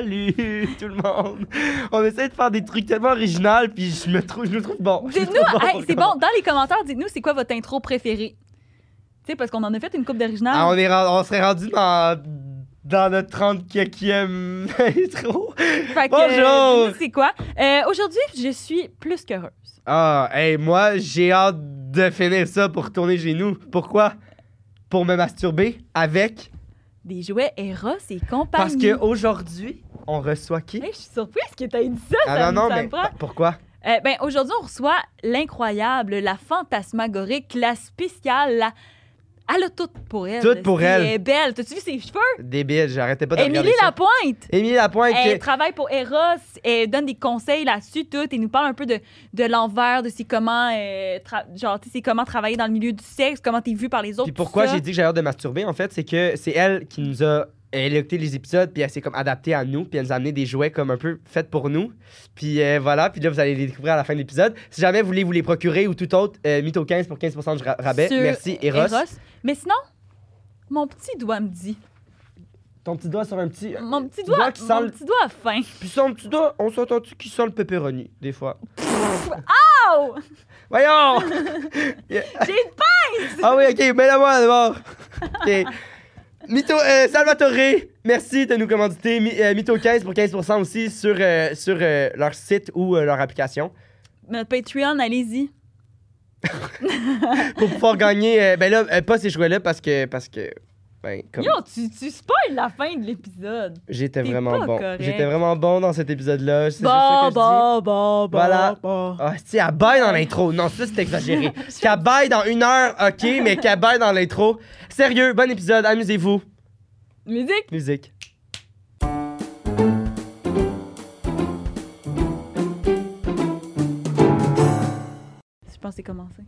Salut tout le monde. On essaie de faire des trucs tellement originaux, puis je me trouve, je me trouve bon. Je me Dites-nous, trouve hey, c'est comme- bon, hein? dans les commentaires, dites-nous c'est quoi votre intro préférée. Tu sais, parce qu'on en a fait une coupe d'original. Ah, on, est, ren- on serait rendu dans, dans notre 30 e intro. Fait que, Bonjour! euh, dites-nous c'est quoi. Euh, Aujourd'hui, je suis plus qu'heureuse. Ah, hey, moi, j'ai hâte de finir ça pour retourner chez nous. Pourquoi? Pour me masturber avec. Des jouets Eros et compagnie. Parce qu'aujourd'hui, on reçoit qui? Hey, je suis surprise que tu aies dit ça. Ah ça non, me- non, ça me mais prend. p- pourquoi? Euh, ben, Aujourd'hui, on reçoit l'incroyable, la fantasmagorique, la spéciale, la... Elle a tout pour elle. Tout pour C'est- elle. Elle est belle. T'as-tu vu ses cheveux? Débile, j'arrêtais pas de Émilie regarder ça. Lapointe! Émilie Lapointe. Elle qui- travaille pour Eros, elle donne des conseils là-dessus, tout, et nous parle un peu de, de l'envers, de c'est comment, euh, tra- genre, tu sais, c'est comment travailler dans le milieu du sexe, comment t'es vu par les autres. Puis tout pourquoi ça. j'ai dit que j'avais hâte de masturber, en fait, c'est que c'est elle qui nous a elle a écouté les épisodes, puis elle s'est comme adaptée à nous, puis elle nous a amené des jouets comme un peu faits pour nous. Puis euh, voilà, puis là, vous allez les découvrir à la fin de l'épisode. Si jamais vous voulez vous les procurer ou tout autre, euh, mytho 15 pour 15% de ra- rabais. Sur Merci, Eros. Mais sinon, mon petit doigt me dit. Ton petit doigt sur un petit... Mon petit Euh, Tu doigt, vois qu'il sent mon le- petit doigt fin. Puis son petit doigt, on s'entend-tu qu'il sent le pepperoni, des fois? Oh! Voyons! J'ai une pince! ah oui, OK, mets-la moi d'abord. OK. Mytho, euh, Salvatore, merci de nous commanditer. Mi- euh, Mytho 15 pour 15% aussi sur, euh, sur euh, leur site ou euh, leur application. Notre Patreon, allez-y. Pour pouvoir gagner, euh, ben là, euh, pas ces jouets-là parce que, parce que, ben, comme Yo, tu, tu spoil la fin de l'épisode. j'étais t'es vraiment pas bon. correct. J'étais vraiment bon dans cet épisode-là. C'est juste ça que Bon, je dis. bon, bon, bon. Voilà. bon. Ah, si, elle baille dans l'intro. Non, ça, c'est exagéré. qu'elle baille dans une heure, OK, mais qu'elle baille dans l'intro. Sérieux, bon épisode, amusez-vous. Musique. Musique. Je pense que c'est commencé.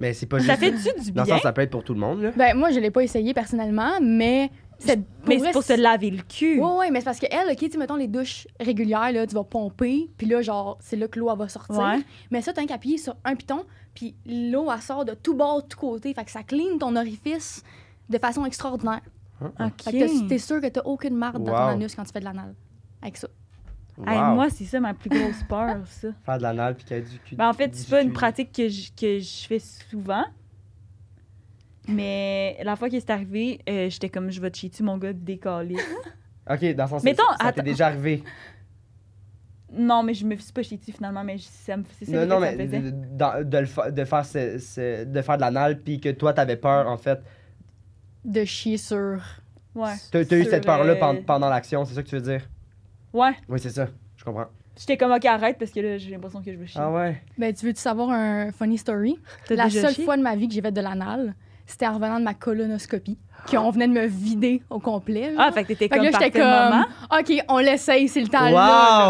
Mais c'est pas Ça juste... fait-tu du Dans bien? le sens, ça peut être pour tout le monde, là. Ben, moi, je l'ai pas essayé personnellement, mais. c'est- mais vrai, c'est pour se laver le cul. Ouais, ouais, mais c'est parce que elle, OK, tu sais, mettons les douches régulières, là, tu vas pomper, puis là, genre, c'est là que l'eau, elle va sortir. Ouais. Mais ça, t'as qu'à appuyer sur un piton, puis l'eau, elle sort de tout bord, de tout côté. Fait que ça clean ton orifice de façon extraordinaire. Hein? OK. Fait que t'as- t'es sûr que t'as aucune marde dans Wow. ton anus quand tu fais de l'anal. Avec ça. Hey, Wow. moi, c'est ça ma plus grosse peur, ça. Faire de l'anal puis qu'il y ait du cul. Ben, en fait, du c'est pas une cul. pratique que je, que je fais souvent. Mais la fois qu'il est arrivé, euh, j'étais comme je vais te chier dessus, mon gars, décalé. Ok, dans le sens Mettons, ça- ça t'est attends. déjà arrivé. non, mais je me suis pas chier dessus finalement, mais je- ça me c'est ça Non, l'effet que non, ça mais me faisait. de, dans- de le fa- de faire ce- ce- de faire de l'anal puis que toi t'avais peur en fait. De chier sur. Ouais. T'as t'as eu Sur, cette peur là euh, pendant, pendant l'action, c'est ça que tu veux dire Ouais. Oui, c'est ça. Je comprends. J'étais comme ok, arrête parce que là, j'ai l'impression que je vais chier. Ah ouais. Ben, tu veux-tu savoir un funny story? T'as La déjà seule chié? fois de ma vie que j'ai fait de l'anal, c'était en revenant de ma colonoscopie, qu'on venait de me vider au complet. genre. Ah, fait que t'étais Fait comme que là, j'étais parfait maman. comme, OK, on l'essaye, c'est le temps. là.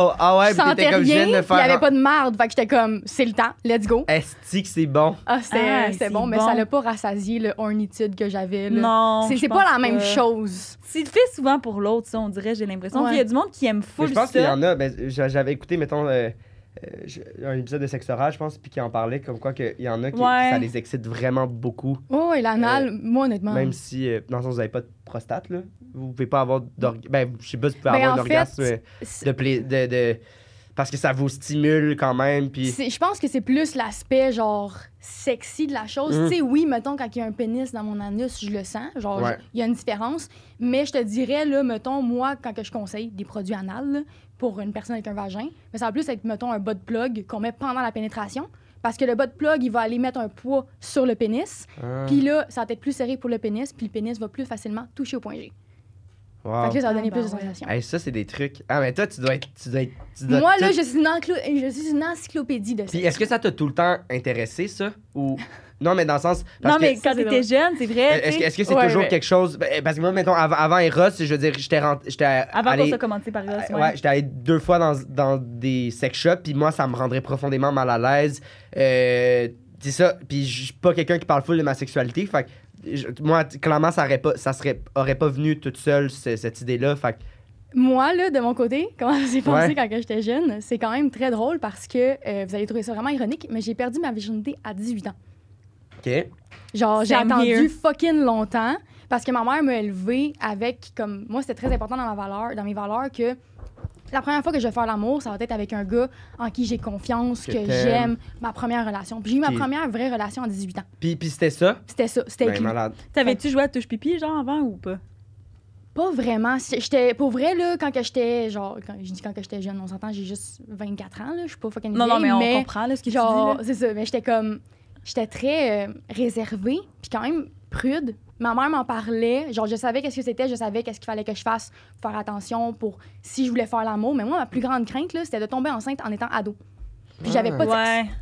wow! Ah ouais, je puis sentais t'étais comme je rien, viens de puis il n'y faire. avait pas de marde. Fait que j'étais comme, c'est le temps, let's go. Esti que c'est bon. Ah, c'était Ah, c'était c'est bon, mais bon. ça l'a pas rassasié le ornitude que j'avais. là. Non. C'est je c'est pas la pense même chose. Tu le fais souvent pour l'autre, ça, on dirait, j'ai l'impression. Ouais. Puis Il y a du monde qui aime Mais full je ça. pense qu'il y en a. Ben, j'a- J'avais écouté, mettons, euh, euh, j- un épisode de Sexora, je pense, puis qui en parlait comme quoi qu'il y en a qui Ouais. ça les excite vraiment beaucoup. Oh, et l'anal, moi, honnêtement. Euh, Même si, euh, dans le sens, vous n'avez pas de prostate, là. Vous pouvez pas avoir d'orgasme. Ben, je sais pas si vous pouvez Ben, avoir en un orgasme fait, euh, c'est- de, pla- de, de- Parce que ça vous stimule quand même, puis. c'est- Je pense que c'est plus l'aspect, genre, sexy de la chose. Mm. Tu sais, oui, mettons, quand il y a un pénis dans mon anus, je le sens. Genre, Ouais. il y a une différence. Mais je te dirais, là, mettons, moi, quand que je conseille des produits anal là, pour une personne avec un vagin, mais ça va plus être, mettons, un bas de plug qu'on met pendant la pénétration. Parce que le bas de plug, il va aller mettre un poids sur le pénis. Ah, Puis là, ça va être plus serré pour le pénis, puis le pénis va plus facilement toucher au point G. wow. Fait que là, ça va Ah, donner ben plus de ouais. sensations. Hey, ça, c'est des trucs. Ah, mais toi, tu dois être. Tu dois être- tu dois Moi, là, tout- je suis, une enclo- je suis une encyclopédie de ça. Puis est-ce que ça t'a tout le temps intéressé, ça? Ou. Non, mais dans le sens. Parce Non, que- mais quand Ça, c'est t'étais jeune, c'est vrai. Est-ce tu que sais. est-ce que c'est Ouais, toujours ouais. quelque chose. ben, Parce que moi, mettons, avant, avant Eros, je veux dire, j'étais rent- j'étais Avant qu'on allé- soit commenté par Ross, Euh, Ouais, j'étais allé deux fois dans, dans des sex shops, puis moi, ça me rendrait profondément mal à l'aise. Euh, c'est ça, puis je suis pas quelqu'un qui parle full de ma sexualité, fait que je- moi, t- clairement, ça aurait pas, ça serait, aurait pas venu toute seule, ce- cette idée-là, fait que- Moi, là, de mon côté, comment ça s'est passé Ouais. quand que j'étais jeune, c'est quand même très drôle parce que euh, vous allez trouver ça vraiment ironique, mais j'ai perdu ma virginité à 18 ans. OK. Genre, j'ai Same attendu here. fucking longtemps parce que ma mère m'a élevée avec, comme, moi, c'était très important dans ma valeur, dans mes valeurs que la première fois que je vais faire l'amour, ça va être avec un gars en qui j'ai confiance, Que que, t'aimes. j'aime, ma première relation. Puis j'ai eu ma Qui- première vraie relation à 18 ans. Puis, puis c'était ça. C'était ça, c'était Ben, écrit. malade. T'avais-tu joué à touche pipi, genre, avant ou pas? Pas vraiment. C'est- J'étais, pour vrai, là, quand que j'étais, genre, quand, je dis quand que j'étais jeune, on s'entend, j'ai juste 24 ans, là, je suis pas fucking Non, non, mais vieille, on comprend, là, ce que genre, tu dis, c'est ça, mais j'étais comme, j'étais très euh, réservée, puis quand même prude. Ma mère m'en parlait, genre, je savais qu'est-ce que c'était, je savais qu'est-ce qu'il fallait que je fasse, pour faire attention pour si je voulais faire l'amour, mais moi, ma plus grande crainte, là, c'était de tomber enceinte en étant ado. Puis j'avais Ah. pas de là. sexe. Ouais.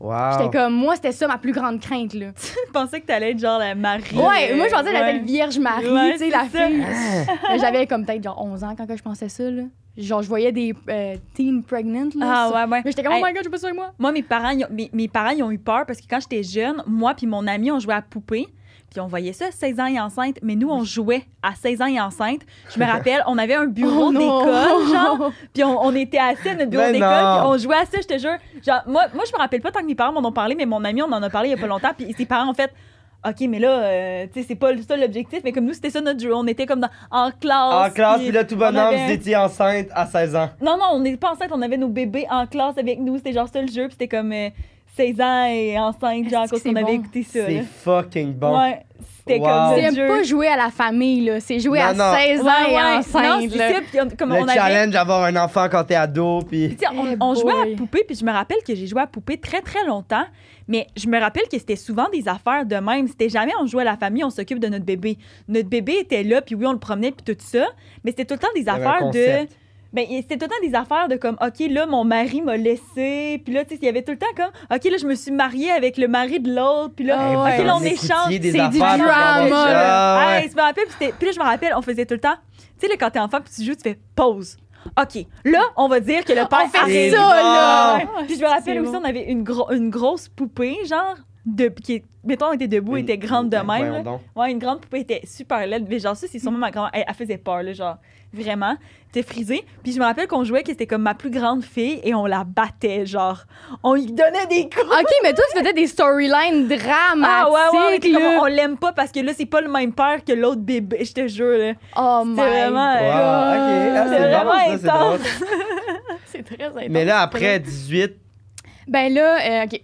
Wow. J'étais comme, moi, c'était ça ma plus grande crainte, là. Je pensais que t'allais être genre la euh, Marie. Ouais, moi, je pensais que j'allais Ouais. être Vierge Marie, Ouais, tu sais, la c'est ça. fille. Ah. Mais J'avais comme peut-être genre 11 ans quand que je pensais ça, là. Genre, je voyais des euh, teen pregnant, là. Ah ça. ouais, ouais. Mais j'étais comme, Hey. oh my god, je peux ça avec moi. Moi, mes parents, ils ont, mes, mes parents, ils ont eu peur parce que quand j'étais jeune, moi puis mon ami, on jouait à poupée. Puis on voyait ça, 16 ans et enceinte. Mais nous, on jouait à 16 ans et enceinte. Je me rappelle, on avait un bureau Oh non. d'école, genre. Puis on, on était assis à notre bureau Mais d'école, Ben non. puis on jouait à ça, je te jure. Genre, moi, moi, je me rappelle pas tant que mes parents m'en ont parlé, mais mon ami, on en a parlé il y a pas longtemps. Puis ses parents, en fait, OK, mais là, euh, tu sais, c'est pas ça l'objectif. Mais comme nous, c'était ça notre jeu. On était comme dans- en classe. En Ah, classe, puis là, tout bonhomme, oh, on avait- vous étiez enceinte à 16 ans. Non, non, on n'était pas enceinte, on avait nos bébés en classe avec nous. C'était genre ça le jeu, puis c'était comme euh, 16 ans et enceinte, genre, Est-ce quand que on c'est avait bon? écouté ça. C'est là. fucking bon. Ouais, c'était Wow. comme C'est le même jeu. pas jouer à la famille, là. C'est jouer Non, à non. 16 ans Ouais, et ouais. Non, enceinte, c'est là. ça, puis on- comme Le on avait. challenge d'avoir un enfant quand t'es ado, Tu puis. sais, on, Eh on jouait à boy. poupée, puis je me rappelle que j'ai joué à poupée très, très longtemps, mais je me rappelle que c'était souvent des affaires de même. C'était jamais on joue à la famille, on s'occupe de notre bébé. Notre bébé était là, puis oui, on le promenait, puis tout ça, mais c'était tout le temps des il y avait un affaires de. concept. Ben, et c'était tout le temps des affaires de comme, OK, là, mon mari m'a laissé. Puis là, tu sais, il y avait tout le temps comme, OK, là, je me suis mariée avec le mari de l'autre. Puis là, Ah ouais. OK, là, on Eh, Vous écoutiez échange. des C'est du affaires pour avoir drama, ça. Ah, Ouais. ouais, je me rappelle, puis c'était- puis là, je me rappelle, on faisait tout le temps. Tu sais, là, quand t'es enfant, puis tu joues, tu fais pause. OK, là, on va dire que le père On fait arrive. ça, là. Ouais. Puis je me rappelle Ah, C'est aussi, bon. on avait une, gro- une grosse poupée, genre, de, qui est- mettons, on était debout, elle était grande de Ouais, même. là. Ben, voyons donc. Ouais, une grande poupée était super laide. Mais genre, ça, c'est sûrement ma grand Elle, elle faisait peur, là, genre, vraiment. Elle était frisée. Puis je me rappelle qu'on jouait que c'était comme ma plus grande fille et on la battait, genre. On lui donnait des coups. OK, mais toi, tu faisais des storylines Ah dramatiques, ouais, ouais, on était comme, là. on l'aime pas parce que là, c'est pas le même père que l'autre bébé, je te jure. là. Oh my C'était vraiment. Wow, ok, euh, ah, C'est c'est bon, vraiment ça, c'est drôle. C'est très intense. Mais là, après 18, Ben là, euh, OK.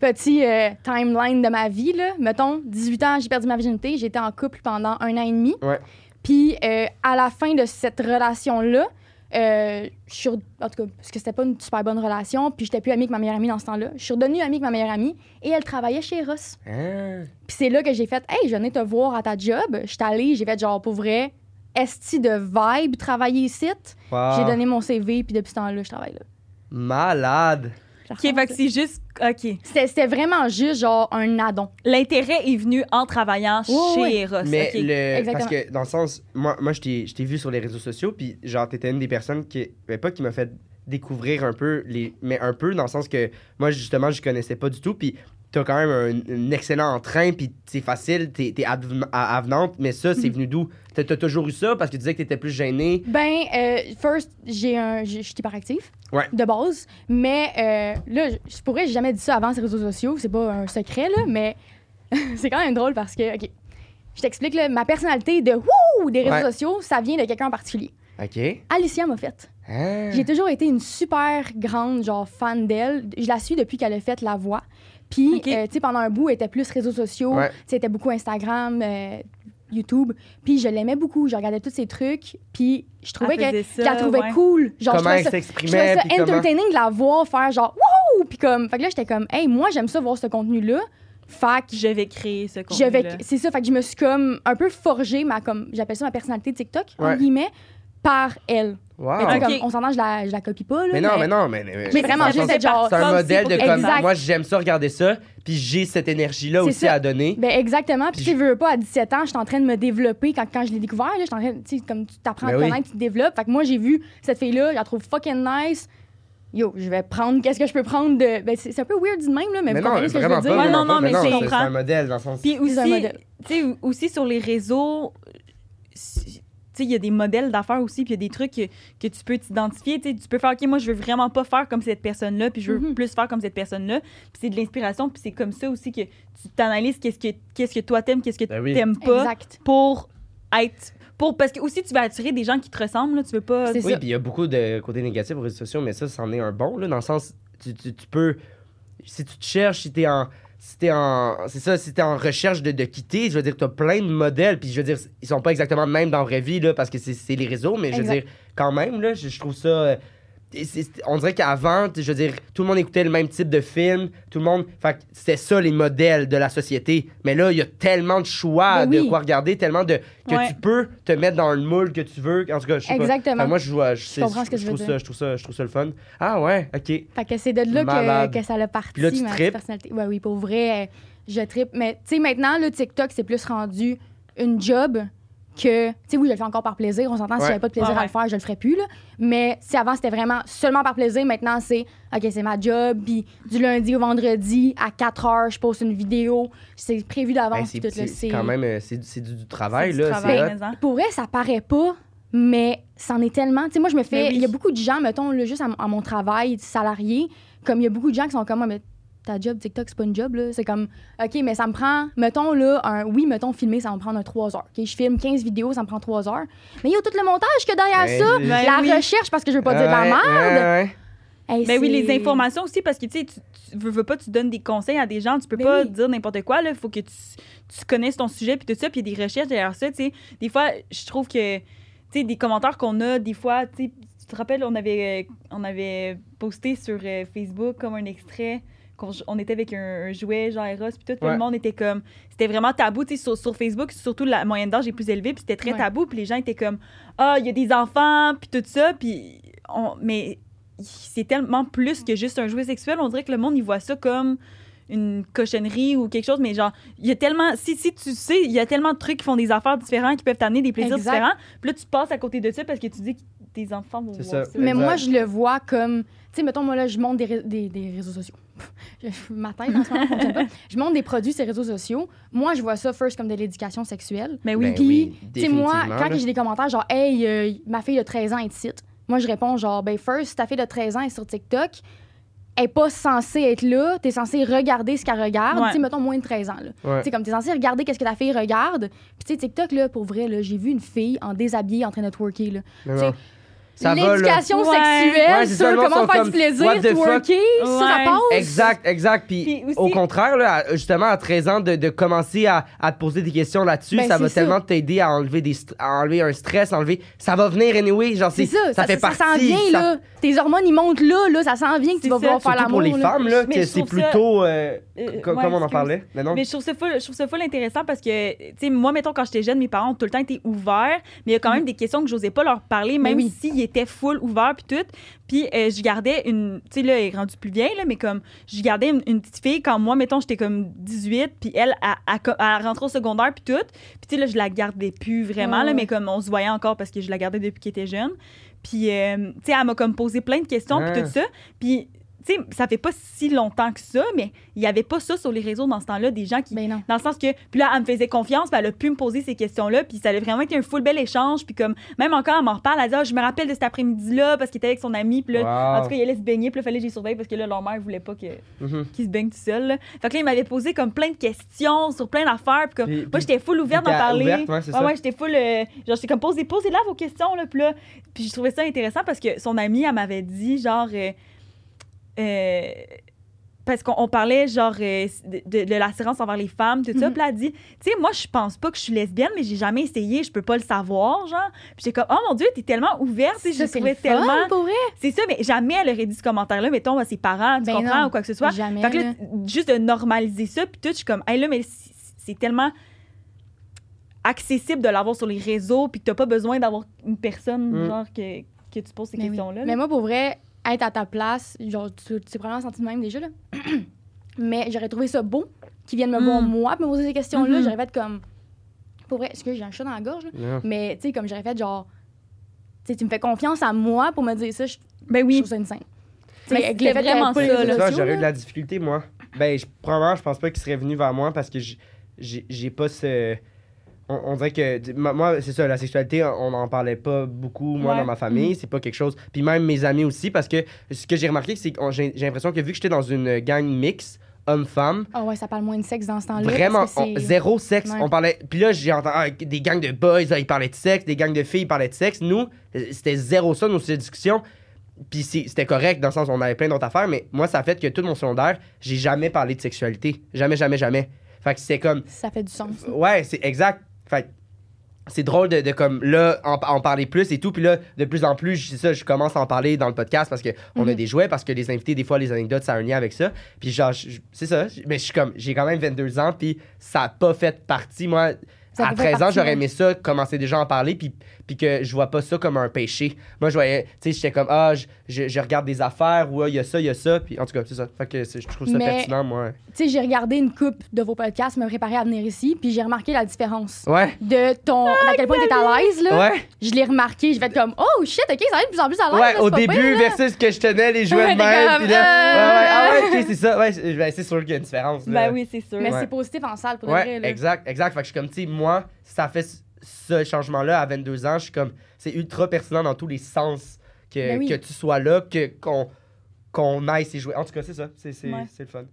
Petit euh, timeline de ma vie, là. Mettons, 18 ans, j'ai perdu ma virginité. J'étais en couple pendant un an et demi. Ouais. Puis, euh, à la fin de cette relation-là, euh, je suis... re- En tout cas, parce que c'était pas une super bonne relation, puis j'étais plus amie avec ma meilleure amie dans ce temps-là. Je suis redevenue amie avec ma meilleure amie, et elle travaillait chez Ross. hein, Puis c'est là que j'ai fait « Hey, je venais te voir à ta job. » J'étais allée, j'ai fait genre, pour vrai, esti de vibe, travailler ici. wow, J'ai donné mon CV, puis depuis ce temps-là, je travaille là. malade. Ok, fait que c'est juste. Ok. C'était c'était vraiment juste genre un addon. L'intérêt est venu en travaillant Oui, chez oui. Eros. Mais ok. le, Exactement. parce que dans le sens, moi, moi je t'ai je t'ai vu sur les réseaux sociaux, puis genre, t'étais une des personnes qui, ben, pas qui m'a fait découvrir un peu, les, mais un peu dans le sens que moi, justement, je connaissais pas du tout, puis t'as quand même un, un excellent entrain, puis c'est facile, t'es t'es aven- à- avenante, mais ça, Mhm. c'est venu d'où? T'as t'as toujours eu ça parce que tu disais que t'étais plus gênée. Ben, euh, first, j'ai un, je je suis hyperactive. Ouais. De base. Mais euh, là, je- je pourrais, j'ai jamais dit ça avant ces réseaux sociaux. C'est pas un secret, là, mais c'est quand même drôle parce que, OK. Je t'explique, là, ma personnalité de wouh des réseaux Ouais. sociaux, ça vient de quelqu'un en particulier. OK. Alicia m'a fait. Hein? J'ai toujours été une super grande genre fan d'elle. Je la suis depuis qu'elle a fait La Voix. Puis, Ok. euh, tu sais, pendant un bout, elle était plus réseaux sociaux. Ouais. Tu sais, elle était beaucoup Instagram, euh, YouTube. Puis, je l'aimais beaucoup. Je regardais tous ses trucs. Puis, je trouvais Elle que, faisait ça, je la trouvais ouais. cool. Genre, comment je elle trouvais ça, je trouvais s'exprimait, ça puis comment... entertaining de la voir faire genre wouh! Puis, comme, fait que là, j'étais comme, hey, moi, j'aime ça voir ce contenu-là. Fait que Je vais créer ce contenu. j'avais c'est ça fait que je me suis comme un peu forgée ma comme j'appelle ça ma personnalité TikTok Ouais. en guillemets par elle Wow. Mais tu sais, Ok. comme, on s'entend je la je la copie pas Ah. là, Mais non, mais non, mais... mais- mais vraiment, dans le juste sens- être genre- C'est un modèle de comme Exact. moi j'aime ça regarder ça puis j'ai cette énergie là C'est aussi ça. à donner. Ben exactement. Puis Puis, tu veux pas, à 17 ans, je suis en train de me développer. Quand, quand je l'ai découvert, là, j'étais en train, de- tu sais, comme tu t'apprends Ben à te oui. connaître, tu te développes. Fait que moi, j'ai vu cette fille-là, je la trouve fucking nice. Yo, je vais prendre, qu'est-ce que je peux prendre de. Ben, c'est c'est un peu weird dit de même, là, mais, mais vous non, comprenez ce que je veux vraiment dire. pas. Ouais, vraiment non, non, pas, mais je c'est- c'est comprends. un modèle dans le sens. Puis C'est un aussi, modèle. tu sais, aussi sur les réseaux, tu sais, il y a des modèles d'affaires aussi, puis il y a des trucs que, que tu peux t'identifier. Tu sais, tu peux faire, OK, moi, je veux vraiment pas faire comme cette personne-là, puis je veux Mhm. plus faire comme cette personne-là. Puis c'est de l'inspiration, puis c'est comme ça aussi que tu t'analyses qu'est-ce que, qu'est-ce que toi t'aimes, qu'est-ce que Ben oui. t'aimes pas, Exact. pour être Pour, parce que aussi, tu vas attirer des gens qui te ressemblent. là, tu veux pas. C'est Oui, ça. puis il y a beaucoup de côtés négatifs aux réseaux sociaux, mais ça, c'en est un bon, là, dans le sens, tu, tu- tu peux, si tu te cherches, si t'es en, si t'es en, c'est ça, si t'es en recherche de, de quitter, je veux dire, t'as plein de modèles, puis je veux dire, ils sont pas exactement de même dans la vraie vie, là, parce que c'est, c'est les réseaux, mais je veux Exact. dire, quand même, là, je, je trouve ça... euh, et c'est- c'est- on dirait qu'avant, t- je veux dire, tout le monde écoutait le même type de film, tout le monde. Fait que c'était ça les modèles de la société. Mais là, il y a tellement de choix Ben de oui. quoi regarder, tellement de. que Ouais. tu peux te mettre dans le moule que tu veux. En tout cas, je sais pas. Exactement. Enfin, moi, je, vois, je, sais- comprends ce que je veux trouve dire. Ça, je, trouve ça, je trouve ça le fun. Ah ouais, ok. Fait que c'est de là Malade. que, que ça l'a parti, Puis là, tu ma tripes? personnalité. Ouais, oui, pour vrai, euh, je tripe. Mais tu sais, maintenant, le TikTok, c'est plus rendu une job que. Tu sais, oui, je le fais encore par plaisir. On s'entend, Ouais. si j'avais pas de plaisir Ouais, ouais. à le faire, je le ferais plus. Là. Mais si avant, c'était vraiment seulement par plaisir, maintenant, c'est OK, c'est ma job. Puis du lundi au vendredi, à 4 heures, je poste une vidéo. C'est prévu Hey, d'avance. Ben, c'est puis tout, là, c'est- c'est quand même euh, c'est, du- c'est du, du travail, C'est du là. travail, c'est hot. mais en- pour vrai, ça paraît pas, mais c'en est tellement. Tu sais, moi, je me Mais fais. Ben oui. Il y a beaucoup de gens, mettons, là, juste à, mon- à mon travail, salarié, comme il y a beaucoup de gens qui sont comme moi, mais ta job, TikTok, c'est pas une job, là. C'est comme, OK, mais ça me prend, mettons, là, un. Oui, mettons, filmer, ça va me prendre un 3 heures. OK, je filme 15 vidéos, ça me prend 3 heures. Mais il y a tout le montage que derrière Ouais, ça, je- Ben la oui. recherche, parce que je veux pas dire de la Ouais, merde. ouais, ouais. Hey, Ben oui, c'est- les informations aussi, parce que tu sais, tu, tu veux, veux pas, tu donnes des conseils à des gens, tu peux Ben pas oui. dire n'importe quoi, là, faut que tu, tu connaisses ton sujet, puis tout ça, puis il y a des recherches derrière ça, tu sais. Des fois, je trouve que, tu sais, des commentaires qu'on a, des fois, tu sais, tu te rappelles, on avait, euh, on avait posté sur euh, Facebook comme un extrait. qu'on j- On était avec un, un jouet, genre Eros, puis tout, puis Ouais. le monde était comme. C'était vraiment tabou, tu sais, sur, sur Facebook, surtout la moyenne d'âge est plus élevée, puis c'était très Ouais. tabou, puis les gens étaient comme ah, il y a des enfants, puis tout ça, puis on... Mais c'est tellement plus que juste un jouet sexuel. On dirait que le monde, il voit ça comme une cochonnerie ou quelque chose, mais genre, il y a tellement... Si, si tu sais, il y a tellement de trucs qui font des affaires différentes, qui peuvent t'amener des plaisirs Exact. différents. Puis là, tu passes à côté de ça parce que tu dis que tes enfants vont C'est voir ça. ça. Mais Exact. moi, je le vois comme. Tu sais, mettons, moi, là, je monte des, ré- des, des réseaux sociaux. Je- Ma tête, en ce moment, fonctionne pas. Je monte des produits sur les réseaux sociaux. Moi, je vois ça first comme de l'éducation sexuelle. Mais oui, Ben puis, Tu sais, moi, définitivement, quand là. j'ai des commentaires genre, hey, euh, ma fille de 13 ans est site, moi, je réponds genre, ben, first, ta fille de 13 ans est sur TikTok. Elle est pas censée être là. Tu es censé regarder ce qu'elle regarde. Ouais. Tu sais, mettons, moins de 13 ans, là. Ouais. Tu sais, comme t'es censé regarder qu'est-ce que ta fille regarde. Puis, tu sais, TikTok, là, pour vrai, là, j'ai vu une fille en déshabillé en train de twerker, là. Non, tu non. sais, Ça va, là. L'éducation Ouais. sexuelle Ouais, c'est ça, sur le monde comment sont faire comme, du what plaisir, the fuck? twerker, ça, ça Ouais. passe. Exact, exact. Puis Puis aussi- au contraire, là, à- justement, à 13 ans, de, de commencer à, à te poser des questions là-dessus, Ben, ça va c'est ça. tellement t'aider à enlever des st- à enlever un stress, enlever. Ça va venir anyway, genre C'est ça, ça, fait ça partie. s'en vient, ça- là. Tes hormones, ils montent là, là, ça s'en vient que C'est tu vas ça. vouloir faire Surtout l'amour. pour les là. femmes, là, Mais que je c'est trouve ça- plutôt euh, Euh, co- ouais, comme on en excuse. parlait. Mais non. Mais je trouve ça full, je trouve ça full intéressant parce que, tu sais, moi, mettons, quand j'étais jeune, mes parents ont tout le temps été ouverts, mais il y a quand même des questions que j'osais pas leur parler, Mm. Mais même oui. s'ils étaient full ouverts puis tout. Puis euh, je gardais une, tu sais, là, elle est rendue plus vieille, là, mais comme, je gardais une, une petite fille quand moi, mettons, j'étais comme 18, puis elle, à rentrée au secondaire puis tout. Puis, tu sais, là, je la gardais plus vraiment, Ouais, là, ouais. mais comme on se voyait encore parce que je la gardais depuis qu'elle était jeune. Puis, euh, tu sais, elle m'a comme posé plein de questions puis Ah. tout ça. Puis, tu sais, ça fait pas si longtemps que ça, mais il y avait pas ça sur les réseaux dans ce temps-là, des gens qui Ben non. dans le sens que, puis là, elle me faisait confiance, puis elle a pu me poser ces questions-là, puis ça a vraiment été un full bel échange, puis comme, même encore, elle m'en reparle, elle dit, Ah, je me rappelle de cet après-midi-là, parce qu'il était avec son ami, puis là, Wow. en tout cas, il allait se baigner, puis là, fallait que j'y surveille, parce que là, leur mère, elle voulait pas que- Mhm. qu'il se baigne tout seul, là. Fait que là, il m'avait posé comme plein de questions sur plein d'affaires, puis comme, Puis- moi, puis- j'étais full ouverte d'en t'as- parler. ouverte, ouais, c'est ouais, ça. ouais, j'étais full, euh, genre, j'étais comme, posez, posez là vos questions, là, puis là, puis je trouvais ça intéressant parce que son amie, elle m'avait dit, genre, euh, euh, parce qu'on on parlait, genre, euh, de, de- de l'assurance envers les femmes, tout ça. Mhm. Puis là, elle dit, tu sais, moi, je pense pas que je suis lesbienne, mais j'ai jamais essayé, je peux pas le savoir, genre. Puis j'étais comme, oh mon Dieu, t'es tellement ouverte, tu sais, Ça, j'ai c'est trouvé le fun, tellement. pour vrai. C'est ça, mais jamais elle aurait dit ce commentaire-là, mettons, à ses parents, tu Ben comprends, non. ou quoi que ce soit. Jamais. Fait que là, là. Ben juste de normaliser ça, puis tout, je suis comme, hey, là, mais c'est- c'est tellement accessible de l'avoir sur les réseaux, puis que t'as pas besoin d'avoir une personne, Mm. genre, que, que tu poses ces Mais oui. questions-là. Mais moi, pour vrai, être à ta place, genre, tu tu t'es probablement senti de même déjà, là. Mais j'aurais trouvé ça beau qu'ils viennent me Mm. voir, moi, puis me poser ces questions-là. Mhm. J'aurais fait comme. Pour vrai, est-ce que j'ai un chat dans la gorge, là? Non. Mais, tu sais, comme j'aurais fait genre. Tu sais, tu me fais confiance à moi pour me dire ça, je ben je oui, trouve ça insane. c'est Mais avec le fait de vraiment ça, pas les là. Tu vois, sociaux, j'aurais eu là. de la difficulté, moi. Ben, je, probablement, je pense pas qu'il serait venu vers moi parce que j'- j'ai j'ai pas ce. On, on dirait que. d- Moi, moi, c'est ça, la sexualité, on n'en parlait pas beaucoup, moi, Ouais. Mhm. dans ma famille. C'est pas quelque chose. Puis même mes amis aussi, parce que ce que j'ai remarqué, c'est que on- j'ai j'ai l'impression que vu que j'étais dans une gang mixte, homme-femme. Ah ouais, ça parle moins de sexe dans ce temps-là. parce Vraiment, que c'est- on- zéro sexe. Ouais. On parlait. Puis là, j'ai entendu ah, des gangs de boys, ah, ils parlaient de sexe, des gangs de filles, ils parlaient de sexe. Nous, euh, c'était zéro ça, nos sujets de discussion. Puis c'est- c'était correct, dans le sens où on avait plein d'autres affaires, mais moi, ça a fait que tout mon secondaire, j'ai jamais parlé de sexualité. Jamais, jamais, jamais. Fait que c'était comme. Ça fait du sens. Ouais, c'est exact. Fait que c'est drôle de, de comme là en, en parler plus et tout puis là de plus en plus c'est ça je commence à en parler dans le podcast parce que on a Mhm. des jouets parce que les invités des fois les anecdotes ça a un lien avec ça puis genre je- je- c'est ça je- mais je suis comme j'ai quand même 22 ans puis ça a pas fait partie moi Ça à fait 13 ans partie, hein. j'aurais ouais. aimé ça commencer déjà à en parler puis puis que je vois pas ça comme un péché moi je voyais tu sais j'étais comme ah je, je- je regarde des affaires ou ah, il y a ça il y a ça puis en tout cas c'est ça fait que c'est- je trouve ça Mais- pertinent moi Tu sais, j'ai regardé une coupe de vos podcasts, me préparer à venir ici, puis j'ai remarqué la différence ouais de ton. Ah, à quel point t'es à l'aise, là. ouais Je l'ai remarqué, je vais être comme, oh shit, ok, Ah ça va être de plus en plus à l'aise. Ouais, là, au c'est pas pire, début là. versus que je tenais les jouets Ouais, de t'es même. comme, Puis là, euh. ouais, ouais, ah ouais, ok, c'est ça. Ouais, c'est- ben, c'est sûr qu'il y a une différence. là. Ben oui, c'est sûr. Mais Ouais. c'est positif en salle, pour de vrai, Ouais, là. exact, exact. Fait que je suis comme, tu sais, moi, ça fait ce- ce changement-là à 22 ans. Je suis comme, c'est ultra pertinent dans tous les sens que, Ben oui. que tu sois là, que, qu'on, qu'on aille ces jouets. En tout cas, c'est ça. C'est, c'est, Ouais. c'est le fun.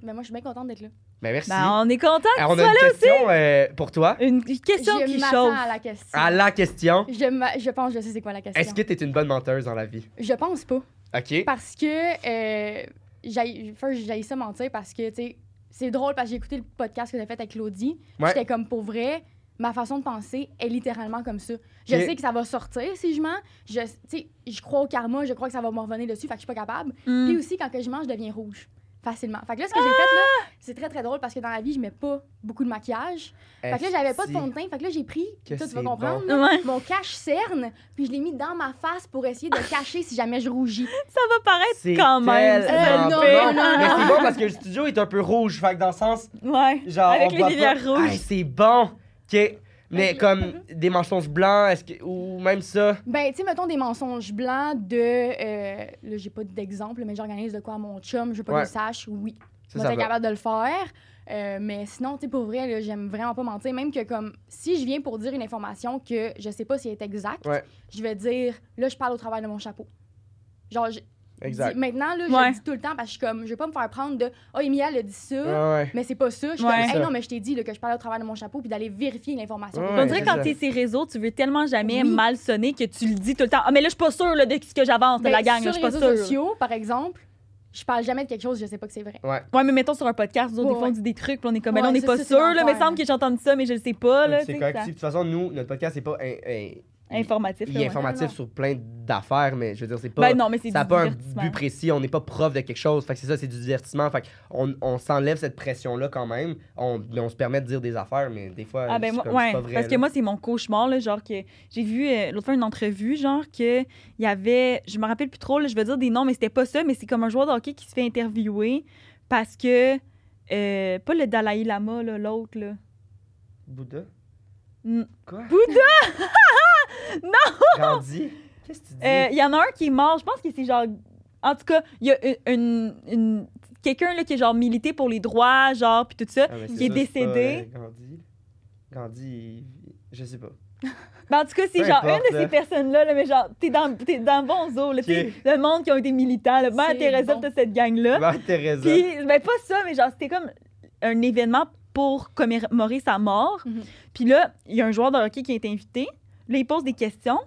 Mais moi, je suis bien contente d'être là. Ben merci. Ben, on est content que Alors, on tu a sois une là. question euh, pour toi. Une question je qui m'attends chauffe. à la question. À la question, Je, m'a- je pense, je sais c'est quoi la question. est-ce que t'es une bonne menteuse dans la vie? Je pense pas. OK. Parce que euh, j'ai first, j'haïs ça mentir parce que, tu sais, c'est drôle parce que j'ai écouté le podcast que t'as fait avec Claudie. Ouais. J'étais comme, pour vrai, ma façon de penser est littéralement comme ça. Je Ok. sais que ça va sortir si je mens. Je, tu sais, je crois au karma, je crois que ça va me revenir dessus, fait que je suis pas capable. Hmm. Mm. Puis aussi, quand que je mange, je deviens rouge. Facilement. Fait que là, ce que j'ai fait, Ah! là, c'est très, très drôle parce que dans la vie, je mets pas beaucoup de maquillage. Fait que là, j'avais pas de fond de teint. Fait que là, j'ai pris, Que toi, tu c'est vas comprendre, bon. là, Ouais. mon cache cerne, puis je l'ai mis dans ma face pour essayer de cacher si jamais je rougis. Ça va paraître C'est quand même. tellement ça Euh, non, fait. non, non, Mais c'est bon parce que le studio est un peu rouge, fait que dans le sens, Ouais. genre, Avec on les voit lumières pas- rouges. Ah, c'est bon, ok. Mais Ok. comme des mensonges blancs, est-ce que ou même ça Ben, tu sais, mettons des mensonges blancs de. euh, là, j'ai pas d'exemple, mais j'organise de quoi à mon chum, je veux pas Ouais. qu'il sache, oui. Ça, Moi, ça t'es va. capable de le faire. Euh, mais sinon, tu sais, pour vrai, là, j'aime vraiment pas mentir. Même que, comme, si je viens pour dire une information que je sais pas si elle est exacte, Ouais. je vais dire, là, je parle au travers de mon chapeau. Genre, je- dis- Exact. maintenant, là, je Ouais. le dis tout le temps parce que je suis comme, je veux pas me faire prendre de, oh, Emilia, elle a dit ça. Ouais, ouais. Mais c'est pas ça. Je suis Ouais. comme, C'est Hey, ça. non, mais je t'ai dit là, que je parlais au travers de mon chapeau puis d'aller vérifier l'information. Ouais, On c'est dirait quand ça. t'es ces réseaux, tu veux tellement jamais Oui. mal sonner que tu le dis tout le temps. Ah, mais là, je suis pas sûre là, de ce que j'avance, de Ben, la gang, là, sur je suis les pas réseaux sûre. sociaux, par exemple, je parle jamais de quelque chose, je sais pas que c'est vrai. Ouais, mais mettons sur un podcast, nous autres, Ouais, des fois, on ouais. dit des trucs, puis on est comme, ben là, Ouais, on n'est ça, pas ça, c'est sûr, là, mais l'enfer. il semble que j'ai entendu ça, mais je le sais pas, là. C'est tu sais, correct. ça- Si, De toute façon, nous, notre podcast, c'est pas un- un- Informatif, il est là, ouais. informatif Non, non. sur plein d'affaires, mais je veux dire, c'est pas. Ben non, mais c'est ça n'a du pas un divertissement. but précis, on n'est pas prof de quelque chose. Fait que c'est ça, c'est du divertissement. Fait qu'on on s'enlève cette pression-là quand même. On, mais on se permet de dire des affaires, mais des fois, Ah ben c'est moi, comme, ouais, c'est pas vrai. parce que là. moi c'est mon cauchemar là, genre que j'ai vu euh, l'autre fois une entrevue genre que il y avait, je me rappelle plus trop là, je vais dire des noms mais c'était pas ça, mais c'est comme un joueur de hockey qui se fait interviewer parce que euh, pas le Dalai Lama là, l'autre là. Bouddha? Mm. Quoi? Bouddha! non! Gandhi? Qu'est-ce que tu dis? Euh, Il y en a un qui est mort, je pense que c'est genre en tout cas, il y a une, une- une- quelqu'un là qui est genre milité pour les droits genre puis tout ça. Ah, mais c'est il est sûr, c'est pas, décédé. euh, Gandhi. Gandhi, il- je sais pas. Ben, en tout cas, c'est Peu genre importe, une de là. ces personnes-là, là, mais genre, t'es dans, t'es dans le bon zoo, là, t'sais, le monde qui ont été militants, le mère C'est Teresa bon. de cette gang-là. Mère Teresa. Hein? Puis, ben, pas ça, mais genre, c'était comme un événement pour commémorer sa mort. Mhm. Puis là, il y a un joueur de hockey qui est invité. Là, il pose des questions.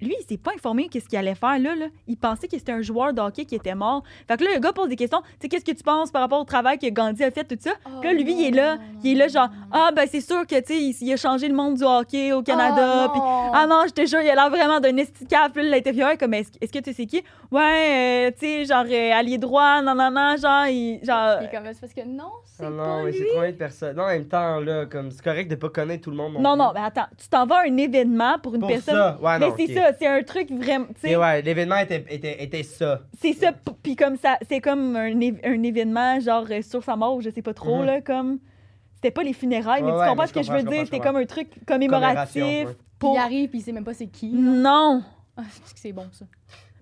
Lui, il s'est pas informé qu'est-ce qu'il allait faire là, là. Il pensait que c'était un joueur de hockey qui était mort. Fait que là, le gars pose des questions. Tu sais, qu'est-ce que tu penses par rapport au travail que Gandhi a fait, tout ça? Oh Puis là, lui, il est là. Il est là, genre, ah, ben, c'est sûr que, tu sais, il- il a changé le monde du hockey au Canada. puis ah non, je te jure, il a l'air vraiment d'un esticable. Puis là, l'intérieur est comme, est-ce est-ce que tu sais qui? Ouais, euh, tu sais, genre, euh, allié droit, non, non, non, genre, il, genre... Il est comme, c'est parce que non, c'est Ah pas non, mais lui. c'est combien de personnes? Non, en même temps, là, comme c'est correct de pas connaître tout le monde. Non, non, plus. mais attends, tu t'en vas à un événement pour une Pour personne... ça. Ouais, mais non, c'est ok. ça, c'est un truc vraiment... tu sais, Mais ouais, l'événement était, était, était ça. C'est ça, p- puis comme ça, c'est comme un, éve- un événement, genre, euh, sur sa mort, ou je sais pas trop, Mhm. là, comme... C'était pas les funérailles, mais Ouais, tu ouais, comprends mais ce je que je comprends, veux je dire? comprends, C'était je comme un truc Commémoration, commémoratif ouais. Puis pour... Mm. il arrive, puis il sait même pas c'est qui. Non! Ah, c'est que c'est bon, ça.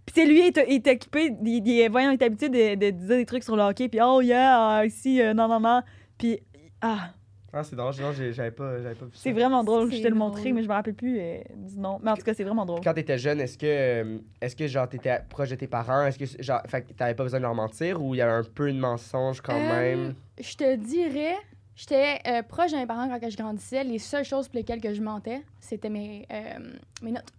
Puis c'est lui, il est- il est occupé, il, il est, voyons, il est habitué de, de dire des trucs sur le hockey, puis oh yeah, ah, ici, euh, non, non, non. Puis, ah, Ah, c'est drôle, non, j'ai- j'avais pas, j'avais pas vu ça. C'est vraiment drôle. C'est Je te le drôle. montrerai, mais je me rappelle plus euh, du nom. Mais en tout cas, c'est vraiment drôle. Quand t'étais jeune, est-ce que, euh, est-ce que genre t'étais proche de tes parents, est-ce que genre, fait que t'avais pas besoin de leur mentir ou il y avait un peu de mensonge quand Euh, même? Je te dirais, j'étais euh, proche de mes parents quand que je grandissais. Les seules choses pour lesquelles que je mentais, c'était mes, euh, mes notes.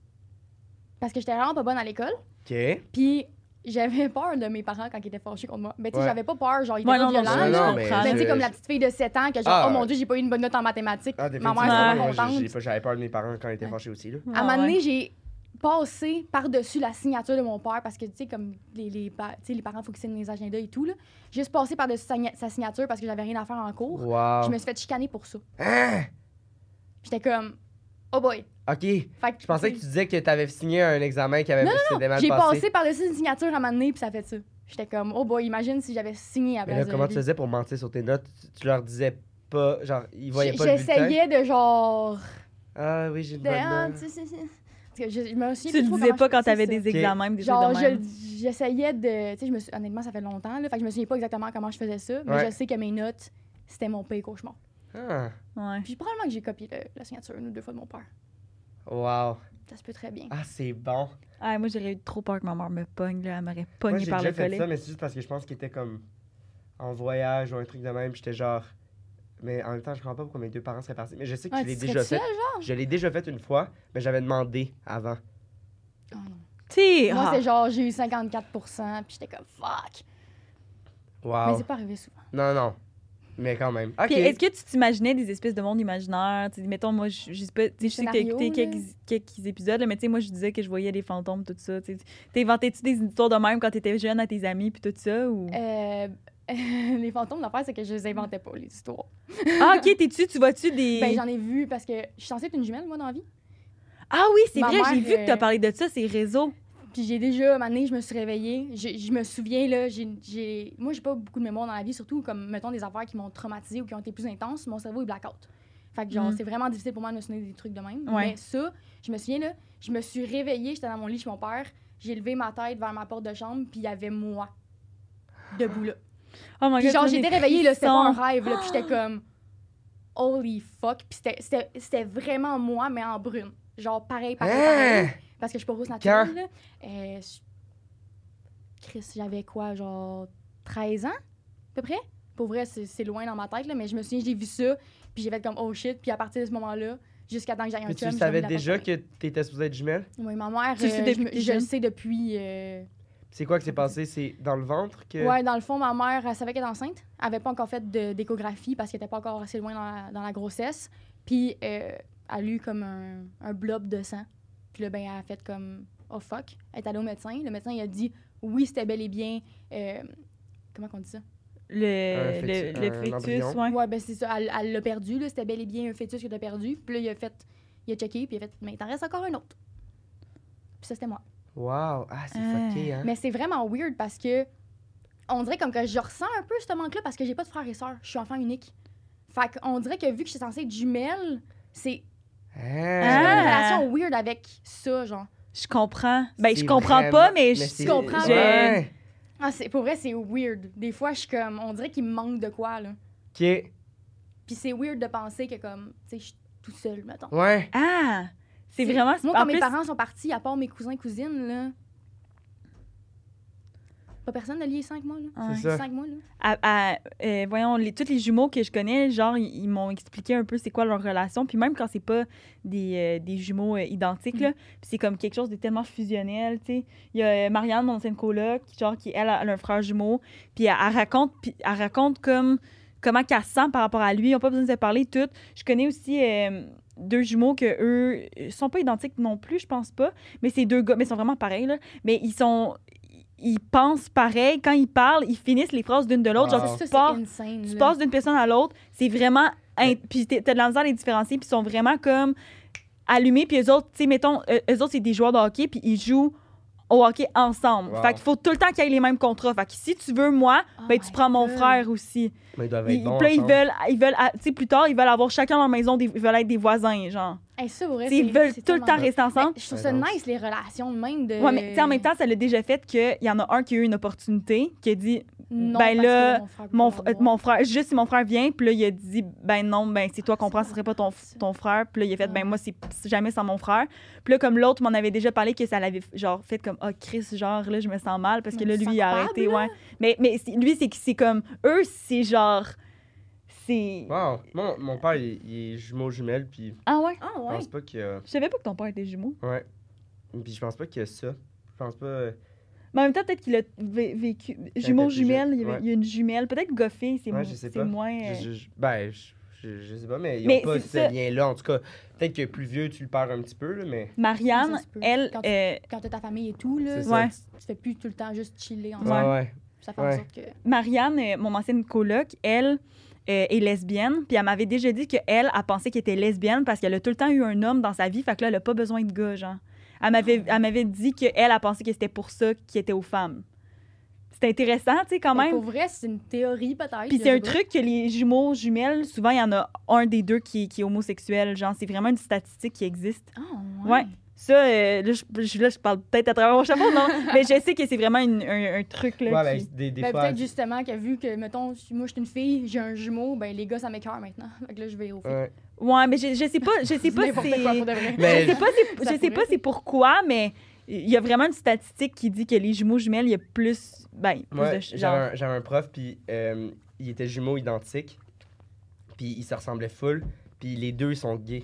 Parce que j'étais vraiment pas bonne à l'école. Ok. Puis j'avais peur de mes parents quand ils étaient fâchés contre moi. Mais tu sais, Ouais. j'avais pas peur, genre, ils étaient Ouais, pas non, non, violents. Ouais, je là. non, mais comprends. Mais Ben, tu sais, Ah, je- comme la petite fille de 7 ans, que genre, Ah, oh mon ouais. Dieu, j'ai pas eu une bonne note en mathématiques. Ah, Ma mère, définitivement, elle moi, était j'ai- j'ai contente. pas- j'avais peur de mes parents quand ils étaient fâchés aussi. Là. Ah, À un moment ouais. donné, j'ai passé par-dessus la signature de mon père parce que, tu sais, comme les, les, pa- tu sais, les parents, faut qu'ils signent les agendas et tout, là. J'ai juste passé par-dessus sa, sa signature parce que j'avais rien à faire en cours. Je Wow. me suis fait chicaner pour ça. Hein? J'étais comme, oh boy. Ok. Fait que, Je pensais que tu disais que t'avais signé un examen qui avait Non, qui s'était mal J'ai passé par-dessus une signature à un moment donné, puis ça fait ça. J'étais comme, oh boy, imagine si j'avais signé à Mais place là, de comment tu lui. faisais pour mentir sur tes notes? Tu- Tu leur disais pas, genre, ils voyaient J- pas le bulletin? J'essayais de genre. Ah oui, j'ai une de, bonne ah, note. tu sais, c'est- c'est- Parce que je, je me souviens Bah, ben, Tu plus le trop disais comment pas je quand faisais t'avais ça. des Ok. examens, des choses Genre, de je même. le- j'essayais de. Tu sais, je me suis- honnêtement, ça fait longtemps, là. Fait que je me souviens pas exactement comment je faisais ça, mais Ouais. je sais que mes notes, c'était mon pire cauchemar. Ah, Ouais. Puis probablement que j'ai copié le- la signature une ou deux fois de mon père. wow. Ça se peut très bien. Ah, c'est bon. Ah, moi, j'aurais eu trop peur que ma mère me pogne, là. Elle m'aurait Moi, pogné j'ai par le déjà fait collet. ça, mais c'est juste parce que je pense qu'il était comme en voyage ou un truc de même. puis J'étais genre. Mais en même temps, je comprends pas pourquoi mes deux parents seraient partis. Mais je sais que Ah, Ouais, je l'ai Ah, tu serais déjà toute fait. seule, genre? Je l'ai déjà fait une fois, mais j'avais demandé avant. Oh non. Tu sais, Moi, ah. c'est genre, j'ai eu 54 puis j'étais comme, fuck. Mais Wow. c'est pas arrivé souvent. Non, non. Mais quand même. Ok. Puis est-ce que tu t'imaginais des espèces de monde imaginaire? Tu sais, mettons, moi, je, je sais pas, tu sais, je sais que t'as Scénario, écouté là. quelques, quelques épisodes, là, mais tu sais, moi, je disais que je voyais des fantômes, tout ça. tu sais. T'inventais-tu des histoires de même quand t'étais jeune à tes amis, puis tout ça? Ou... Euh, les fantômes, l'affaire, c'est que je les inventais pas, les histoires. Ah, ok, t'es-tu, tu vois-tu des. Ben, j'en ai vu parce que je suis censée être une jumelle, moi, dans la vie. ah oui, c'est Ma vrai, j'ai mère, vu que t'as euh, parlé de ça, ces réseaux. Puis j'ai déjà, un moment donné, je me suis réveillée. Je, je me souviens, là, j'ai, j'ai- moi, j'ai pas beaucoup de mémoire dans la vie, surtout comme, mettons, des affaires qui m'ont traumatisée ou qui ont été plus intenses. Mon cerveau est blackout. Fait que, genre, Mm. c'est vraiment difficile pour moi de me souvenir des trucs de même. Ouais. Mais ça, je me souviens, là, je me suis réveillée, j'étais dans mon lit chez mon père, j'ai levé ma tête vers ma porte de chambre, puis il y avait moi, debout là. Oh my Puis, god. genre, ça, j'étais des réveillée, là, c'était pas un frissons. rêve, là, puis j'étais comme, holy fuck. Puis c'était, c'était, c'était vraiment moi, mais en brune. Genre, pareil, pareil, pareil. Hein? Parce que je suis pas rose naturelle. là. Euh, je- Chris, j'avais quoi, genre 13 ans, à peu près? Pour vrai, c'est c'est loin dans ma tête, là, mais je me souviens, j'ai vu ça, puis j'ai fait comme oh shit, puis à partir de ce moment-là, jusqu'à temps que j'aille un Mais tu chum, le je savais dormais la déjà tête que t'étais supposée être jumelle? dans les mains. Oui, ma mère, Tu le sais euh, je, depuis me- que t'es je le jeune? sais depuis. euh, C'est quoi que c'est passé? C'est dans le ventre que. Ouais, dans le fond, ma mère, elle savait qu'elle était enceinte. Elle avait pas encore fait de- d'échographie parce qu'elle était pas encore assez loin dans la, dans la grossesse. Puis euh, elle a eu comme un, un blob de sang. Puis là, ben, elle a fait comme Oh fuck. Elle est allée au médecin. Le médecin, il a dit Oui, c'était bel et bien. euh, comment qu'on dit ça Le, Un fœtu- le, le un fœtus, embryon. ouais. Ouais, ben c'est ça. Elle elle l'a perdu. là. C'était bel et bien un fœtus que t'as perdu. Puis là, il a fait. Il a checké. Puis il a fait Mais il t'en reste encore un autre. Puis ça, c'était moi. Wow. Ah, c'est Ah. fucké, hein? Mais c'est vraiment weird parce que on dirait comme que je ressens un peu ce manque-là parce que j'ai pas de frères et sœurs. Je suis enfant unique. Fait qu'on dirait que vu que je suis censée être jumelle, c'est j'ai Hein? une Ah. relation weird avec ça, genre. Je comprends. Ben, je C'est comprends pas, vraiment- mais, c'est- je comprends. je- Ouais. Ah, c'est pour vrai, c'est weird. Des fois, je suis comme, on dirait qu'il me manque de quoi là. Ok. Puis c'est weird de penser que comme, tu sais, je suis tout seul, mettons. Ouais. Ah! C'est vraiment. en Moi, quand mes plus- parents sont partis, à part mes cousins cousines là, pas personne de lié cinq mois là. Ouais. C'est ça. Cinq mois là. à- à- euh, voyons, les, tous les jumeaux que je connais, genre, ils, ils m'ont expliqué un peu c'est quoi leur relation. Puis même quand c'est pas des, euh, des jumeaux euh, identiques, Mm. là, puis c'est comme quelque chose de tellement fusionnel, tu sais. Il y a euh, Marianne, mon ancienne coloc, genre, qui, elle, elle a un frère jumeau. Puis elle, elle raconte, puis elle raconte comme comment qu'elle se sent par rapport à lui. Ils n'ont pas besoin de se parler tout. Je connais aussi euh, deux jumeaux que eux euh, sont pas identiques non plus, je pense pas. Mais c'est deux gars, mais ils sont vraiment pareils, là. Mais ils sont... Ils pensent pareil. Quand ils parlent, ils finissent les phrases d'une de l'autre. Wow. Genre, Ah. Ça, tu c'est pars- insane. tu là. passes d'une personne à l'autre, c'est vraiment. in- Puis t'es- t'as de la misère à les différencier, puis ils sont vraiment comme allumés. Puis eux autres, tu sais, mettons, euh, eux autres, c'est des joueurs de hockey, puis ils jouent au hockey ensemble. Wow. Fait qu'il faut tout le temps qu'ils aient les mêmes contrats. Fait que si tu veux moi, Oh ben tu my prends mon God. frère aussi. Mais ils doivent Ils, être bons. puis là, ils ah, ensemble. veulent, ils veulent tu sais, plus tard, ils veulent avoir chacun leur maison, des- ils veulent être des voisins, genre. Hey, ça, pour vrai, T'sais, Ils c'est- veulent c'est tout le temps tellement- rester ensemble. Mais Je trouve ça Intense. nice, les relations de même. De... Ouais, mais t'sais, en même temps, ça l'a déjà fait qu'il y en a un qui a eu une opportunité, qui a dit non, ben parce que là, mon frère peut mon, pas fr- euh, l'avoir. mon frère, juste si mon frère vient, puis là, il a dit, ben non, ben c'est toi qu'on prend, ce serait pas ton, ça. ton frère. Puis là, il a fait, ben Ah. moi, c'est c'est jamais sans mon frère. Puis là, comme l'autre m'en avait déjà parlé, que ça l'avait genre fait comme, ah, Chris, genre, là, je me sens mal parce que Mais là, tu te lui, sens il a coupable, arrêté. là? Ouais. Mais, mais c'est- lui, c'est que c'est comme, eux, c'est genre, c'est. Wow. Mon, mon père, il, il est jumeau jumelle, puis Ah ouais? Ah je ouais. pense pas qu'il y a. Je savais pas que ton père était jumeau. Ouais. Puis je pense pas qu'il y a ça. Je pense pas. Mais en même temps, peut-être qu'il a vé- vécu. Jumeau, plus jeune. jumelle, il y, avait- Ouais. il y a une jumelle. Peut-être goffé, c'est Ouais, mo- je sais c'est pas. moins. euh, Je, je- ben, je, je- je sais pas, mais ils Mais ont pas c'est ça. ce lien-là. En tout cas, peut-être que plus vieux, tu le perds un petit peu, là, mais. Marianne, Ça se peut. elle. Quand tu- euh, Quand t'as ta famille et tout, là, C'est ouais. tu fais plus tout le temps juste chiller ensemble. Ouais, ouais. Ça fait Ouais. en sorte que. Marianne, euh, mon ancienne coloc, elle euh, est lesbienne, puis elle m'avait déjà dit qu'elle, elle a pensé qu'elle était lesbienne parce qu'elle a tout le temps eu un homme dans sa vie, fait que là, elle a pas besoin de gars, genre. Elle m'avait, Ah. elle m'avait dit qu'elle a pensé que c'était pour ça qu'il était aux femmes. C'est intéressant, tu sais, quand Mais même. ben, Pour vrai, c'est une théorie peut-être. Puis je c'est un sais pas. truc que les jumeaux, jumelles, souvent, il y en a un des deux qui, qui est homosexuel, genre. C'est vraiment une statistique qui existe. Ah Ouais. ouais. Ça, euh, là, je, je- là, je parle peut-être à travers mon chapeau, non? mais je sais que c'est vraiment une- un, un truc, là, Ouais, qui- ben, des, des Ben, fois. peut-être justement que vu que, mettons, si moi je suis une fille, j'ai un jumeau, ben les gars, ça m'écœure maintenant. Fait que là, je vais au filles. Ouais. Ouais, mais je, je sais pas, je sais C'est pas si n'importe c'est- quoi pour de vrai. Mais- je sais pas, c'est- Ça je sais pas pourrait. c'est pourquoi, mais il y a vraiment une statistique qui dit que les jumeaux jumelles, il y a plus, ben, plus Moi, de ch- genre. j'avais un, j'avais un prof, puis euh, il était jumeau identique, puis il se ressemblait full, puis les deux ils sont gays.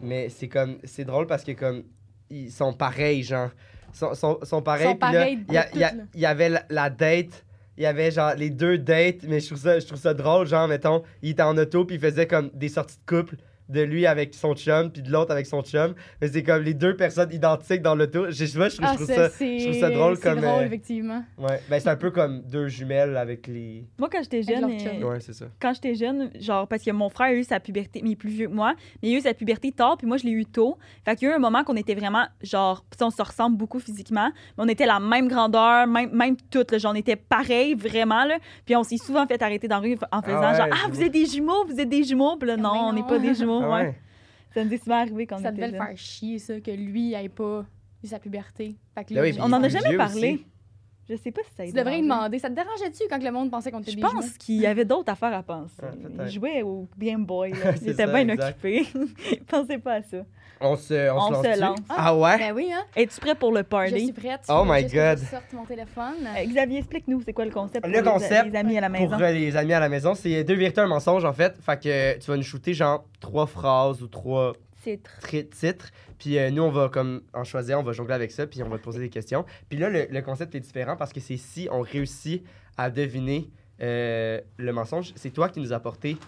Mais c'est comme, c'est drôle parce que comme, ils sont pareils, genre, sont, sont, sont pareils, Sont puis là, pareils il y, a- pour il y a- toutes, là. il y avait la, la date, il y avait genre les deux dates, mais je trouve ça, je trouve ça drôle, genre, mettons, il était en auto, puis il faisait comme des sorties de couple, de lui avec son chum, puis de l'autre avec son chum, mais c'est comme les deux personnes identiques dans l'auto, je, je sais pas, je, trouve- je trouve ça... Ah, c'est. je trouve ça drôle c'est comme, drôle, euh, effectivement. Ouais, ben c'est un peu comme deux jumelles avec les. Moi, quand j'étais jeune, leur chum. euh, Ouais, c'est ça. quand j'étais jeune, genre, parce que mon frère a eu sa puberté, mais il est plus vieux que moi, mais il a eu sa puberté tard, puis moi, je l'ai eu tôt. Fait qu'il y a eu un moment qu'on était vraiment, genre, tu sais, on se ressemble beaucoup physiquement, mais on était la même grandeur, même, même toutes, là, genre, on était pareil, vraiment, là. Puis on s'est souvent fait arrêter dans la rue en faisant, ouais, genre, les ah, vous jumeaux. êtes des jumeaux, vous êtes des jumeaux, puis là, Ah, non, mais on n'est non. pas des jumeaux, Ah ouais. ouais. Ça nous est souvent arrivé quand on Ça était devait le jeune. faire chier, ça, que lui, il ait pas eu sa puberté. Fait que Ben lui, oui, il- On en a plus jamais vieux parlé. aussi. Je sais pas si ça a Tu été devrais lui demandé. demander. Ça te dérangeait-tu quand que le monde pensait qu'on était Je des jumeaux? pense qu'il y avait d'autres affaires à penser. Ouais, Ah, peut-être. il jouait au Game Boy. là. Il C'est était ça, bien exact. occupé. il pensait pas à ça. On se, on On se se lance-tu? lance. Ah ouais? Ben oui, hein? Es-tu prêt pour le Je suis party? prête. Oh Faut my juste que God. Je sorte mon téléphone. Euh, Xavier, explique-nous, c'est quoi le concept Le pour les- concept les, amis à la maison? Pour euh, les amis à la maison, c'est deux vérités, un mensonge en fait. Fait que euh, tu vas nous shooter genre trois phrases ou trois Titre. tri- titres. Puis euh, nous, on va comme en choisir, on va jongler avec ça, puis on va te poser des questions. Puis là, le, le concept est différent parce que c'est si on réussit à deviner euh, le mensonge, c'est toi qui nous as apporté des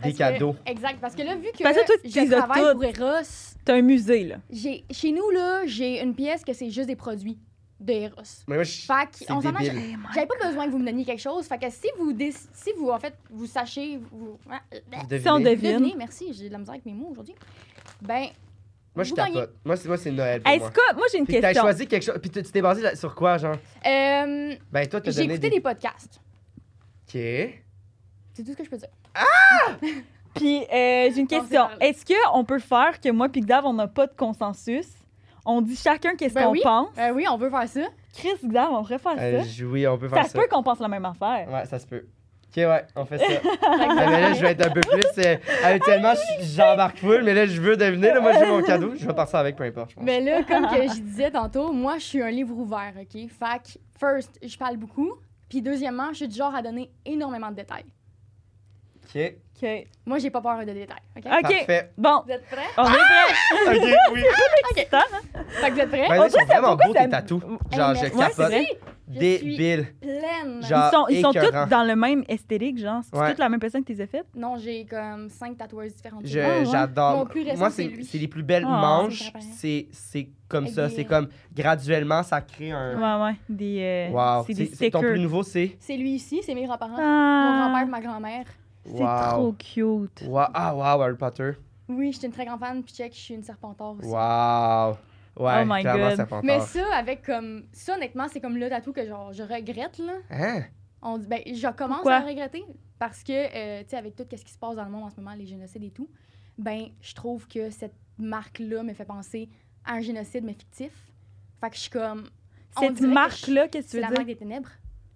Parce que- cadeaux. Exact, parce que là, vu que Parce que toi, tu les je as travaille toutes. pour Eros, C'est un musée, là. j'ai- chez nous, là, j'ai une pièce que c'est juste des produits de Eros. Mais moi, je- Fait C'est qu'on s'entend, débile. j'avais pas besoin que vous me donniez quelque chose. Fait que si vous, déc- si vous en fait, vous sachez, vous hein, euh, Si on devinez. devine. devinez, merci, j'ai de la misère avec mes mots aujourd'hui. Ben, Moi, je vous gagnez. tapote. Moi, c'est moi, c'est Noël pour moi. Est-ce que, moi, j'ai une Puis t'as question. choisi quelque chose. Puis tu tu t'es basé là- sur quoi, genre? euh, Ben, toi, t'as j'ai donné écouté des podcasts. des... Ok. C'est tout ce que je peux dire. Puis, euh, j'ai une s'est question. parlé. Est-ce qu'on peut faire que moi puis Xav, on n'a pas de consensus? On dit chacun qu'est-ce Ben qu'on oui. pense. Euh, oui, on veut faire ça. Chris, Xav, on pourrait faire Euh, Ah, ça. je- oui, on peut Ça faire se ça. peut qu'on pense la même affaire. Ouais, ça se peut. Ok, ouais, on fait ça. Fait que Ah, mais là, je vais être un peu plus. euh, habituellement, je- j'embarque full, mais là, je veux deviner. Là, moi, j'ai mon cadeau. Je vais partir avec, peu importe. je pense. Mais là, comme que je disais tantôt, moi, je suis un livre ouvert, OK? Fait que, first, je parle beaucoup. Puis, deuxièmement, je suis du genre à donner énormément de détails. Ok, OK. Moi, j'ai pas peur de détails, OK? OK. parfait. Bon, Vous êtes prêts? on est prêts. Ok, oui. excitant, hein? Fait que vous êtes prêts? Ouais, On là, ils sont dirait ça- vraiment pourquoi beaux, ça tes me- tatous. Genre, je merci. Ouais, c'est capote. vrai. Je Débile. suis pleine. Genre, Ils sont, ils sont écœurant. tous dans le même esthétique, genre. C'est Ouais. toute la même personne qui les a faites. Non, j'ai comme cinq tatouages différentes. Je- Ah, ouais. J'adore. Mon plus récent, Moi, c'est c'est lui. c'est les plus belles Ah, manches. c'est pas pareil. C'est c'est comme ça. Avec des- C'est comme graduellement, ça crée Ouais, un. ouais. Des, euh, Wow. C'est des C'est- c'est- Ton plus stickers. nouveau, c'est. C'est lui ici, c'est mes grands-parents. Mon Ah, grand-père, ma grand-mère. c'est trop cute. Wow. Ah, wow, Harry Potter. Oui, j'étais une très grande fan, puis check, je suis une serpentor aussi. Wow. Ouais, Oh my clairement, God. ça prend Mais tort. ça, avec comme. Ça, honnêtement, c'est comme le tatou que genre, je regrette, là. Hein? On dit, ben, je commence Pourquoi? à le regretter parce que, euh, tu sais, avec tout ce qui se passe dans le monde en ce moment, les génocides et tout, ben je trouve que cette marque-là me fait penser à un génocide, mais fictif. Fait que je suis comme... on Cette dirait que marque-là, je- qu'est-ce que C'est tu la veux dire? marque des ténèbres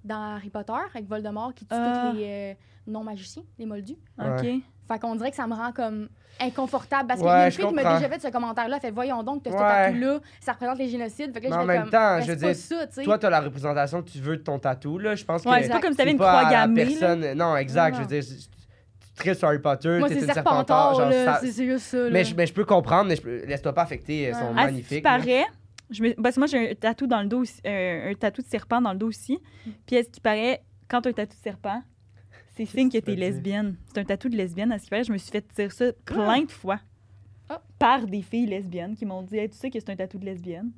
dans Harry Potter, avec Voldemort qui tue Ah. tous les euh, non-magiciens, les moldus. marque- Ok. Fait qu'on dirait que ça me rend comme inconfortable. Parce qu'il y Ouais, a une je fille qui m'a comprends. déjà fait ce commentaire-là. Fait voyons donc, t'as Ouais. ce tatou-là, ça représente les génocides. Fait que Mais là, je en fais même comme, temps, ben, je veux c'est pas dire, ça, tu sais. Toi, t'as la représentation que tu veux de ton tatou, là. Je pense Ouais, que. c'est pas comme si t'avais c'est une pas à croix la gammée. là. personne... Non, exact. Non, Je veux dire, tu tu tripes sur Harry Potter, Moi, t'es c'est une Serpentor, genre, là, ça- c'est c'est juste ça. Là. Mais je, mais je peux comprendre, mais je peux- laisse-toi pas affecter. Elles Ouais. sont Ah, Ah, magnifiques. là. Parce qu'il paraît, je me... parce que moi, j'ai un tatou dans le dos, aussi- euh, un tatou de serpent dans le dos aussi. Puis, est-ce qu'il paraît, quand t'as un tatou de serpent, c'est signe que que tu t'es veux dire? lesbienne. C'est un tatou de lesbienne. À ce qu'il paraît, je me suis fait dire ça plein de fois. Ah. Par des filles lesbiennes qui m'ont dit Hey, Tu sais que c'est un tatou de lesbienne.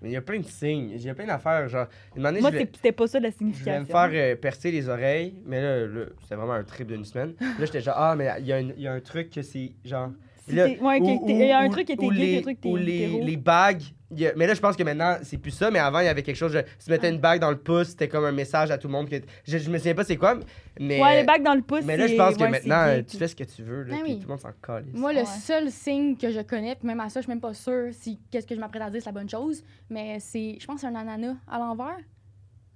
Mais il y a plein de signes, il y a plein d'affaires. Genre, une année, Moi, je voulais, c'est- c'était pas ça la je voulais signification. me faire euh, percer les oreilles, mais là, là, c'était vraiment un trip d'une semaine. Là, j'étais genre, ah, mais il y, a une- il y a un truc que c'est genre. Si Là, t'es- ouais, que où- t'es- il y a un où- truc qui était où gay, puis les- un truc qui était Ou les, hétéro. les bagues. il y a- mais là, je pense que maintenant, c'est plus ça, mais avant, il y avait quelque chose. Je, tu mettais une bague dans le pouce, c'était comme un message à tout le monde. Que, je, je me souviens pas c'est quoi, mais. Ouais, les bagues dans le pouce. mais là, je c'est- pense que ouais, c'est maintenant, gay, euh, tu puis- fais ce que tu veux, là, Ben puis oui. tout le monde s'en calisse. Moi, Ouais. le seul signe que je connais, puis même à ça, je suis même pas sûre si qu'est-ce que je m'apprête à dire, c'est la bonne chose. Mais c'est, je pense, que c'est un ananas à l'envers.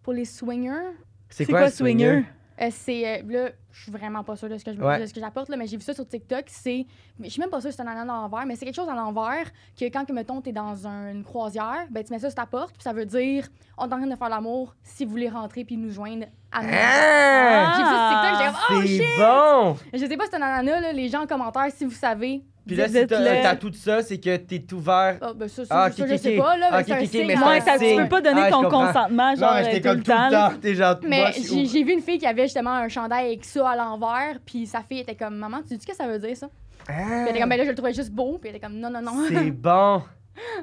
Pour les swingers, C'est quoi, swinger Euh, c'est euh, là, je suis vraiment pas sûre de ce que je Ouais. de ce que j'apporte là, mais j'ai vu ça sur TikTok, c'est mais je suis même pas sûre si c'est un ananas à l'envers, mais c'est quelque chose à l'envers que quand que mettons t'es dans un- une croisière, ben tu mets ça sur ta porte, puis ça veut dire on est en train de faire l'amour, si vous voulez rentrer puis nous joindre à Ah! J'ai vu ça sur TikTok, j'ai comme, oh C'est shit. bon! Je sais pas si c'est un ananas là, les gens en commentaire si vous savez. Puis là, Vous si êtes t'as là. un tatou de ça, c'est que t'es ouvert Ah ben ça, ça, Ah, ça, ok, je ok, sais ok. pas là, Ah, mais c'est ok, un ok, ok, signe. mais c'est Ouais, un ça, tu signe. peux pas donner Ouais, Ah! je ton comprends. consentement, genre, non, mais euh, j'étais tout le comme tout le temps. temps. T'es genre, moi, Mais je suis j'ai ouvert. j'ai vu une fille qui avait justement un chandail avec ça à l'envers, puis sa fille était comme maman, tu dis que ça veut dire ça Ah, Puis elle était comme, ben là, je le trouvais juste beau. Puis elle était comme, non, non, non. C'est bon.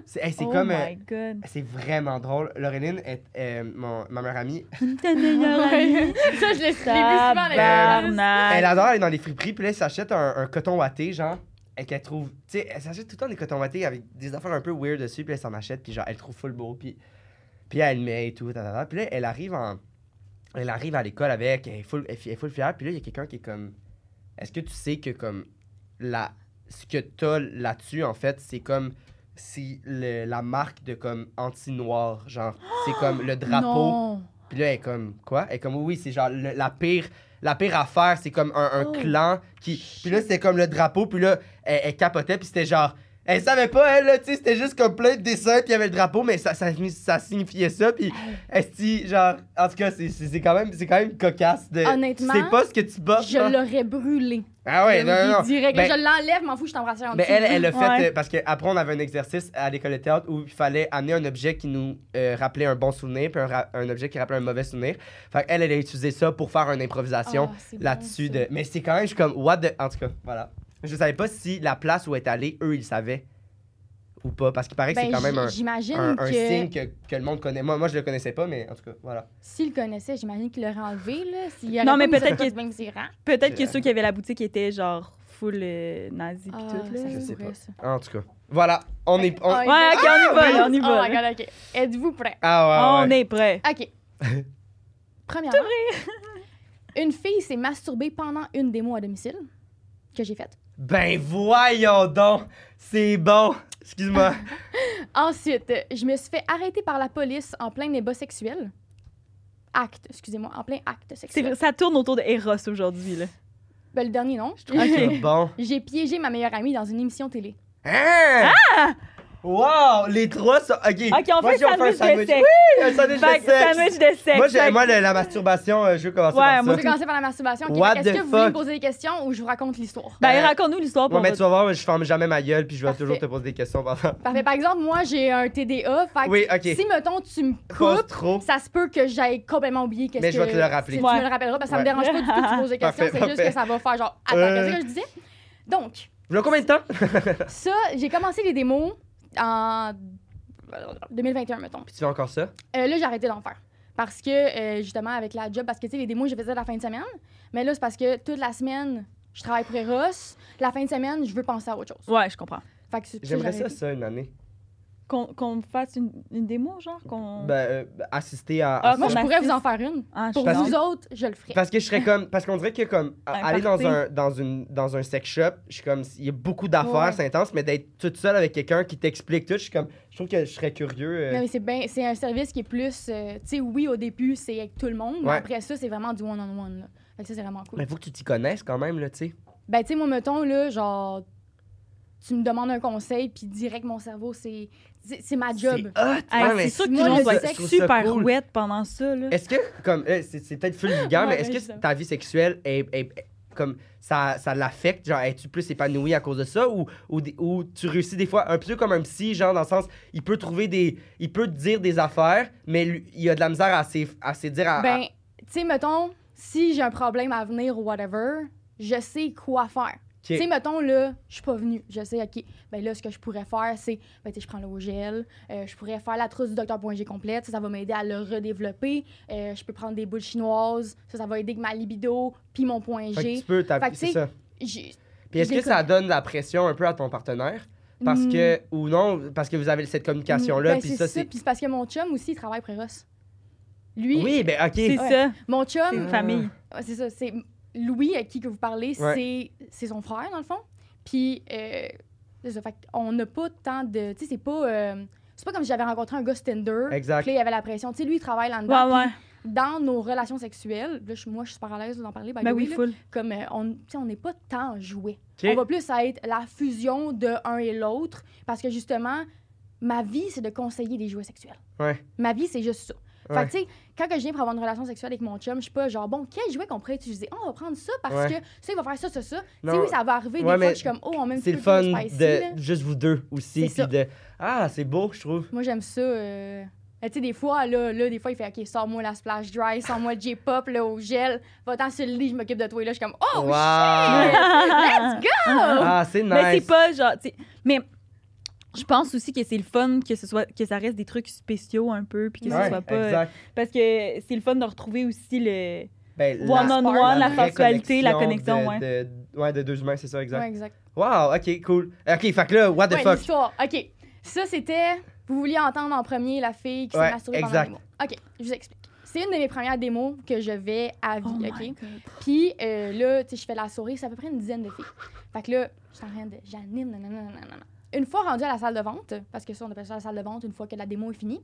C'est hey, c'est Oh comme. euh, my god. c'est vraiment drôle. Laureline est euh, mon, ma meilleure amie. Ta meilleure amie. Ouais. ça, je l'ai je l'ai vu souvent. là. Elle Tabarnak. adore aller dans les friperies, puis là, elle s'achète un, un coton watté, genre. Et qu'elle trouve. Tu sais, elle s'achète tout le temps des cotons wattés avec des affaires un peu weird dessus, puis elle s'en achète, puis genre, elle trouve full beau, puis. Puis elle le met et tout, ta, ta, ta. Puis là, elle arrive en. Elle arrive à l'école avec, elle est full, elle, fi- elle est full fière, puis là, il y a quelqu'un qui est comme. Est-ce que tu sais que, comme. La, ce que t'as là-dessus, en fait, c'est comme. C'est le- la marque de, comme, anti-noir, genre. C'est comme le drapeau. Non. Puis là, elle est comme, quoi? Elle est comme, oui, oui, c'est genre le- la pire. La pire affaire, c'est comme un, un Oh. clan qui. Puis là, c'était comme le drapeau, puis là, elle, elle capotait, puis c'était genre. Elle savait pas, elle, là, tu sais, c'était juste comme plein de dessins, puis il y avait le drapeau, mais ça, ça, ça signifiait ça, puis est genre. En tout cas, c'est- c'est c'est quand, même- c'est quand même cocasse de. Honnêtement, Tu sais pas ce que tu bats. Je l'aurais brûlé. Ah ouais, Je non, le non, non. dis Direct. là, Ben- je l'enlève, m'en fous, je t'embrasse en Mais dessous. elle, elle l'a fait Ouais. euh, parce qu'après, on avait un exercice à l'école de théâtre où il fallait amener un objet qui nous euh, rappelait un bon souvenir, puis un, ra- un objet qui rappelait un mauvais souvenir. Fait qu'elle, elle a utilisé ça pour faire une improvisation Ah, c'est bon, là-dessus. ça. de... Mais c'est quand même, je suis comme, what the. En tout cas, voilà. Je savais pas si la place où elle est allée, eux, ils savaient ou pas, parce qu'il paraît que Ben, c'est quand même j- un, J'imagine un, un que signe que, que le monde connaît. Moi, moi, je le connaissais pas, mais en tout cas, voilà. s'il le connaissait, j'imagine qu'il l'aurait enlevé. Là, s'il y Non, mais aurait pas mis peut-être ça qu'il- dans le même serrant. Peut-être que Euh, ceux qui avaient la boutique étaient genre full euh, nazi pis Ah, tout là. ça, Je c'est sais vrai, pas. ça. En tout cas, voilà. On est. on- Ah, Ouais, ok, on y va, là, on y Oh va. my là. god, ok. Êtes-vous prêts? Ah ouais, On ouais. est prêt. Ok. Premièrement, une fille s'est masturbée pendant une démo à domicile que j'ai faite. Ben voyons donc! C'est bon! Excuse-moi. Ensuite, euh, je me suis fait arrêter par la police en plein débat sexuel. Acte, excusez-moi, en plein acte C'est vrai, sexuel. ça tourne autour de Eros aujourd'hui là. Ben, le dernier, non. C'est bon. J'ai piégé ma meilleure amie dans une émission télé. Hein? Wow! Les trois sont. Ok, Ah! Ok, on moi, fait j'ai offert sandwich de sexe. Oui, un sandwich de Fait que sexe. sandwich de sexe. Moi, j'ai- Fait que- moi, le- la masturbation, euh, je veux commencer Ouais, par moi, ça. On peut commencer par la masturbation. Ok, What fait que the Est-ce que vous voulez me fuck? poser des questions ou je vous raconte l'histoire? Ben Euh, raconte-nous l'histoire pour Ouais, mais votre... tu vas voir, je ferme jamais ma gueule, puis je vais Parfait. toujours te poser des questions pendant. Parfait. Par exemple, moi, j'ai un TDA. Fait que Oui, ok. si, mettons, tu me Pose coupes, trop. ça se peut que j'aille complètement oublier qu'est-ce que... Mais je vais te le rappeler. Tu, tu Ouais. me le rappelleras, parce que ça me Ouais. dérange pas du tout que tu poses des questions. Parfait, C'est juste parfait. que ça va faire genre... Attends, Euh. qu'est-ce que je disais? Donc, Là, combien de temps? Ça, j'ai commencé les démos en 2021, mettons. Puis tu fais encore ça? Euh, là, j'ai arrêté d'en faire. Parce que, euh, justement, avec la job, parce que, tu sais, les démos, je faisais la fin de semaine. Mais là, c'est parce que toute la semaine, je travaille pour Eros. La fin de semaine, je veux penser à autre chose. Ouais, je comprends. Fait que c'est- J'aimerais j'ai ça, arrêté. ça, une année. Qu'on qu'on fasse une, une démo, genre? qu'on Ben, euh, assister à. Ah, à Moi, ça. je qu'on pourrais vous assiste. en faire une. Ah, je Pour sais Parce- pas. vous autres, je le ferais. Parce que je serais comme. Parce qu'on dirait que comme. à- Un aller party. dans un, dans, une, dans un sex shop, je suis comme. Il y a beaucoup d'affaires, Ouais. c'est intense, mais d'être toute seule avec quelqu'un qui t'explique tout, je suis comme. Je trouve que je serais curieux. euh, Non, mais c'est bien- c'est un service qui est plus. euh, tu sais, oui, au début, c'est avec tout le monde, mais Ouais. après ça, c'est vraiment du one-on-one. là. Fait que ça, c'est vraiment cool. Mais faut que tu t'y connaisses quand même, là, tu sais. Ben, tu sais, moi, mettons, là, genre, tu me demandes un conseil, puis direct, mon cerveau, c'est. C'est c'est ma job. C'est hot! Hey, Ouais, mais c'est sûr que moi, tout le monde je doit sais être que je trouve ça super cool. wet pendant ça, là. Est-ce que, comme, euh, c'est c'est peut-être full vulgaire, Ouais, mais est-ce ben, que je sais. ta vie sexuelle est, est- est- comme, ça, ça l'affecte? Genre, es-tu plus épanoui à cause de ça ou, ou, des- ou tu réussis des fois un peu comme un psy, genre, dans le sens, il peut trouver des. Il peut te dire des affaires, mais lui- il a de la misère à ses, à ses dire à. Ben, tu sais, mettons, si j'ai un problème à venir ou whatever, je sais quoi faire. Tu sais, mettons, là, je suis pas venue. Je sais, OK, ben là, ce que je pourrais faire, c'est, ben, tu sais, je prends le OGL, euh, je pourrais faire la trousse du docteur G complète, ça, ça va m'aider à le redévelopper. Euh, je peux prendre des boules chinoises, ça, ça va aider que ma libido, puis mon point Fait que G. tu peux Fait t'appuyer, que, c'est tu sais, ça. J'ai- Puis est-ce je que les ça donne la pression un peu à ton partenaire? Parce Hmm. que, ou non, parce que vous avez cette communication-là, Ben, puis ça, c'est. Puis c'est parce que mon chum aussi, il travaille pour Eros. Lui, Oui, ben, ok. C'est Ouais. ça, mon c'est chum, une famille. Ouais, c'est ça, c'est Louis à qui que vous parlez, Ouais. c'est- c'est son frère, dans le fond. Puis, euh, c'est ça, fait on n'a pas tant de. Tu sais, c'est pas. euh, c'est pas comme si j'avais rencontré un gars sur Tinder. Exact. Puis là, il y avait la pression. Tu sais, lui, il travaille là-dedans. Ouais, ouais. Puis Dans nos relations sexuelles, là, je suis- moi, je suis super à l'aise d'en parler. by Ben the oui, way, là, full. Comme, euh, on tu sais, on n'est pas tant joué. Ok. On va plus à être la fusion de un et l'autre. Parce que justement, ma vie, c'est de conseiller des jouets sexuels. Ouais. Ma vie, c'est juste ça. Ouais. Fait que, tu sais, quand que je viens pour avoir une relation sexuelle avec mon chum, je suis pas genre, bon, quel jouet qu'on pourrait utiliser? Oh, on va prendre ça parce Ouais. que ça, il va faire ça, ça, ça. Tu sais, Non. oui, ça va Ouais, arriver des fois mais que je suis comme, oh, on met un C'est petit le peu fun plus spicy, là. de juste vous deux aussi. C'est ça. Puis de. Ah, c'est beau, je trouve. Moi, j'aime ça. euh, Tu sais, des fois, là, là, des fois, il fait, OK, sors-moi la splash dry, sors-moi le J-pop, là, au gel, va-t'en sur le lit, je m'occupe de toi. Et là, je suis comme, oh, Wow. shit! Let's go! Ah, c'est nice. Mais c'est pas genre. tu sais, Mais je pense aussi que c'est le fun que ce soit que ça reste des trucs spéciaux un peu puis que Ouais, ce soit pas euh, exact. parce que c'est le fun de retrouver aussi le Ben, one la- on spark, one, la, vraie sensualité, la connexion, de, ouais. De, ouais, de deux humains, c'est ça, exact. Ouais, exact. Wow, ok, cool. Ok, fait que là, what the ouais, fuck? l'histoire. OK. Ça, c'était... Vous vouliez entendre en premier la fille qui Ouais, s'est masturbée pendant exact. la démo. OK, je vous explique. C'est une de mes premières démos que je vais à vie, Oh my OK? God. Puis euh, là, tu sais, je fais la souris, c'est à peu près une dizaine de filles. Fait que là, je suis en train de... J'anime, nanana, nanana. Une fois rendue à la salle de vente, parce que ça, on appelle ça la salle de vente une fois que la démo est finie,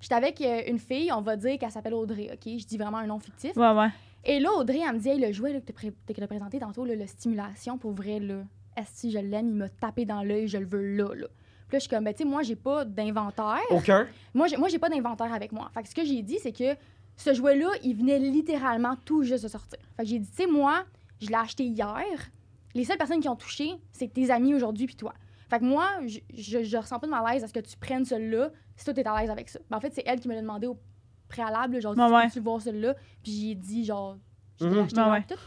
j'étais avec euh, une fille, on va dire qu'elle s'appelle Audrey, OK? Je dis vraiment un nom fictif. Ouais, ouais. Et là, Audrey, elle me dit, hey, le jouet là, que tu as présenté tantôt, là, le stimulation, pour vrai, là, si je l'aime, il m'a tapé dans l'œil, je le veux là, là. Puis là, je suis comme, ben, tu sais, moi, j'ai pas d'inventaire. Aucun? Moi, j'ai, moi, j'ai pas d'inventaire avec moi. Fait que ce que j'ai dit, c'est que ce jouet-là, il venait littéralement tout juste de sortir. Fait que j'ai dit, tu sais, moi, je l'ai acheté hier. Les seules personnes qui ont touché, c'est tes amis aujourd'hui puis toi. Fait que moi, je, je, je ressens pas de malaise à ce que tu prennes celui-là si toi, t'es à l'aise avec ça. Ben, en fait, c'est elle qui me l'a demandé au préalable, genre, Ouais, ouais. tu voir celui-là. Puis j'ai dit, genre, je Mhm. l'ai acheté Ouais, hier, ouais. tout.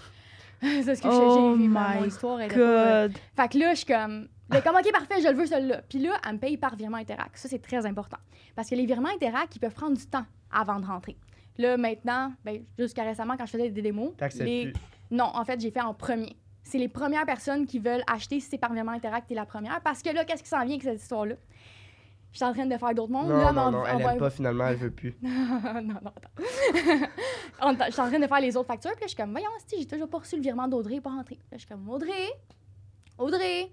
c'est ce que Oh j'ai, j'ai ma- mon my histoire. elle était pas- euh, God. fait que là, je suis comme. Ben, comme, OK, parfait, je le veux, celui-là. Puis là, elle me paye par virement Interac. Ça, c'est très important. Parce que les virements Interac, ils peuvent prendre du temps avant de rentrer. Là, maintenant, ben, jusqu'à récemment, quand je faisais des démos, T'acceptes les- plus. non, en fait, j'ai fait en premier. C'est les premières personnes qui veulent acheter, si c'est par virement Interac, t'es la première. Parce que là, qu'est-ce qui s'en vient avec cette histoire-là? Je suis en train de faire d'autres mondes. là, Non, non, m'en- non, on elle va- aime pas finalement, elle veut plus. non, non, attends. En ta- je suis en train de faire les autres factures, puis là, je suis comme, voyons, si j'ai toujours pas reçu le virement d'Audrey, pas rentré. Là, je suis comme, Audrey, Audrey,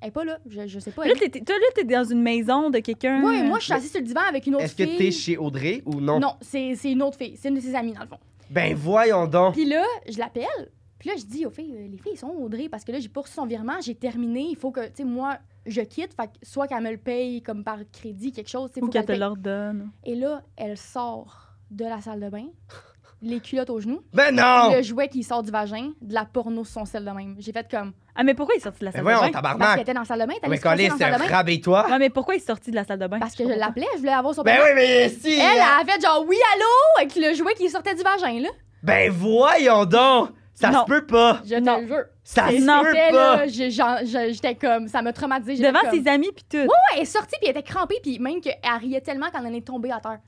elle est pas là, je, je sais pas. Là, elle est- t'es- t'es- toi, là, t'es dans une maison de quelqu'un. Ouais, moi, je suis assise sur le divan avec une autre Est-ce que fille. t'es chez Audrey ou non? Non, c'est c'est une autre fille, c'est une de ses amies, dans le fond. Ben voyons donc. Puis là, je l'appelle, puis là, je dis aux filles, euh, les filles, ils sont Audrey, parce que là, j'ai pas reçu son virement, j'ai terminé, il faut que, tu sais, moi, je quitte, fait que soit qu'elle me le paye comme par crédit, quelque chose, tu sais, Ou faut qu'elle qu'elle te paye. l'ordonne. Et là, elle sort de la salle de bain, les culottes aux genoux. Ben non! le jouet qui sort du vagin, de la porno sur son sel de même. J'ai fait comme. Ah, mais pourquoi il est sorti de la Ben salle voyons, de bain? Parce qu'elle tabarnak! était dans la salle de bain, t'allais Mais se crosser Colin, dans la c'est salle de bain. rabais-toi! Ouais, mais pourquoi il est sorti de la salle de bain? Parce que je l'appelais, je voulais avoir son Ben porno. oui, mais si! Elle, elle a fait genre oui, allô, avec le jouet qui sortait du vagin, là. Ben voyons donc! Ça Non. se peut pas! Je Non. te le jure. Ça se Et non. peut c'était, pas! là, j'ai- j'en- je- j'étais comme, ça m'a traumatisée. J'étais Devant comme, ses amis, puis tout. Ouais, elle est sortie, puis elle était crampée, puis même qu'elle riait tellement quand elle est tombée à terre.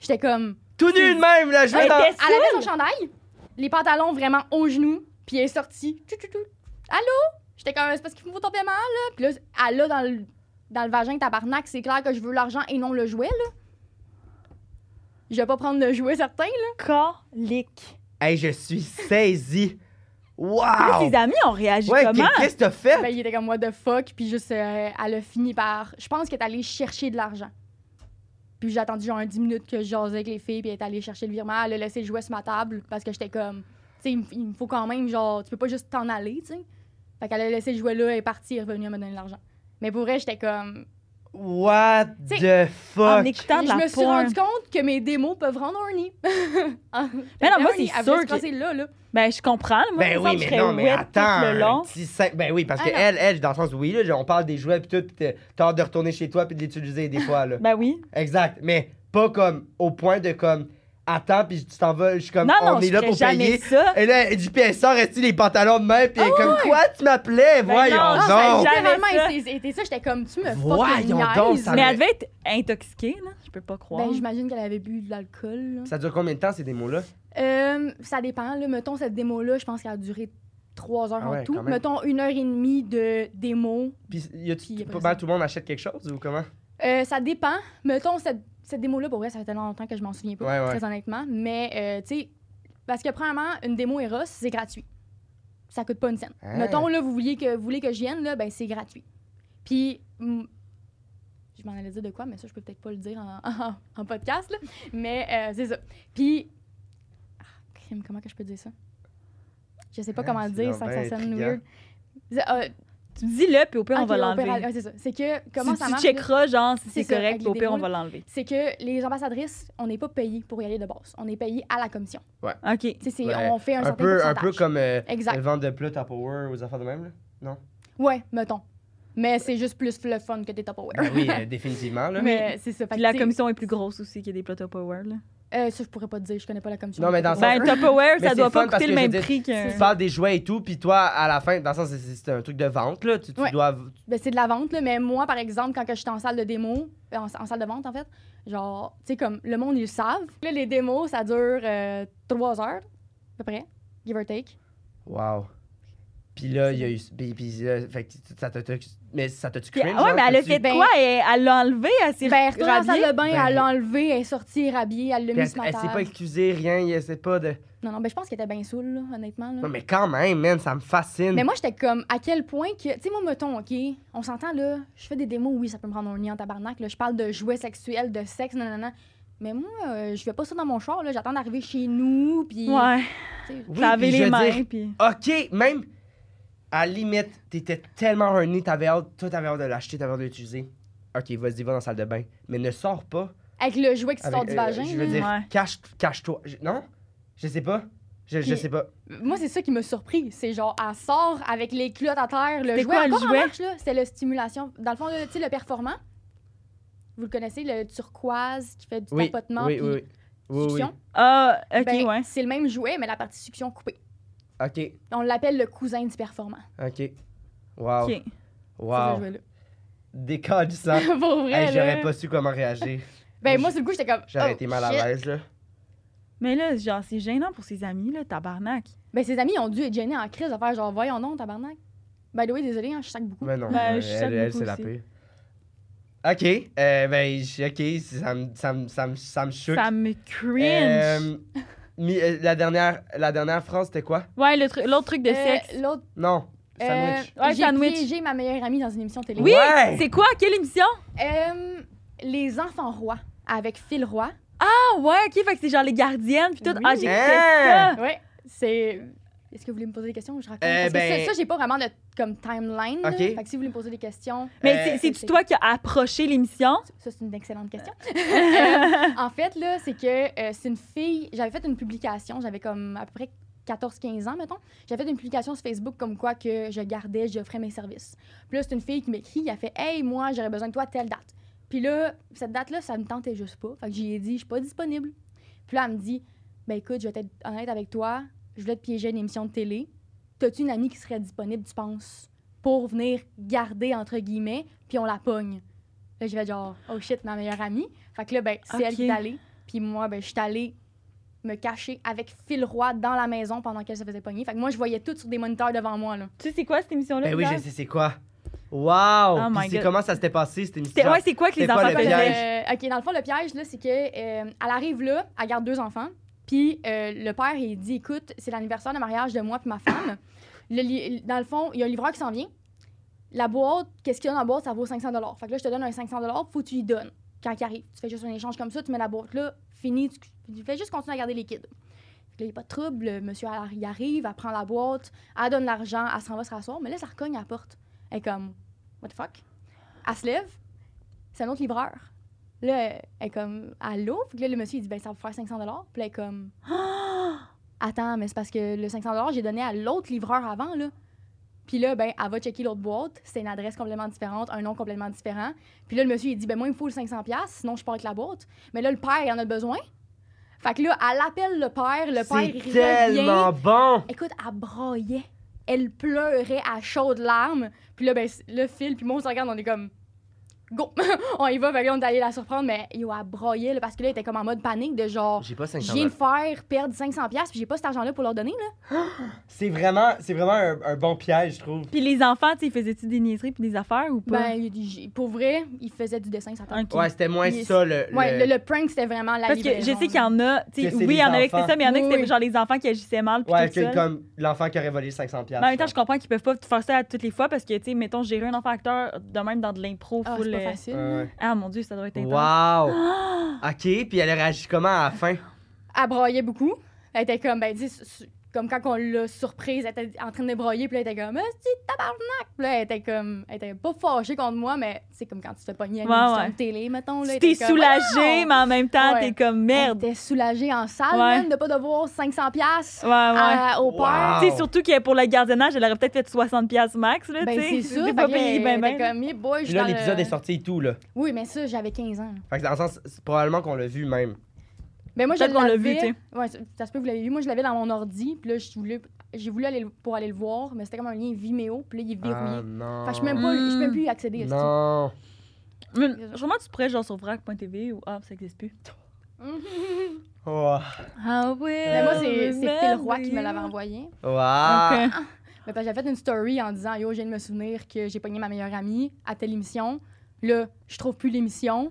J'étais comme. Tout nu de même, là, je vais Elle dans... était Elle avait son seule. chandail, les pantalons vraiment aux genoux, puis elle est sortie. Tout, tout, tout. Allô? J'étais comme, c'est parce qu'il faut tomber mal, là. Puis là, elle a dans le dans le vagin, tabarnak, c'est clair que je veux l'argent et non le jouet, là. Je vais pas prendre le jouet certain, là. Calique. Hey, je suis saisi. Là, Wow! Ses amis ont réagi Ouais, comment? qu'est- qu'est-ce que t'as fait? Ben, il était comme moi de fuck, puis juste, euh, elle a fini par. Je pense qu'elle est allée chercher de l'argent. Puis j'ai attendu genre un 10 minutes que je jasais avec les filles, puis elle est allée chercher le virement. Elle a laissé le jouet sur ma table parce que j'étais comme. Tu sais, il me- il me faut quand même, genre, tu peux pas juste t'en aller, tu sais. Fait qu'elle a laissé le jouet là, elle est partie, elle est revenue, elle m'a donné l'argent. Mais pour vrai, j'étais comme. What the En fuck? écoutant de je la me suis porn. rendu compte que mes démos peuvent rendre un nid. Mais non, moi, c'est sûr Elle voulait se que- crosser là, là. Ben, je comprends. Moi, Ben il me semble oui, que je mais serais non, mais wet tout attends. le long. un petit cinq- Ben oui, parce que Ah, non. elle, elle, dans le sens, oui, là, genre, on parle des jouets pis tout, pis t'as t'as hâte de retourner chez toi pis de l'utiliser des fois, là. Ben oui. Exact. Mais pas comme au point de comme, attends pis tu t'en vas, je suis comme, non, non, on je est là ferais pour jamais payer. ça. Et là, du PSR, reste les pantalons de main pis elle est comme, quoi, tu m'appelais? Ben Voyons non, ça donc. jamais Ah, Littéralement, ça. c'est- c'était ça, j'étais comme, tu me fucking Voyons donc, niaises. ça Mais me- elle devait être intoxiquée, là. Je peux pas croire. Ben, j'imagine qu'elle avait bu de l'alcool. là. Ça dure combien de temps, ces démos-là? Euh, ça dépend. Là. Mettons, cette démo-là, je pense qu'elle a duré trois heures Ah ouais, en tout. quand même. Mettons, une heure et demie de démo. Pis y a-tu Puis après pas ça. mal tout le monde achète quelque chose ou comment? Euh, ça dépend. Mettons, cette, cette démo-là, pour vrai, ça fait tellement longtemps que je m'en souviens pas, Ouais, ouais. très honnêtement. Mais, euh, tu sais, parce que premièrement, une démo Eros, c'est gratuit. Ça coûte pas une scène. Hein? Mettons, là, vous vouliez que, vous voulez que je vienne, là, ben c'est gratuit. Puis, mm, je m'en allais dire de quoi, mais ça, je peux peut-être pas le dire en, en- en podcast, là. Mais euh, c'est ça. Puis, ah, crime, comment que je peux dire ça? Je sais pas Ah, comment le c'est dire donc sans que ça bien sonne intriguant. weird. C'est- euh, Tu me dis-le, puis au pire, on ok, va opéra- l'enlever. ah, c'est ça. C'est que, Comment comment ça tu, marche? là? checkeras, genre, si C'est c'est ça, correct, avec puis au les pire, on démoules. va l'enlever. c'est que les ambassadrices, on n'est pas payé pour y aller de base. On est payé à la commission. OK. Tu sais, c'est- Ouais, on fait un, Un certain peu, un pourcentage. peu comme euh, Exact. vente de plats à Power aux affaires de même, là? Ouais, mettons. Mais c'est juste plus le fun que t'es top aware. Ben oui, euh, définitivement, là. Mais c'est ça. Fait Puis que, la tu sais, commission est plus grosse aussi qu'il y a des plats Tupperware, là. euh, ça, je pourrais pas te dire. Je connais pas la commission. Non, mais dans le Ben, Tupperware, Ah, Mais ça c'est doit fun pas parce coûter le que, je même veux dire, prix qu'un... Tu parles des jouets et tout, puis toi, à la fin, dans le sens, c'est- c'est c'est un truc de vente, là. Tu, tu Ouais. dois. av- Ben, c'est de la vente, là, mais moi, par exemple, quand que je suis en salle de démo, euh, en, en salle de vente, en fait, genre, tu sais, comme le monde, ils le savent. Là, les démos, ça dure euh, trois heures, à peu près, give or take. Wow. Puis là, il y a eu. Puis, puis là, fait que ça t'a. t'a- Mais ça t'a-tu Puis- ah cringe? ouais, genre, mais elle a t'as-tu- fait Ben- quoi? Elle elle l'a enlevé, elle s'est Ben, elle retourne en salle rhabillée? de bain, Ben- elle l'a enlevé, elle est sortie, rhabillée, elle l'a puis mis Elle, sur ma elle s'est pas table. excusée, rien, elle s'est pas de. Non, non, ben, je pense qu'elle était bien saoule, là, honnêtement. Là. Non, mais quand même, man, ça me fascine. Mais moi, j'étais comme, à quel point que. Tu sais, moi, mettons, OK, on s'entend, là, je fais des démos, oui, ça peut me rendre un nid en tabarnak, là, je parle de jouets sexuels, de sexe, nanana. Mais moi, euh, je fais pas ça dans mon char, là, j'attends d'arriver chez nous, puis. Ouais, tu sais, Oui, laver puis je les veux mains, dire, puis... OK, même. À la limite, t'étais tellement horny, t'avais hâte. Toi, t'avais hâte de l'acheter, t'avais hâte de l'utiliser. OK, vas-y, va dans la salle de bain. Mais ne sors pas. Avec le jouet qui sort avec- du euh, vagin. Je veux là. dire, Ouais. cache- cache-toi. Je- non? Je sais pas. Je, je Puis- sais pas. Moi, c'est ça qui m'a surpris. C'est genre, elle sort avec les culottes à terre, le C'était jouet quoi, le encore en jouet? marche, là. C'est le stimulation. Dans le fond, là, tu sais, le performant. Vous le connaissez, le turquoise qui fait du Oui, tapotement. oui, puis oui, oui. Oui, oui. succion. Ah, OK, Ben, ouais. C'est le même jouet, mais la partie succion coupée. OK, On l'appelle le cousin du performant. OK. Wow. OK. C'est ce Wow. jouet-là. Décalissant. Pour vrai, Hey, là. J'aurais pas su comment réagir. Ben, moi, sur le coup, j'étais comme. J'aurais oh, été mal à shit. l'aise, là. Mais là, genre, c'est gênant pour ses amis, là, tabarnak. Ben, ses amis ont dû être gênés en crise de faire genre, voyons non, tabarnak. Ben, oui, désolé, hein, je sac beaucoup. Mais non, Ben, elle, je sais elle, elle, beaucoup c'est la aussi. pire. OK, euh, ben, j- OK, ça me ça me- ça me- ça me choque. Ça me cringe. Euh, mi- euh, la, dernière, la dernière phrase, c'était quoi? Ouais, le tru- l'autre truc de Euh, sexe. L'autre. Non, euh, sandwich. Ouais, j'ai sandwich. piégé ma meilleure amie dans une émission télé. Oui, Ouais! c'est quoi? Quelle émission? Euh, les enfants rois avec Phil Roy. Ah ouais, OK, fait que c'est genre les gardiennes, puis tout. Oui. Ah, j'ai Hein? fait ça. Ouais, c'est. Est-ce que vous voulez me poser des questions ou je raconte? Euh, Parce que ben- ça, ça, j'ai pas vraiment de comme timeline. là. Ok. Fait que si vous voulez me poser des questions, Mais Euh, c'est- c'est-tu c'est- toi qui as approché l'émission? ça c'est une excellente question. Euh, en fait, là, c'est que euh, c'est une fille. J'avais fait une publication, j'avais comme à peu près 14-15 ans, mettons. J'avais fait une publication sur Facebook comme quoi que je gardais, j'offrais mes services. Puis là, c'est une fille qui m'écrit, elle fait Hey, moi, j'aurais besoin de toi à telle date. Puis là, cette date-là, ça me tentait juste pas. Fait que j'y ai dit, je suis pas disponible. Puis là, elle me dit Ben écoute, je vais être honnête avec toi, je voulais te piéger à une émission de télé. T'as-tu une amie qui serait disponible, tu penses, pour venir garder, entre guillemets, puis on la pogne? Là, je vais genre, oh shit, ma meilleure amie. Fait que là, ben, c'est elle Ok. qui est allée. Puis moi, ben, je suis allée me cacher avec Phil Roy dans la maison pendant qu'elle se faisait pogner. Fait que moi, je voyais tout sur des moniteurs devant moi, là. Tu sais, c'est quoi cette émission-là? Ben oui, Isa? je sais c'est quoi. Wow! Oh Puis my c'est God. comment ça s'était passé, cette C'était- émission? Ouais, c'est quoi que les C'est quoi enfants le Fait que, faisaient? piège? euh, OK, dans le fond, le piège, là, c'est que euh, elle arrive là, elle garde deux enfants, puis euh, le père, il dit Écoute, c'est l'anniversaire de mariage de moi puis ma femme. Le li- dans le fond, il y a un livreur qui s'en vient. La boîte, qu'est-ce qu'il y a dans la boîte, ça vaut 500 Fait que là, je te donne un 500 faut que tu lui donnes quand il arrive. Tu fais juste un échange comme ça, tu mets la boîte là, fini, tu, tu fais juste continuer à garder les kids. Fait que Là, il n'y a pas de trouble, le monsieur elle- il arrive, elle prend la boîte, elle donne l'argent, elle s'en va se rasseoir, mais là, ça recogne à la porte. Elle est comme, what the fuck? Elle se lève, c'est un autre livreur. Là, elle est comme, allô? Fait que là, le monsieur, il dit, ben, ça va vous faire 500 Puis là, elle est comme, Ah! attends, mais c'est parce que le 500 j'ai donné à l'autre livreur avant, là. Puis là, ben, elle va checker l'autre boîte. C'est une adresse complètement différente, un nom complètement différent. Puis là, le monsieur, il dit, ben, moi, il me faut le 500 sinon je pars avec la boîte. Mais là, le père, il en a besoin. Fait que là, elle appelle le père, le père, il C'est revient. tellement bon! Écoute, elle braillait. Elle pleurait à chaudes larmes. Puis là, ben, le fil, puis moi, on se regarde, on est comme. Go! on y va, fait que là, on est allé la surprendre, mais yo, elle broyait, là, parce que là, elle était comme en mode panique, de genre, J'ai pas je 500 viens de faire perdre 500$, puis j'ai pas cet argent-là pour leur donner, là. C'est vraiment, c'est vraiment un, un bon piège, je trouve. Puis les enfants, tu sais, ils faisaient-tu des niaiseries puis des affaires ou pas? Ben, il- j'ai- pour vrai, il faisait du dessin, ça tente. Ok. Ouais, c'était moins Il- ça, le... Ouais, le- le, le prank, c'était vraiment la Parce que je livraison, sais qu'il y là. en a, tu Que sais, c'est oui, les il y en avait que enfants. c'était ça, mais il y en a que Oui, c'était oui. genre les enfants qui agissaient mal. Puis Ouais, tout que- ça. comme l'enfant qui aurait volé 500 pièces. Mais en même temps, je comprends qu'ils peuvent pas faire ça à toutes les fois parce que, tu sais, mettons, gérer un enfant acteur de même dans de l'impro, Ah, full. c'est pas euh, facile. Ah mon dieu, ça doit être intense. Wow! OK, puis elle réagit comment à la fin? Elle broyait beaucoup. Elle était comme, ben, dis, su- comme quand on l'a surprise, elle était en train de broyer, puis là, elle était comme, Esti de tabarnak! Puis là, elle était comme, elle était pas fâchée contre moi, mais c'est comme quand tu te fais pogner à une Ouais, émission ouais. de télé, mettons. Là, Tu elle t'es était comme, soulagé, Voyons! mais en même temps, Ouais. t'es comme merde. Elle était soulagée en salle, Ouais. même, de pas devoir 500$ piastres Ouais, ouais. à- au père. Wow. Tu sais, surtout que pour le gardiennage, elle aurait peut-être fait 60$ max, là, Ben, tu sais. c'est ça. T'es Fait pas que là, payé elle ben, était ben. comme, Eh boy, je Puis suis là, dans le- l'épisode est sorti et tout, là. Oui, mais ça, j'avais 15 ans. Fait que dans le sens, c'est probablement qu'on l'a vu même. Ben moi, je Peut-être qu'on l'a vu, l'avais- Ouais, ça, ça se peut que vous l'avez vu. Moi, je l'avais dans mon ordi, puis là, je voulais- j'ai voulu aller le- pour aller le voir, mais c'était comme un lien Vimeo, puis là, il est verrouillé. Ah, non. Fait que je peux même pas, je peux Hmm. même plus y accéder. est-ce que- Non. Mais Sûrement, tu pourrais, genre, sur vrac.tv ou. Ah, ça existe plus. Mhm. Oh. Ah oui. Mais Ben, moi, c'est Oh, c'est Phil Roy qui me l'avait envoyé. Ah. euh, Wow. Ah, Mais parce que j'avais fait une story en disant Yo, je viens de me souvenir que j'ai pogné ma meilleure amie à telle émission. Là, je trouve plus l'émission.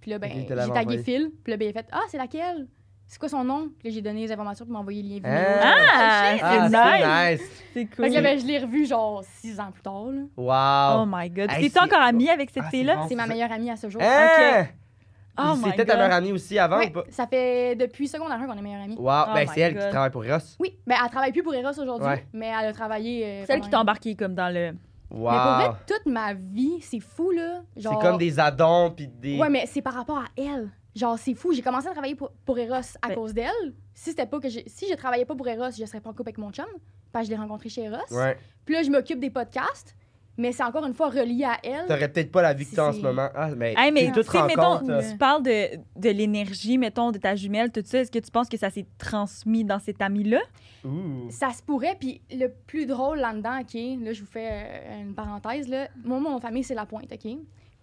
Puis là, ben, Il j'ai te l'avait tagué envoyé. Phil. Puis là, ben, il a fait Ah, c'est laquelle C'est quoi son nom Puis là, j'ai donné les informations pour m'envoyer le lien vidéo. Hein? Ah, shit! Ah, c'est c'est nice. nice. C'est Fait que là, cool. ben, je l'ai revu genre six ans plus tard. là. Oh Wow. my god. Hey, T'es-tu c'est- encore amie avec cette Ah, c'est fille-là? bon. C'est ma ça. meilleure amie à ce jour. Hein? Oh my C'était god. ta meilleure amie aussi avant Ouais, ou pas? ça fait depuis secondaire qu'on est meilleures amies. Wow. Oh ben, my c'est elle God. qui travaille pour Ross. Oui, ben, elle travaille plus pour Eros aujourd'hui, Ouais. mais elle a travaillé. euh, Celle pendant qui un- t'a embarqué comme dans le. Wow. Mais pour vrai, toute ma vie, c'est fou, là. C'est Genre- comme des addons puis des. Ouais, mais c'est par rapport à elle. Genre, c'est fou. J'ai commencé à travailler pour, pour Eros à Ben- cause d'elle. Si c'était pas que j'ai- si je travaillais pas pour Eros, je serais pas en couple avec mon chum. Parce que je l'ai rencontré chez Eros. Ouais. Puis là, je m'occupe des podcasts. Mais c'est encore une fois relié à elle. T'aurais peut-être pas la vie que Si, t'as en si. ce moment. Ah, mais. Hey, mais c'est toute tu sais, mettons, rencontre. euh. ça. tu parles de, de l'énergie, mettons, de ta jumelle, tout ça. Est-ce que tu penses que ça s'est transmis dans cette amie-là? Ouh. Ça se pourrait. Puis le plus drôle là-dedans, OK, là, je vous fais euh, une parenthèse. Là. Moi, mon famille, c'est la pointe, OK?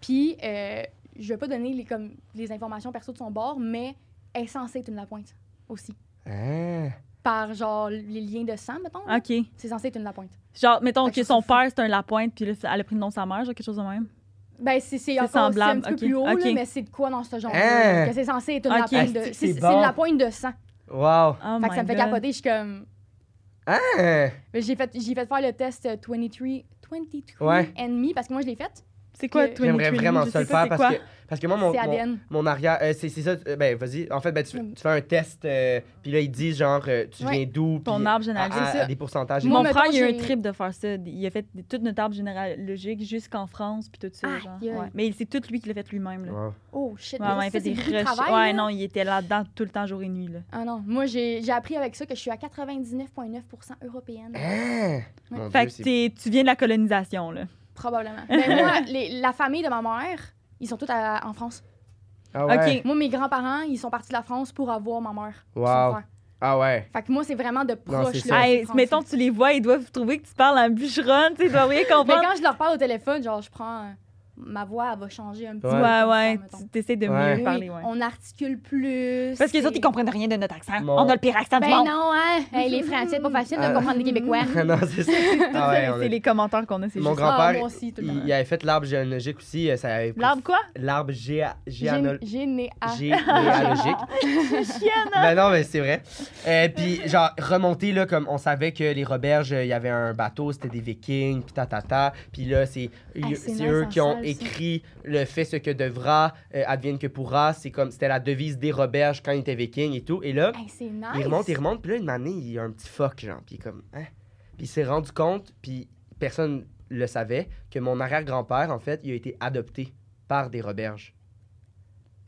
Puis euh, je vais pas donner les, comme, les informations perso de son bord, mais elle est censée être une la pointe aussi. Hein? Par genre les liens de sang, mettons. là. OK. C'est censé être une la pointe. Genre, mettons Ah, que je son trouve ça père, c'est un Lapointe, puis là, elle a pris le nom de sa mère, genre quelque chose de même. Ben, c'est c'est C'est encore- c'est un semblable, petit peu ok, plus haut, ok. là, mais c'est de quoi dans ce genre Hein? Que c'est censé être une Ok. lapointe de... Asti, C'est c'est c'est bon. une lapointe de sang. Wow. Oh fait que ça my me fait God. capoter, je suis comme... Hein? Mais J'ai fait, j'ai fait faire le test euh, 23, 23 Ouais. and me, parce que moi, je l'ai fait. C'est quoi, que- 23? J'aimerais vraiment Je ça le sais pas c'est faire parce que, parce que moi, mon, C'est mon, ADN. mon arrière. euh, c'est c'est ça. euh, ben, vas-y. En fait, ben, tu, tu fais un test, euh, puis là, ils disent genre, euh, tu Ouais. viens d'où. Ton puis arbre à- généalogique. à- c'est ça. à des pourcentages. Moi, Mon mettons, frère, il a eu un j'ai- trip de faire ça. Il a fait toute notre arbre généalogique jusqu'en France, puis tout ça. Aïe, genre. aïe. Ouais. Mais c'est tout lui qui l'a fait lui-même. là. Wow. Oh, shit. Ouais, mais ouais, il ça, fait des c'est beaucoup de recherches. travail, Ouais, là. non, il était là-dedans tout le temps, jour et nuit. Là. Ah non, moi, j'ai j'ai appris avec ça que je suis à 99,9 européenne. Hein? Mon Fait Dieu, que c'est- t'es- tu viens de la colonisation. Là. Probablement. Ben, moi, les- la famille de ma mère, ils sont tous à- en France. Ah ouais. Ok. Moi, mes grands-parents, ils sont partis de la France pour avoir ma mère. son Wow. frère. Ah ouais. Fait que moi, c'est vraiment de proche, c'est là. ça. Hey, français. mettons, tu les vois, ils doivent trouver que tu parles en bûcheronne. tu sais, Ils doivent rien Mais comprendre. quand je leur parle au téléphone, genre, je prends. euh, ma voix, elle va changer un petit Ouais. peu. Ouais, comme ça, ouais, mettons. tu t'essaies de Ouais. mieux parler, Oui, ouais. On articule plus. Parce que les autres, c'est- ils comprennent rien de notre accent. Bon. On a le pire accent du Ben monde. non, hein? Hey, les Français, c'est pas facile Ah. de comprendre les Québécois. non, c'est ça. Ah ouais, C'est- on c'est est- les commentaires qu'on a, c'est Mon juste... Ah, grand-père, moi aussi, tout le il, temps. il avait fait l'arbre généalogique aussi. euh, Ça avait pris- L'arbre quoi? L'arbre géa- géano- Gén- Géné à. généalogique. Chienne! hein? ben non, mais c'est vrai. Euh, puis genre remonter là comme on savait que les Roberges, euh, il y avait un bateau, c'était des Vikings, puis ta ta ta. Puis là c'est Ah, c'est c'est nice eux en qui ont salle, ça. écrit le fait ce que devra euh, advienne que pourra, c'est comme c'était la devise des Roberges quand ils étaient Vikings et tout. Et là, Hey, c'est nice. il remonte, il remonte, puis là une année, il y a un petit fuck genre, puis il est comme hein. Puis il s'est rendu compte, puis personne le savait que mon arrière-grand-père en fait, il a été adopté par des Roberges.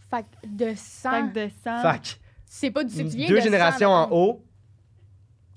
Fait que de sang. Sac de Ah. sang. Fuck. C'est pas du tu viens deux de sang, générations en mettons. haut.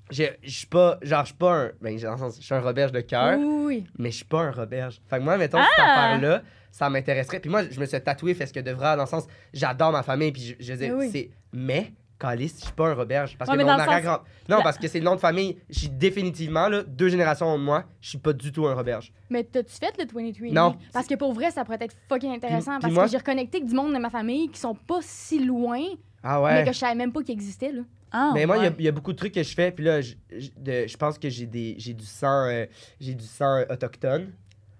j'ai- Je suis pas, genre, je suis pas un, ben, dans le sens, je suis un Roberge de cœur, Oui, oui. mais je suis pas un Roberge. Fait que moi, mettons, cette Ah! affaire-là, ça m'intéresserait. Puis moi, je me suis tatoué, fait ce que devra, dans le sens, j'adore ma famille, puis je, je disais, Mais oui. c'est, mais, calice, je suis pas un Roberge. Parce Ouais, que mais mon dans le sens- arrière-grand. Non, La- parce que c'est le nom de famille, je suis définitivement, là, deux générations de moi, je suis pas du tout un Roberge. Mais t'as-tu fait le 23 Non. Parce que pour vrai, ça pourrait être fucking intéressant. puis parce moi- que j'ai reconnecté avec du monde de ma famille qui sont pas si loin, Ah mais ouais. que je savais même pas qu'ils existaient. Là. Ah, Mais moi, il y a- ouais. il y, a beaucoup de trucs que je fais, puis là, je, je- de- je pense que j'ai des- j'ai du sang, euh, j'ai du sang euh, autochtone.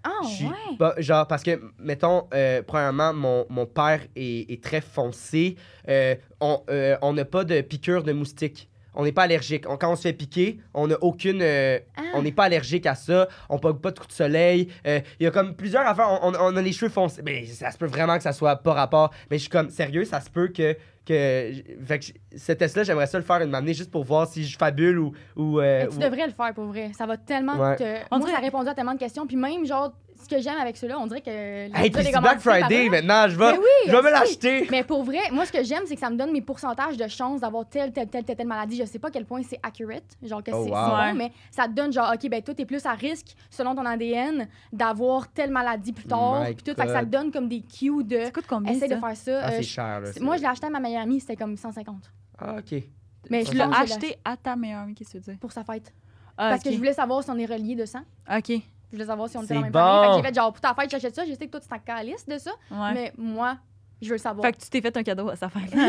Ah, Je suis ouais. pas- genre, parce que, mettons, euh, premièrement, mon, mon père est, est très foncé. Euh, on euh, on n'a pas de piqûre de moustique. On n'est pas allergique. On- quand on se fait piquer, on n'a aucune. euh, Ah. on n'est pas allergique à ça. On pogne pas de coups de soleil. Euh, Il y a comme plusieurs affaires. On, on- on a les cheveux foncés. Mais ça se peut vraiment que ça soit pas rapport. Mais je suis comme, sérieux, ça se peut que. que fait que j- ce test-là, j'aimerais ça le faire une matinée juste pour voir si je fabule ou. ou, euh, Mais tu ou- devrais le faire pour vrai. Ça va tellement Ouais. te. On Moi, dirait- ça a répondu à tellement de questions. Puis même, genre, ce que j'aime avec ceux-là, on dirait que. Hey, tu puis c'est Black Friday maintenant. Je vais, Mais oui, je vais me aussi. l'acheter. Mais pour vrai, moi, ce que j'aime, c'est que ça me donne mes pourcentages de chances d'avoir telle, telle, telle, telle, telle maladie. Je sais pas à quel point c'est accurate, genre que Oh, c'est wow. c'est bon, Ouais. mais ça te donne, genre, OK, ben, toi, t'es plus à risque, selon ton ADN, d'avoir telle maladie plus tard. My Puis tout, fait que ça te God. donne comme des cues de. Ça coûte combien, Essaye de ça? faire ça. Ah, Euh, c'est je- cher, là. c'est- c'est- moi, je l'ai acheté à ma meilleure amie, c'était comme 150. Ah, OK. Mais Tu je l'ai l'as acheté acheté à ta meilleure amie, qu'est-ce que tu veux dire? pour sa fête. Ah, Parce ok. que je voulais savoir si on est relié de sang. OK, ouais. Je voulais savoir si on C'est était dans la même bon. famille. Fait que j'ai fait genre, pour ta fête, j'achète ça. Je sais que toi, tu t'en calisses de ça. Mais moi, je veux le savoir. Fait que tu t'es fait un cadeau à sa fête.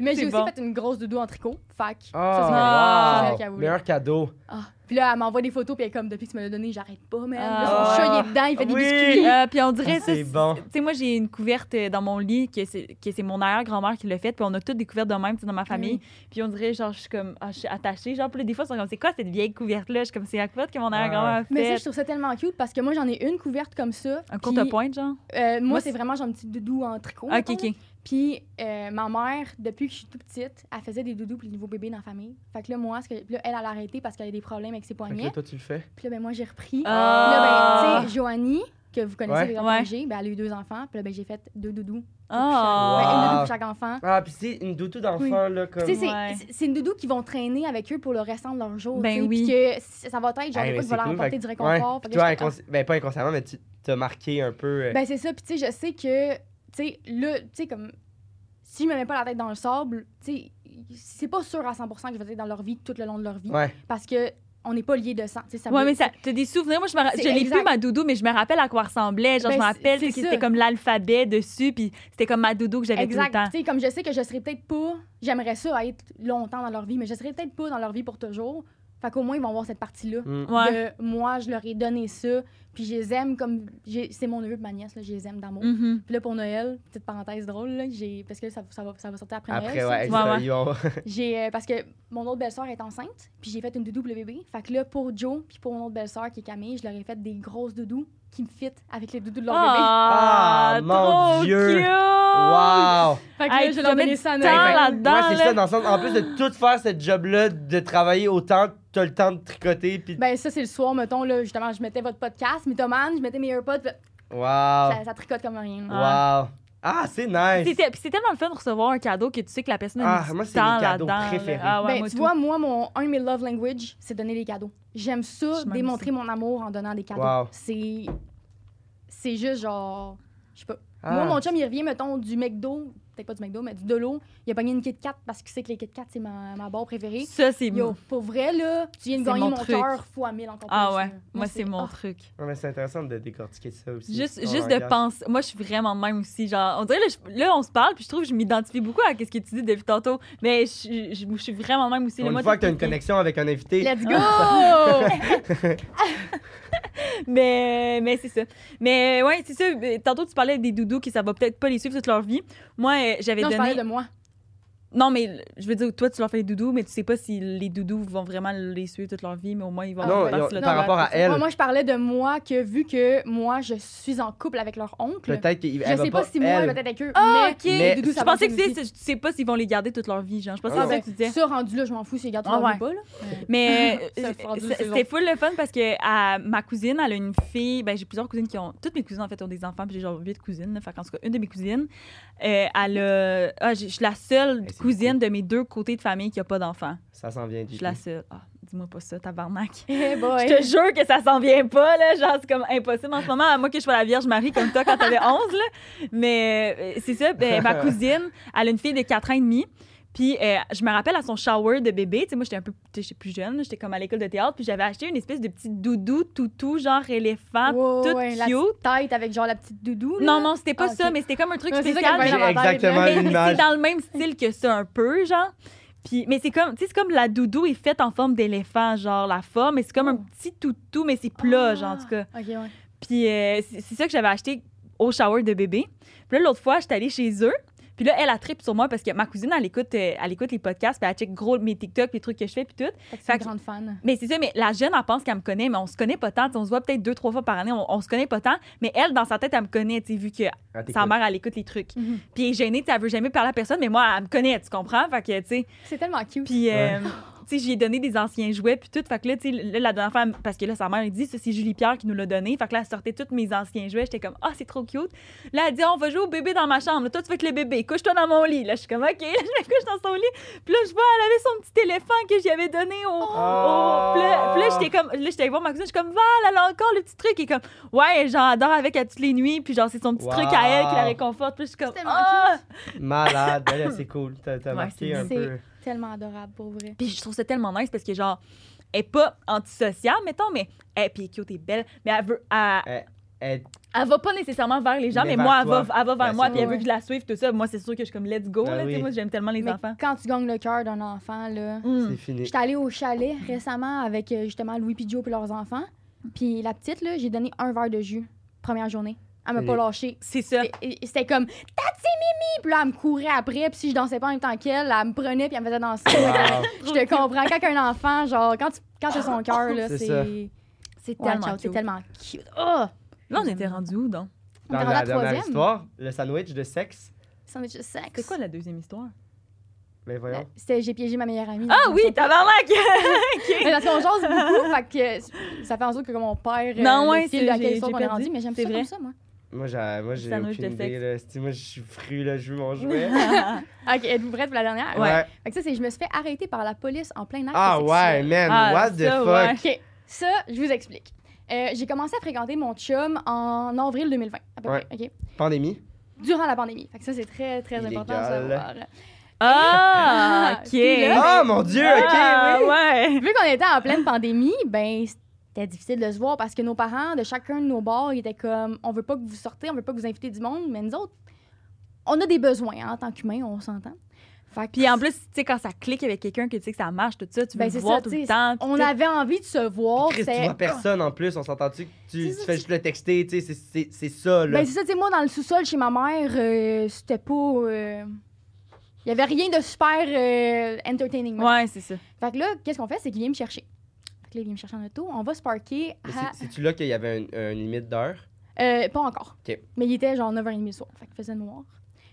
mais j'ai c'est aussi bon. fait une grosse doudou en tricot. Fac. Ah, Ah, c'est wow. cadeau. meilleur cadeau. Ah. Puis là, elle m'envoie des photos, puis elle est comme, depuis que tu me l'as donné, j'arrête pas, man. Là, Ah. Son chat, il est dedans, il fait Oui. des biscuits. Euh, puis on dirait Ah, ça, c'est c'est bon. Tu sais, moi, j'ai une couverte euh, dans mon lit que c'est que c'est mon arrière-grand-mère qui l'a faite. Puis on a toutes découvert de même, tu sais, dans ma famille. Puis on dirait, genre, je suis comme, ah, je suis attachée. Genre, puis là, des fois, ils sont comme, c'est quoi cette vieille couverte-là? Je suis comme, c'est la couverte que mon arrière-grand-mère a Mais ça, je faite. trouve ça tellement cute parce que moi, j'en ai une couverte comme ça. Un puis, courte-pointe, genre? euh, moi, Moi, c'est c'est- vraiment genre un petit doudou en tricot. Ah, OK, mettons, là. OK. Puis euh, ma mère, depuis que je suis toute petite, elle faisait des doudous pour les nouveaux bébés dans la famille. Fait que là, moi, ce que, puis là, elle, elle a arrêté parce qu'elle a des problèmes avec ses Fait que poignets. là, toi, tu le fais. Puis là, ben, moi, j'ai repris. Là, ben, Ah! tu sais, Joanie, que vous Ouais. connaissez, les enfants Ouais. que j'ai, ben, elle a eu deux enfants. Puis là, ben, j'ai fait deux doudous. Ah! Ben, une doudou Wow. pour chaque enfant. Ah, puis c'est une doudou d'enfant, là, comme... Tu sais, c'est- Ouais. c'est- c'est une doudou qui vont traîner avec eux pour le restant de leur jour. Ben tu sais, oui. Puis que c- ça va être, genre, Hey, mais des fois, qui va leur cool, apporter fait que- du réconfort. ouais. Fait que Puis toi, j'étais comme, inconsci- ben, pas inconsciemment, mais tu t'as marqué un peu... euh, Ben, c'est ça. Puis, tu sais, je sais que, tu sais, là, tu sais, comme, si je me mets pas la tête dans le sable, tu sais, c'est pas sûr à 100 que je vais être dans leur vie tout le long de leur vie. ouais. Parce que on n'est pas liés de sang. Tu sais, ça Ouais, veut- mais ça, t'as des souvenirs. Moi, je, me ra- C'est je l'ai exact. plus, ma doudou, mais je me rappelle à quoi ressemblait. Genre, Ben, je me c'est- rappelle c'est tu sais, que ça. c'était comme l'alphabet dessus, puis c'était comme ma doudou que j'avais tout le Exact. temps. Tu sais, comme je sais que je serais peut-être pas, j'aimerais ça être longtemps dans leur vie, mais je serais peut-être pas dans leur vie pour toujours. Fait qu'au moins, ils vont voir cette partie-là. Mm. Ouais. de moi, je leur ai donné ça, puis je les aime comme. j'ai- C'est mon neveu et ma nièce, là, je les aime d'amour. Mhm. Puis là, pour Noël, petite parenthèse drôle, là, j'ai- parce que ça, ça, va, ça va sortir après, Après, Noël. ouais, ça. Ouais, ça, ouais. ils ont- J'ai, euh, parce que mon autre belle-sœur est enceinte, puis j'ai fait une doudou pour le bébé. Fait que là, pour Joe, puis pour mon autre belle-sœur qui est Camille, je leur ai fait des grosses doudous qui me fit avec les doudous de leur bébé. Ah, Ah, mon trop Dieu. cute! Oh, Wow! Fait que Hey, là, tu je leur mets ai donné du ça à temps Noël. Ben, là-dedans, Moi, c'est là. ça, dans le sens... En plus de tout faire, cette job-là, de travailler autant, t'as le temps de tricoter, puis... Ben, ça, c'est le soir, mettons, là, justement, je mettais votre podcast, Mythoman, je mettais mes AirPods, puis Wow! ça, ça tricote comme rien. là. Wow! Ah, c'est nice! C'était- puis c'est tellement le fun de recevoir un cadeau que tu sais que la personne a Ah, mis moi, du c'est mes temps cadeaux là-dedans, là. préférés. Ah ouais, ben, moi tu tout. vois, moi, mon, un de mes love language, c'est donner des cadeaux. J'aime ça, Je m'en démontrer mon amour en donnant des cadeaux. Wow. C'est. C'est juste genre. Je sais pas. Ah. Moi, mon chum, il revient, mettons, du McDo peut-être pas du McDo, mais du de l'eau. Il a pogné une Kit Kat parce qu'il sait que les Kit Kat, c'est ma, ma barre préférée. Ça, c'est Yo, mon. pour vrai, là, tu viens de C'est gagner mon mon, truc. cœur fois mille encore Ah plus, ouais, là. moi, c'est mon ah, truc. Ouais, mais c'est intéressant de décortiquer ça aussi. Juste, Oh juste my de God. penser. Moi, je suis vraiment de même aussi. Genre, on dirait, là, je- là, on se parle, puis je trouve que je m'identifie beaucoup à ce que tu dis depuis tantôt. Mais je, je, je suis vraiment de même aussi. Pour Là, moi, Une fois que t'as une depuis- connexion avec un invité, Let's Ah, go! mais mais c'est ça. Mais ouais, c'est ça. Mais Tantôt, tu parlais des doudous qui ça va peut-être pas les suivre toute leur vie. Moi, euh, j'avais non, je donné. parlais de moi. Non, mais l- je veux dire, toi, tu leur fais les doudous, mais tu sais pas si les doudous vont vraiment les suivre toute leur vie, mais au moins, ils vont Ah, avoir non, ouais. une ils ont- partie de leur par Non, vie. rapport à elle, Moi, moi, je parlais de moi que vu que moi, je suis en couple avec leur oncle, peut-être qu'elle je sais va pas si moi, elle- peut-être avec eux, Ah, mais ok. Mais- Doudou, ça je va pensais que aussi. c'est- c'est- tu sais pas s'ils vont les garder toute leur vie, genre. Je pensais que Ah, c'est ça que tu disais. ça, rendu là, je m'en fous, c'est garde Ah ouais. pas, là. Mais euh, Ça, fendu, c'est- c'est c'était full le fun parce que à ma cousine, elle a une fille. Ben, j'ai plusieurs cousines qui ont. Toutes mes cousines, en fait, ont des enfants. Puis j'ai genre huit cousines. là. Fait qu'en tout cas, une de mes cousines, euh, elle a. Ah, j'ai- je suis la seule Hey, c'est cousine de mes deux côtés de famille qui a pas d'enfants. Ça s'en vient Je du suis la seule. Ah, dis-moi pas ça, tabarnak. Eh Je boy. te jure que ça s'en vient pas, là. Genre, c'est comme impossible en ce moment. à Moi, que je sois la Vierge Marie comme toi quand t'avais 11, là. Mais euh, c'est ça, ben, ma cousine, elle a une fille de 4 ans et demi. Puis euh, je me rappelle à son shower de bébé, tu sais, moi j'étais un peu tu sais, j'étais plus jeune, j'étais comme à l'école de théâtre, puis j'avais acheté une espèce de petit doudou toutou, genre éléphant, Wow, tout ouais, la cute. petite tête avec genre la petite doudou. là. Non, non, c'était pas Ah, ça, ok. mais c'était comme un truc Ouais, c'est ça spécial. qu'elle mais- J'ai J'ai exactement Mais- mais c'est l'image. dans le même style que ça, un peu, genre. Puis, mais c'est comme, tu sais, c'est comme la doudou est faite en forme d'éléphant, genre la forme, mais c'est comme un Oh. petit toutou, mais c'est plat, Ah. genre, en tout cas. Ok, ouais. Puis euh, c'est c'est ça que j'avais acheté au shower de bébé. Puis là, l'autre fois, j'étais allée chez eux. Puis là, elle a trip sur moi parce que ma cousine, elle écoute, euh, elle écoute les podcasts, puis elle check gros mes TikTok, les trucs que je fais, puis tout. Fait que c'est Fait une que- grande fan. Mais c'est ça, mais la jeune, elle pense qu'elle me connaît, mais on se connaît pas tant. Tu sais, On se voit peut-être deux, trois fois par année, on, on se connaît pas tant. Mais elle, dans sa tête, elle me connaît, tu sais, vu que Ah, t'écoutes. sa mère, elle écoute les trucs. Mhm. Puis elle est gênée, tu sais, elle veut jamais parler à personne, mais moi, elle me connaît, tu comprends? Fait que, tu sais, C'est tellement cute. puis, Ouais. euh, tu sais, j'ai donné des anciens jouets, puis tout. Fait que là, tu sais, là, la dernière fois, elle me- parce que là, sa mère, elle dit, ça, c'est Julie Pierre qui nous l'a donné. Fait que là, elle sortait tous mes anciens jouets. J'étais comme, ah, c'est trop cute. Là, elle dit, on va jouer au bébé dans ma chambre. Là, toi, tu fais que le bébé. Couche-toi dans mon lit. Là, je suis comme, OK. Là, je me couche dans son lit. Puis là, je vois, elle avait son petit éléphant que j'y avais donné au. Ah. au- Puis là, puis là, j'étais comme, là, j'étais allée voir ma cousine. Je suis comme, Val, elle a encore le petit truc. Et comme, ouais, genre, elle dort avec à toutes les nuits. Puis genre, c'est son petit Wow. truc à elle qui la réconforte. Puis là, je suis comme, C'est tellement ah! Malade, elle, c'est cool. T'as t'as Ouais, marqué c'est- un c'est- peu. Tellement adorable, pour vrai. Puis je trouve ça tellement nice parce que, genre, elle est pas antisociale, mettons, mais elle, puis elle est cute, elle est belle, mais elle veut. Elle, Elle- elle va pas nécessairement vers les gens, Mais mais, vers moi, elle va, toi. elle va vers Ben, moi, c'est puis elle cool. veut que je la suive, tout ça. Moi, c'est sûr que je suis comme, let's go, Ben là, tu sais, oui. moi, j'aime tellement les Mais enfants. quand tu gagnes le cœur d'un enfant, là. Mm. C'est fini. J'étais allée au chalet récemment avec euh, justement Louis Pidgeot puis leurs enfants. Puis la petite, là, j'ai donné un verre de jus, première journée. Elle m'a Et- pas lâché. C'est ça. C'était comme Tati Mimi! Puis là, elle me courait après. Puis si je dansais pas en même temps qu'elle, elle me prenait puis elle me faisait danser. Wow. Je te comprends. Quand un enfant, genre, quand tu quand t'as son cœur, là, Ah, C'est c'est. ça. C'est Ouais, tellement, ciao, c'est cute. tellement cute. Oh! Là, on était rendu où, donc? On est Dans rendu la à dernière troisième. histoire, le sandwich de sexe. Sandwich de sexe. C'est quoi la deuxième histoire? Ben voyons. C'était J'ai piégé ma meilleure amie. Ah oui, tabarnak! Mais parce qu'on jase beaucoup, fait que ça fait en sorte que mon père. euh, Non, le ouais, fil c'est- de la quelle j'ai- histoire j'ai qu'on est perdu. rendu, mais j'aime C'est ça vrai. comme ça, moi. Moi, j'ai, moi, j'ai Sandwich aucune de idée. sexe. Là. C'est- Moi, je suis fru, là, je veux mon jouet. Ah, Ok, êtes-vous prête pour la dernière? Ouais. Fait que ça, c'est je me suis fait arrêter par la police en plein acte Ah ouais, sexuel. man, Ah, what the ça, fuck? ouais. OK, ça, je vous explique. Euh, j'ai commencé à fréquenter mon chum en avril 2020, à peu Ouais. près, OK? Pandémie? Durant la pandémie. Fait que ça, c'est très, très Illégal. important à savoir. Ah, OK. Puis là- Oh mon dieu, Ah, ok, oui. ouais. Vu qu'on était en pleine pandémie, ben c'était difficile de se voir parce que nos parents, de chacun de nos bords, ils étaient comme on veut pas que vous sortez, on veut pas que vous invitez du monde, mais nous autres, on a des besoins hein, en tant qu'humains, on s'entend. Fait que- Puis en plus, tu sais, quand ça clique avec quelqu'un, que tu sais que ça marche, tout ça, tu veux Ben, le c'est voir ça, tout tu le sais, temps. on tu sais. avait envie de se voir. Chris, tu c'est- vois personne en plus, on s'entend-tu que tu, C'est tu ça, fais tu- juste le texter, tu sais, c'est- c'est c'est ça, là. Ben, c'est ça, tu sais, moi, dans le sous-sol chez ma mère, euh, c'était pas. euh, Il y avait rien de super euh, entertaining. mettons. Ouais, c'est ça. Fait que là, qu'est-ce qu'on fait? C'est qu'il vient me chercher. Fait que là, il vient me chercher en auto. On va se parker Mais à. c'est- C'est-tu là qu'il y avait une, une limite d'heure? Euh, pas encore. Ok. Mais il était genre 9h30 le soir. Fait qu'il faisait noir.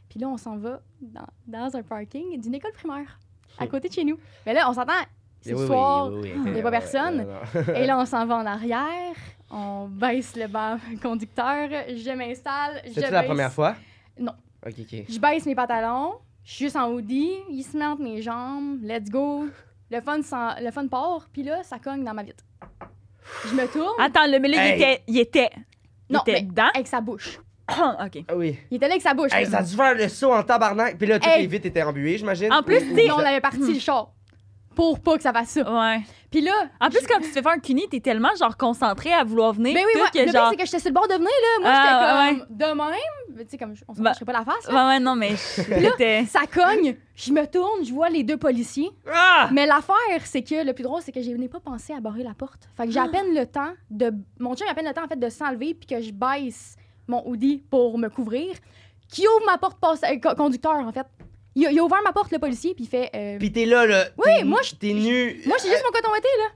Puis là, on s'en va dans, dans un parking d'une école primaire, à côté de chez nous. Mais là, on s'entend, c'est Eh le oui, oui, soir. oui, oui, y a ouais, pas ouais, personne. non, non. Et là, on s'en va en arrière. On baisse le bar conducteur. Je m'installe. je C'est-tu la baisse- première fois? Non. Ok, ok. Je baisse mes pantalons. Je suis juste en hoodie. Il se met entre mes jambes. Let's go. Le fun, s'en- le fun part. Puis là, ça cogne dans ma vitre. Je me tourne Attends, le mais là, Hey. il était. Il était. Il Non, était mais- dedans. avec sa bouche. OK. Ah oui. Il était là avec sa bouche. Hey, là. ça a dû faire le saut en tabarnak. Puis là, toutes Hey. les vitres étaient embuées, j'imagine. En plus, Ou- tu ou sais, Puis on vous- avait parti Hmm. le char pour pas que ça fasse ça. Ouais. Puis là, En plus, quand tu te fais faire un cuny, t'es tellement genre concentré à vouloir venir. ben oui, tout moi, que le pire, genre. c'est que j'étais sur le bord de venir, là. Moi, Ah, j'étais comme de même. Mais Tu sais, comme je- on se Bah. cachait pas la face. là. Ouais, ouais, non, mais j'étais. Ça cogne, je me tourne, je vois les deux policiers. Ah! Mais l'affaire, c'est que le plus drôle, c'est que je n'ai pas pensé à barrer la porte. Fait que j'ai à peine le temps de. Mon chum a à peine le temps, en fait, de s'enlever puis que je baisse mon hoodie pour me couvrir. Qui ouvre ma porte passe... euh, co- conducteur, en fait. Il a, il a ouvert ma porte, le policier, puis il fait. euh, Puis t'es là, là. Oui, t'es- moi, je- T'es nu. Moi, j'ai juste mon coton été, là.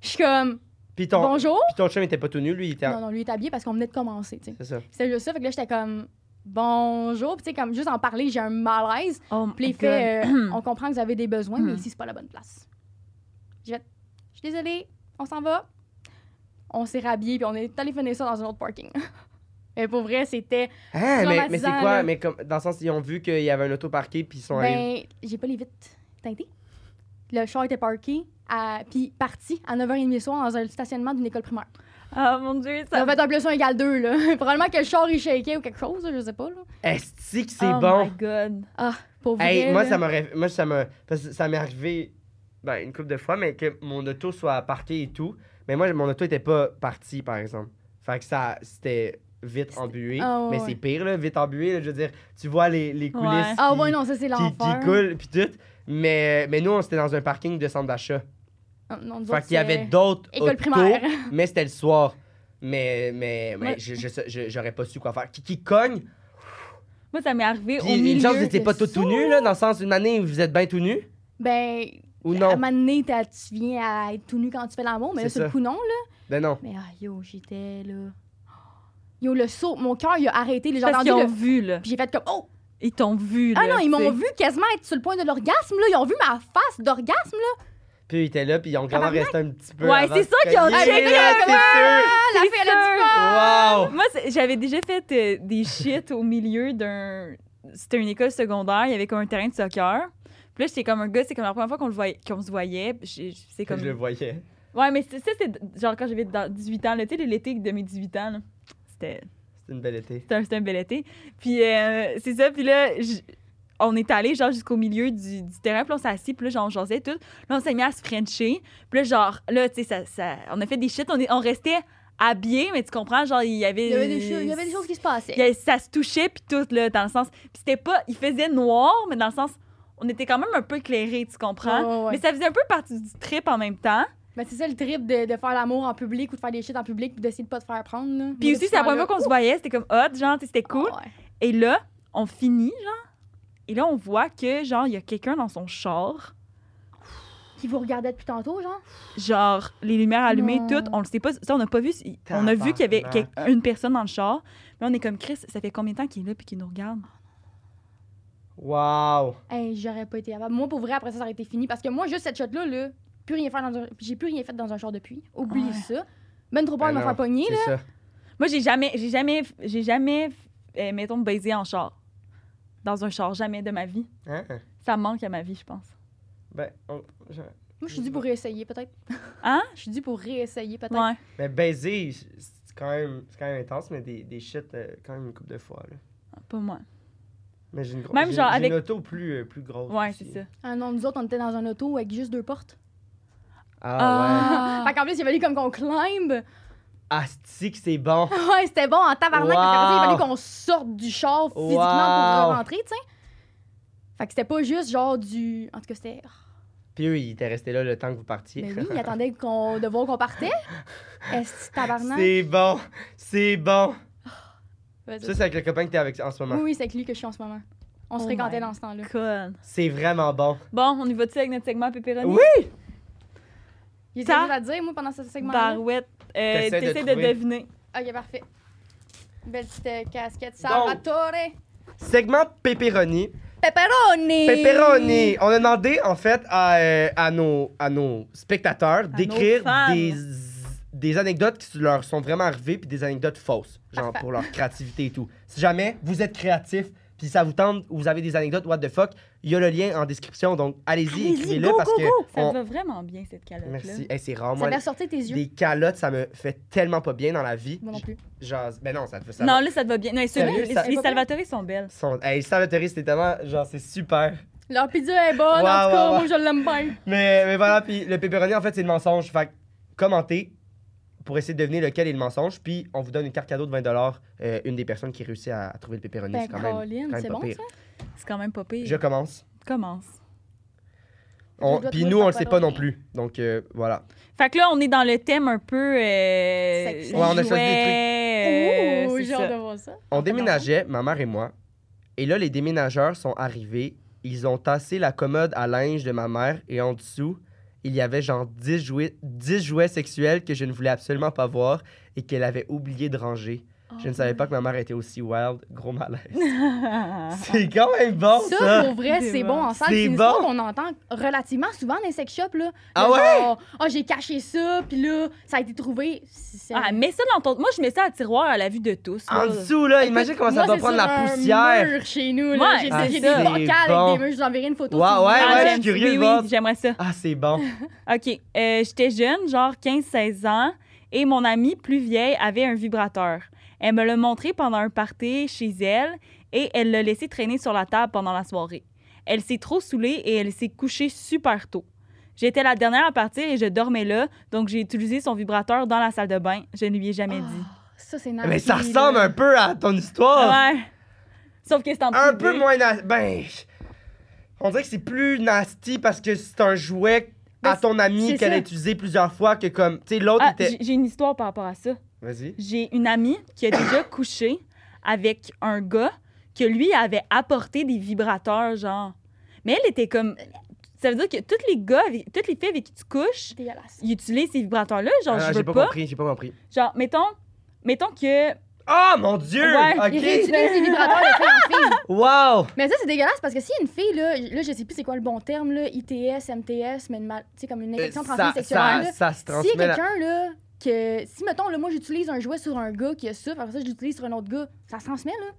Je suis comme. Puis ton, Bonjour. puis ton chum était pas tout nu, lui, il était. en- Non, non, lui il est habillé parce qu'on venait de commencer, tu sais. C'est ça. C'était juste ça. Fait que là, j'étais comme. Bonjour. Puis, tu sais, comme juste en parler, j'ai un malaise. Oh, my Puis il God. fait, euh, on comprend que vous avez des besoins, mais Hmm. ici, c'est pas la bonne place. J'ai fait, je suis désolée, on s'en va. On s'est rhabillé, puis on est allé finir ça dans un autre parking. mais pour vrai, c'était. Ah, mais, mais c'est Traumatisant, quoi? là. Mais comme, dans le sens, ils ont vu qu'il y avait un auto parqué, puis ils sont allés. Ben, j'ai pas les vitres teintées. Le char était parké, à- puis parti à 9h30 le soir dans un stationnement d'une école primaire. Ah, mon Dieu, ça. Ça fait un plus un égale deux, là. Probablement que le char, il shakeait ou quelque chose, là, je sais pas, là. Est-ce que c'est oh bon? my God. Pour vrai. Hey, moi, là. ça m'aurait. Moi, ça m'a. Parce que ça m'est arrivé ben, une couple de fois, mais que mon auto soit parqué et tout. Mais moi, mon auto était pas parti, par exemple. Fait que ça. C'était vite embué. Ah, ouais, mais ouais. c'est pire, là. Vite embué, là, Je veux dire, tu vois les, les coulisses. Ouais. Ah, qui- ouais, non, ça, c'est Qui, qui l'enfer. coulent, puis tout. Mais, mais nous, on était dans un parking de centre d'achat. Ah, non, nous Fait autres, qu'il y avait c'est d'autres École autos, primaire. mais c'était le soir. Mais, mais, mais Ouais. je, je, je- j'aurais pas su quoi faire. Qui, qui cogne, Moi, ça m'est arrivé au puis milieu. une chance, vous étiez de pas tout, tout nu, là, dans le sens, une année, vous êtes bien tout nu, Ben, ou À un non? moment donné, t'as- tu viens à être tout nu quand tu fais l'amour, mais là, C'est c'est le ça. coup, non, là. Ben non. Mais ah, yo, j'étais là. Yo, le saut, mon cœur, il a arrêté. J'ai Parce entendu qu'ils ont le... vu, là. Puis j'ai fait comme, oh! Ils t'ont vu, là. Ah non, ils m'ont tu vu quasiment être sur le point de l'orgasme, là. Ils ont vu ma face d'orgasme, là. Puis ils étaient E là, puis ils ont regardé rester un petit peu. Ouais, avant c'est de ça qu'ils ont cogner, checké, là, Ah, la C'est fille, elle a dit sûr. c'est sais. sûr. Wow! Moi, c'est- j'avais déjà fait euh, des shit au milieu d'un. C'était une école secondaire, il y avait comme un terrain de soccer. Puis là, j'étais comme un gars, c'est comme la première fois qu'on le voyait, qu'on se voyait. J'ai- C'est comme. Je le voyais. Ouais, mais c'est- ça, c'est genre quand j'avais dans- 18 ans, là, tu sais, l'été de mes 18 ans, là. C'était. C'était une belle été. C'était un, c'était un bel été. Puis euh, c'est ça, puis là, j- on est allé genre jusqu'au milieu du, du terrain, puis là, on s'est assis, puis là, genre, on jasait tout. Là, on s'est mis à se frencher. Puis là, genre, là, tu sais, ça, ça- on a fait des shit, on, est- on restait habillés, mais tu comprends, genre, il y avait... Il y avait des choses, il y avait des choses qui se passaient. Il y avait- ça se touchait, puis tout, là, dans le sens... Puis c'était pas... Il faisait noir, mais dans le sens... On était quand même un peu éclairés, tu comprends? Ouais, ouais, ouais. Mais ça faisait un peu partie du trip en même temps. Ben, c'est ça le trip de, de faire l'amour en public ou de faire des shit en public puis d'essayer de pas te faire prendre, hein, là. Oh. Puis aussi, c'est la première fois qu'on se voyait, c'était comme hot, genre, tu sais, c'était cool. Et là, on finit, genre. Et là, on voit que, genre, il y a quelqu'un dans son char. Qui vous regardait depuis tantôt, genre? Genre, les lumières allumées, Non. toutes. On le sait pas. Ça, on n'a pas vu. si- On a vu qu'il y avait Tabarnak. quel- une personne dans le char. Mais on est comme Chris, ça fait combien de temps qu'il est là puis qu'il nous regarde? Wow! Hey, j'aurais pas été capable. Moi, pour vrai, après ça, ça aurait été fini. Parce que moi, juste cette shot-là, là, plus rien faire dans un... j'ai plus rien fait dans un char depuis. Oublie Ouais. ça. Ben trop peur de Ben me non, faire pogner, C'est là. ça. Moi, j'ai jamais, j'ai jamais, j'ai jamais, euh, mettons, baisé en char. Dans un char, jamais de ma vie. Hein? Ça me manque à ma vie, je pense. Ben, on- je- Moi, je suis due pour réessayer, peut-être. Hein? Je suis due pour réessayer, peut-être. Ouais. mais baiser, c'est quand, même... c'est quand même intense, mais des, des shit euh, quand même une couple de fois, là. Pas moi. Mais j'ai une grosse. Même j'ai- genre j'ai avec- une auto plus, euh, plus grosse. Ouais, aussi. c'est ça. Ah non, nous autres, on était dans un auto avec juste deux portes. Ah ouais. Fait qu'en plus, il fallait comme qu'on climb. Asti que c'est bon. ouais, c'était bon en tabarnak. Wow. Fait qu'après ça, il fallait qu'on sorte du char physiquement Wow. pour rentrer, tu sais. Fait que c'était pas juste genre du. En tout cas, c'était. Puis eux, ils étaient restés là le temps que vous partiez. Mais oui, il attendait qu'on... de voir qu'on partait. Est-ce que tabarnak? C'est bon, c'est bon. Vas-y. Ça, c'est avec le copain que t'es avec en ce moment. Oui, oui, c'est avec lui que je suis en ce moment. On se Oh fréquentait my dans ce temps-là. Cool. C'est vraiment bon. Bon, on y va-tu avec notre segment pepperoni? Oui! Il était Ça- juste à dire, moi, pendant ce segment-là. Barouette. Euh, T'essaies de T'essaies de, trouver. deviner. Ok, parfait. Belle petite euh, casquette. Salvatore. Segment pepperoni. Pepperoni. Pepperoni. On a demandé, en fait, à, euh, à nos, à nos spectateurs d'écrire nos fans. des, des anecdotes qui leur sont vraiment arrivées puis des anecdotes fausses, genre Parfait. pour leur créativité et tout. Si jamais vous êtes créatif puis puis ça vous tente, ou vous avez des anecdotes, what the fuck, il y a le lien en description. Donc, allez-y, Allez-y, écrivez-le go, parce go, que. go! Ça on- te va vraiment bien, cette calotte-là. Merci. Hey, c'est rare, Ça moi. va sortir tes yeux. Des calottes, ça me fait tellement pas bien dans la vie. Moi non plus. Genre, ben non, ça te fait ça. non, là, ça te va bien. Non, ceux- Sérieux, les, ça- les Salvatore sont belles. Son... Hey, Salvatore, c'était tellement. Genre, c'est super. Leur pizza est bonne, Ouais, en tout ouais, cas, ouais. moi je l'aime bien. Mais, mais voilà, puis le pepperoni, en fait, c'est le mensonge. Fait que commentez pour essayer de deviner lequel est le mensonge. Puis on vous donne une carte cadeau de 20$. euh, une des personnes qui réussit à, à trouver le pepperoni, Ben, c'est quand même. Caroline, quand même c'est pas bon pire. ça? C'est quand même pas pire. Je commence. Commence. On- dois Puis trouver Ah, nous, on le papa sait pas non Noël. plus. Donc euh, voilà. Fait que là, on est dans le thème un peu. Euh, Sexy. Ouais, on a choisi des trucs. jouets, Ouh, euh, c'est Oh, j'ai ça. hâte de voir Eh, ça. On déménageait, ma mère et moi. Et là, les déménageurs sont arrivés. Ils ont tassé la commode à linge de ma mère et en dessous, il y avait genre 10 jouets, 10 jouets sexuels que je ne voulais absolument pas voir et qu'elle avait oublié de ranger. Je ne savais pas que ma mère était aussi wild. Gros malaise. C'est quand même bon, ça! Ah. Ça, pour vrai, C'est c'est bon. bon en salle. C'est C'est une histoire bon. qu'on entend relativement souvent dans les sex shops. Là. Ah Le ouais? genre, Ah, j'ai caché ça, puis là, ça a été trouvé. C'est- c'est- Ah, mets ça dans ton. Moi, je mets ça à tiroir à la vue de tous. En là. dessous, là, imagine comment ça Moi, doit c'est prendre sur la un poussière! mur chez nous. Ouais, là. J'ai- ah, c'est j'ai des bocales bon. avec des murs. Je vous enverrai une photo. Ouais, si vous ouais, voulez. ouais, Ah, je j'aime- suis curieux Oui, de oui, voir. j'aimerais ça. Ah, c'est bon! OK. euh, J'étais jeune, genre 15-16 ans, et mon amie plus vieille avait un vibrateur. Elle me l'a montré pendant un party chez elle et elle l'a laissé traîner sur la table pendant la soirée. Elle s'est trop saoulée et elle s'est couchée super tôt. J'étais la dernière à partir et je dormais là, donc j'ai utilisé son vibrateur dans la salle de bain. Je ne lui ai jamais Ah, dit. Ça, c'est nice. Mais ça ressemble un peu à ton histoire! Ouais. Sauf que c'est en Ah! Un privé. peu moins. na- Ben. On dirait que c'est plus nasty parce que c'est un jouet à Ben, ton ami c'est qu'elle a ça. utilisé plusieurs fois que comme. Tu sais, l'autre Ah, était. j'ai j'ai une histoire par rapport à ça. Vas-y. J'ai une amie qui a déjà couché avec un gars que lui avait apporté des vibrateurs, genre. Mais elle était comme. Ça veut dire que tous les gars, avec- toutes les filles avec qui tu couches, Dégueulasse. ils utilisent ces vibrateurs-là. Genre, Ah, je j'ai veux pas, pas. compris, j'ai pas compris. Genre, mettons, mettons que. Ah, mon dieu! Ouais, Il ok! réutilise les vibrateurs de fille en fille. Wow! Mais ça, c'est dégueulasse parce que s'il y a une fille, là, là je sais plus c'est quoi le bon terme, là, ITS, MTS, mais une mal- tu sais, comme une Euh, infection Ça, transmise ça, sexuelle. ça se là, S'il y transmet. a la- quelqu'un, là, que. Si, mettons, là, moi, j'utilise un jouet sur un gars qui a ça, puis après ça, je l'utilise sur un autre gars, ça se transmet, là.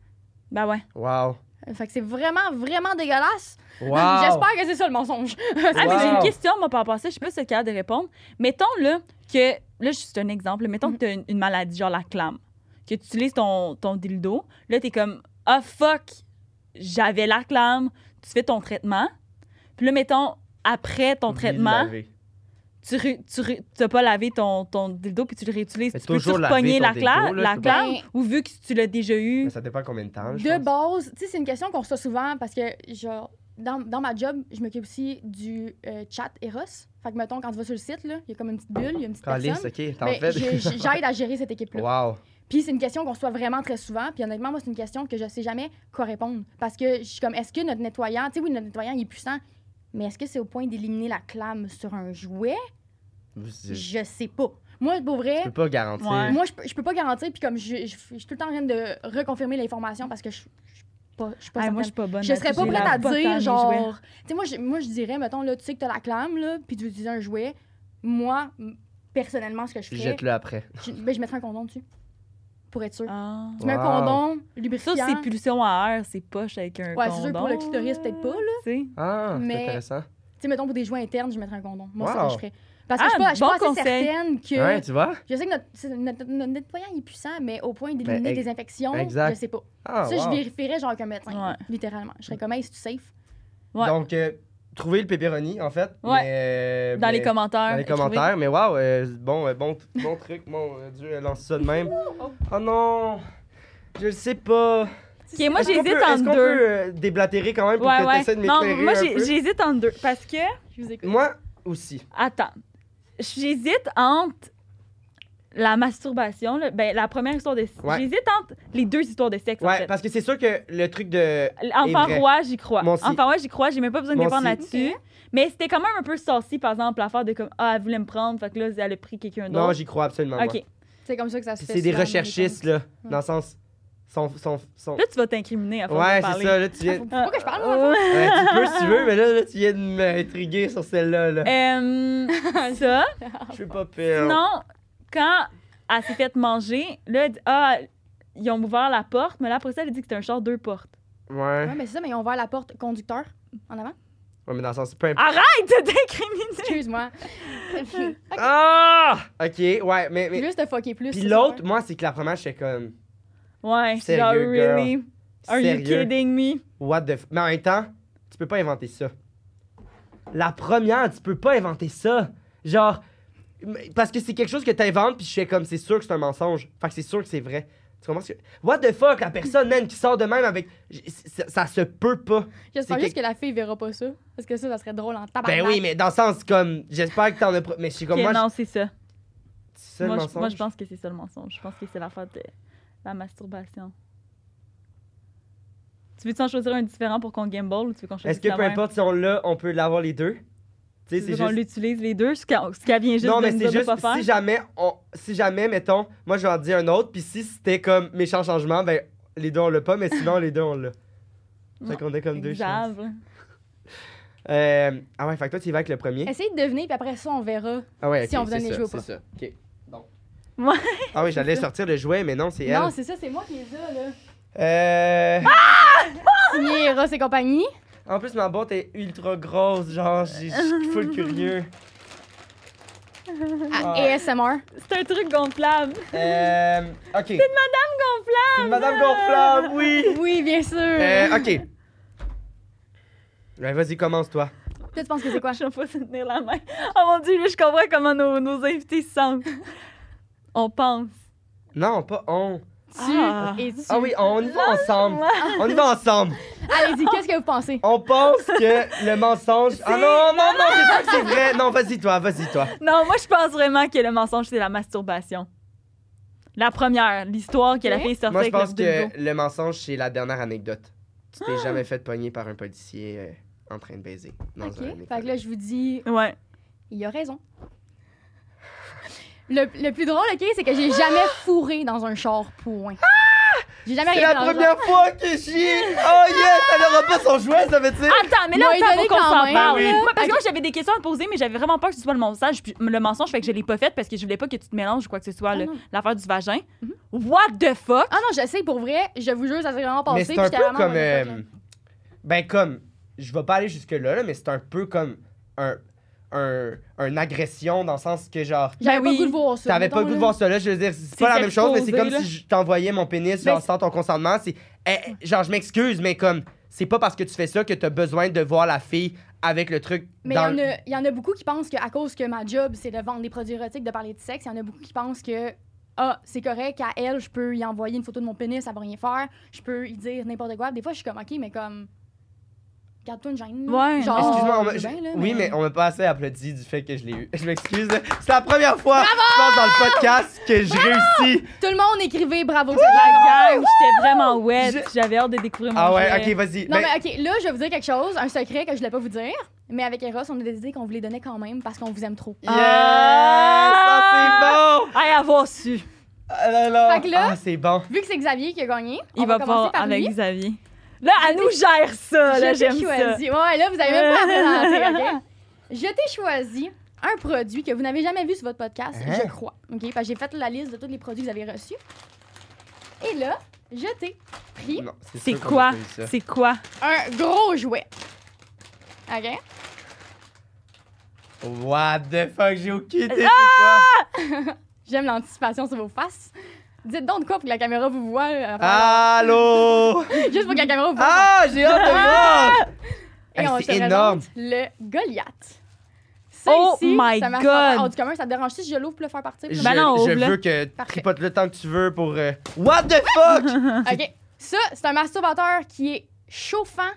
Ben ouais. Wow! Euh, Fait que c'est vraiment, vraiment dégueulasse. Wow! J'espère que c'est ça le mensonge. Ah, mais j'ai Wow. une question, moi, par rapport à ça. Je sais pas si c'est capable de répondre. Mettons, là, que. Là, juste un exemple. Mettons Mhm. que t'as une, une maladie, genre la clame. Que tu utilises ton, ton dildo. Là, t'es comme, ah fuck, j'avais la clame. Tu fais ton traitement. Puis là, mettons, après ton Oublie de traitement, laver. tu, ré- tu, ré- tu as pas lavé ton, ton dildo, puis tu le réutilises. Mais tu peux toujours toujours laver pogner ton la, dildo, cla- là, la tu peux pas- clame. Ou vu que tu l'as déjà eu. Mais ça dépend combien de temps. Ah je De pense. base, tu sais, c'est une question qu'on reçoit souvent parce que, genre, dans, dans ma job, je m'occupe aussi du euh, chat Eros. Fait que, mettons, quand tu vas sur le site, là, il y a comme une petite bulle, il y a une petite Calice, personne. ok, t'en Mais fais. je- je- j'aide à gérer cette équipe-là. Wow! Puis c'est une question qu'on reçoit vraiment très souvent. Puis honnêtement, moi, c'est une question que je sais jamais quoi répondre. Parce que je suis comme, est-ce que notre nettoyant, tu sais, oui, notre nettoyant, il est puissant, mais est-ce que c'est au point d'éliminer la clame sur un jouet? Je Je sais pas. Moi, pour vrai, peux pas garantir. Ouais. moi, je, peux- je peux pas garantir. Puis comme, je, je- je suis tout le temps en train de reconfirmer l'information parce que je je suis pas, je suis pas Ah, moi, je certaine. suis pas bonne. Je là-dessus, serais pas j'ai prête la à botte mes dire, jouets. genre. Tu sais, moi, je- moi, je dirais, mettons, là, tu sais que t'as la clame, là, puis tu veux utiliser un jouet. Moi, m- personnellement, ce que je Puis ferais, jette-le après. je, ben, je mettrais un condom dessus. Pour être sûr. Ah. Tu mets un Wow. condom, Ça, lubrifiant. c'est pulsion à air, c'est poche avec un Ouais, condom. c'est sûr, pour le clitoris, peut-être pas, là. tu sais. Ah, c'est Mais- intéressant. Tu sais, mettons, pour des joints internes, je mettrais un condom. Moi, c'est Wow. ça que je ferais. Parce que Ah, je suis pas, je suis bon pas assez conseil. certaine que. Ouais, tu vois? Je sais que notre, c'est- notre- notre nettoyant il est puissant, mais au point d'éliminer Ben, ex- des infections, exact. je sais pas. Ah, ça, wow. je vérifierais genre avec un médecin, Ouais. littéralement. Je serais comme, hey, c'est-tu safe? Ouais. Donc, euh, trouver le pepperoni, en fait. Ouais. mais- euh, Dans mais- les commentaires. Dans les écrivez. commentaires. Mais wow, euh, bon, euh, bon, bon truc. Mon euh, Dieu, lance ça de même. Oh non! Je le sais pas. Ok, moi, Est-ce qu'on j'hésite peut- en Est-ce qu'on deux. peut euh, déblatérer quand même pour Ouais, que ouais. t'essaies de m'éclairer Non, moi, un j'ai- peu? j'hésite en deux. Parce que, Je vous écoute. Moi aussi. attends, j'hésite entre la masturbation, là, ben, la première histoire de sexe. Ouais. J'hésite entre les deux histoires de sexe, en Ouais, fait. parce que c'est sûr que le truc de... est Enfant vrai. roi, j'y crois. Moi aussi. Enfant roi, j'y crois. J'ai même pas besoin de Moi dépendre aussi. là-dessus. Mais c'était quand même un peu saucy, par exemple, l'affaire de comme, ah, elle voulait me prendre, fait que là, elle a pris quelqu'un d'autre. Non, j'y crois absolument. moi. OK. C'est comme ça que ça se Puis fait. c'est des souvent dans les recherchistes, couples. là, dans le sens... Sont, sont, sont... Là, tu vas t'incriminer à force Ouais, de parler. c'est ça, là, tu viens... Ah, Faut que je parle, moi, Euh, Ouais, tu peux si tu veux, mais là, là, tu viens de m'intriguer sur celle-là. Eh, Là. euh, ça. Je suis pas pire. Non, quand elle s'est faite manger, là, elle dit, ah, ils ont ouvert la porte, mais là, après ça, elle dit que c'était un char deux portes. Ouais. Ouais, mais c'est ça, mais ils ont ouvert la porte conducteur en avant. Ouais, mais dans le sens, peu importe. Arrête de t'incriminer! Excuse-moi. Ah! Ok, ouais, mais. mais... Juste de fucker plus. Puis c'est l'autre, ça, moi, c'est que la première, j'étais comme. Ouais, Sérieux, genre, girl. really? Are you Sérieux? kidding me? What the. F... Mais en même temps, tu peux pas inventer ça. La première, tu peux pas inventer ça. Genre. mais- Parce que c'est quelque chose que t'inventes, puis je fais comme, c'est sûr que c'est un mensonge. Fait que c'est sûr que c'est vrai. Tu comprends ce que. What the fuck, la personne, man, qui sort de même avec. J- Ça, ça se peut pas. ouais. J'espère c'est juste que- que la fille verra pas ça. Parce que ça, ça serait drôle en tabarnak. Ben oui, mais dans le sens comme. J'espère que t'en as. pro- Mais je suis comme, Ok, moi, non, c'est ça. je- c'est ça le Moi je, mensonge. moi, je pense que c'est ça le mensonge. Je pense que c'est l'affaire de la masturbation. Tu veux-tu en choisir un différent pour qu'on game ball ou tu veux qu'on choisisse Est-ce que la peu même? importe si on l'a, on peut l'avoir les deux? Tu sais, Tu c'est veux qu'on juste. l'utilise les deux, ce qu'elle ce qu'elle vient juste non, de mais nous c'est dire de juste pas faire? si jamais, on, si jamais, mettons, moi je vais en dire un autre, puis si c'était comme méchant changement, ben les deux on l'a pas, mais sinon les deux on l'a. Fait Non, qu'on a comme deux chances. Exact. Euh, ah ouais, fait que toi tu y vas avec le premier. Essayez de deviner, puis après ça, on verra. Ah ouais, si ok, on vous donne c'est les ça, jouets ou pas. C'est ça, ok. Donc. Ouais. Ah oui, j'allais sortir le jouet, mais non, c'est elle. Non, c'est ça, c'est moi qui les ai, là. Euh, Signé Ross et compagnie. En plus, ma boîte est ultra grosse, genre, j'ai- je suis full curieux. Ah. à ASMR. C'est un truc gonflable. Euh, ok. C'est une madame gonflable! Madame gonflable, oui! Oui, bien sûr. Euh, ok. Ouais, vas-y, commence toi. Toi, tu penses que c'est quoi? Je sais pas se tenir la main. Oh mon dieu, là, je comprends comment nos, nos invités se sentent. On pense. Non, pas on. Tu Ah. et tu. Ah oui, ah. on y va ensemble. moi. On y va ensemble. Allez-y, qu'est-ce que vous pensez? On pense que le mensonge. Ah non, non, non, c'est pas que c'est vrai. Non, vas-y toi, vas-y toi. Non, moi, je pense vraiment que le mensonge, c'est la masturbation. La première, l'histoire que la Ok. fille sortait Moi, je avec pense le que dildo. le mensonge, c'est la dernière anecdote. Tu Ah. t'es jamais fait pogner par un policier euh, en train de baiser. Dans Ok. un Fait que là, je vous dis, Ouais. il a raison. Le, le plus drôle, ok, c'est que j'ai jamais fourré dans un char point. J'ai jamais Ah! C'est rien la fait dans un char. première fois que j'y ai. Oh yes, elle aura pas son jouet, ça veut dire. Attends, mais là, Moi, attends, étonné faut qu'on quand s'en même, parle. là. Moi, parce que Ok. moi, j'avais des questions à te poser, mais j'avais vraiment peur que ce soit le mensonge, puis- le mensonge, fait que je l'ai pas fait parce que je voulais pas que tu te mélanges ou quoi que ce soit, Ah là, non. Mm-hmm. l'affaire du vagin. What the fuck? Ah non, je sais, pour vrai, je vous jure, ça s'est vraiment passé. Mais c'est puis un j'étais peu vraiment comme. mauvaise euh, personne. ben, comme. Je vais pas aller jusque-là, là, mais c'est un peu comme un, un, un agression dans le sens que, genre. J'avais Ben pas oui. le goût de voir ça. T'avais pas le mettons, goût de là. voir ça là, je veux dire, c'est C'est pas la même chose, mais c'est exposé, comme là. si je t'envoyais mon pénis Ben, genre, sans ton consentement. C'est. eh, genre, je m'excuse, mais comme. C'est pas parce que tu fais ça que t'as besoin de voir la fille avec le truc Mais il dans y, en a- il y en a beaucoup qui pensent qu'à cause que ma job, c'est de vendre des produits érotiques, de parler de sexe, il y en a beaucoup qui pensent que. Ah, c'est correct, à elle, je peux y envoyer une photo de mon pénis, ça va rien faire. Je peux y dire n'importe quoi. Des fois, je suis comme, OK, mais comme. Garde-toi une gêne. là. Ouais. Genre, Oh, Excuse-moi, on je m'a- veux je- bien, là, oui, mais on m'a pas assez applaudi du fait que je l'ai eu. Je m'excuse, là. c'est la première fois, je pense, dans le podcast que je réussis. Tout le monde écrivait bravo. La gang, j'étais vraiment wet. Je- J'avais hâte de découvrir mon Ah ouais, jet. ok, vas-y. Non, Ben, mais OK, là, je vais vous dire quelque chose, un secret que je voulais pas vous dire. Mais avec Eros, on a décidé qu'on vous les donnait quand même parce qu'on vous aime trop. Yes! Ah, c'est bon! Hey, avoir su. Ah là là! Fait que là- Ah, c'est bon. Vu que c'est Xavier qui a gagné, on Il va commencer pas par avec lui. Xavier. Là, elle nous gère ça. Là, Je j'aime t'ai ça. choisi. Ouais, là, vous avez même pas à présenter, OK? Je t'ai choisi un produit que vous n'avez jamais vu sur votre podcast, Hein? je crois. OK? Parce que j'ai fait la liste de tous les produits que vous avez reçus. Et là, je t'ai pris Non, C'est sûr qu'on quoi? a pas eu ça. C'est quoi? un gros jouet. OK? What the fuck, j'ai aucune idée, Ah! c'est quoi? J'aime l'anticipation sur vos faces. Dites donc de quoi pour que la caméra vous voit. euh, Ah. Allô? Juste pour que la caméra vous voit. Ah, j'ai hâte de voir! Ah! Et Hey, on c'est te énorme! présente le Goliath. Ça Oh ici, my ça marche God. pas. Oh, du commun, ça te dérange si je l'ouvre pour le faire partir? Je, Ben non, je ouvre-le. veux que tu Parfait. tripotes le temps que tu veux pour. euh, What the fuck? OK. Ça, c'est un masturbateur qui est chauffant,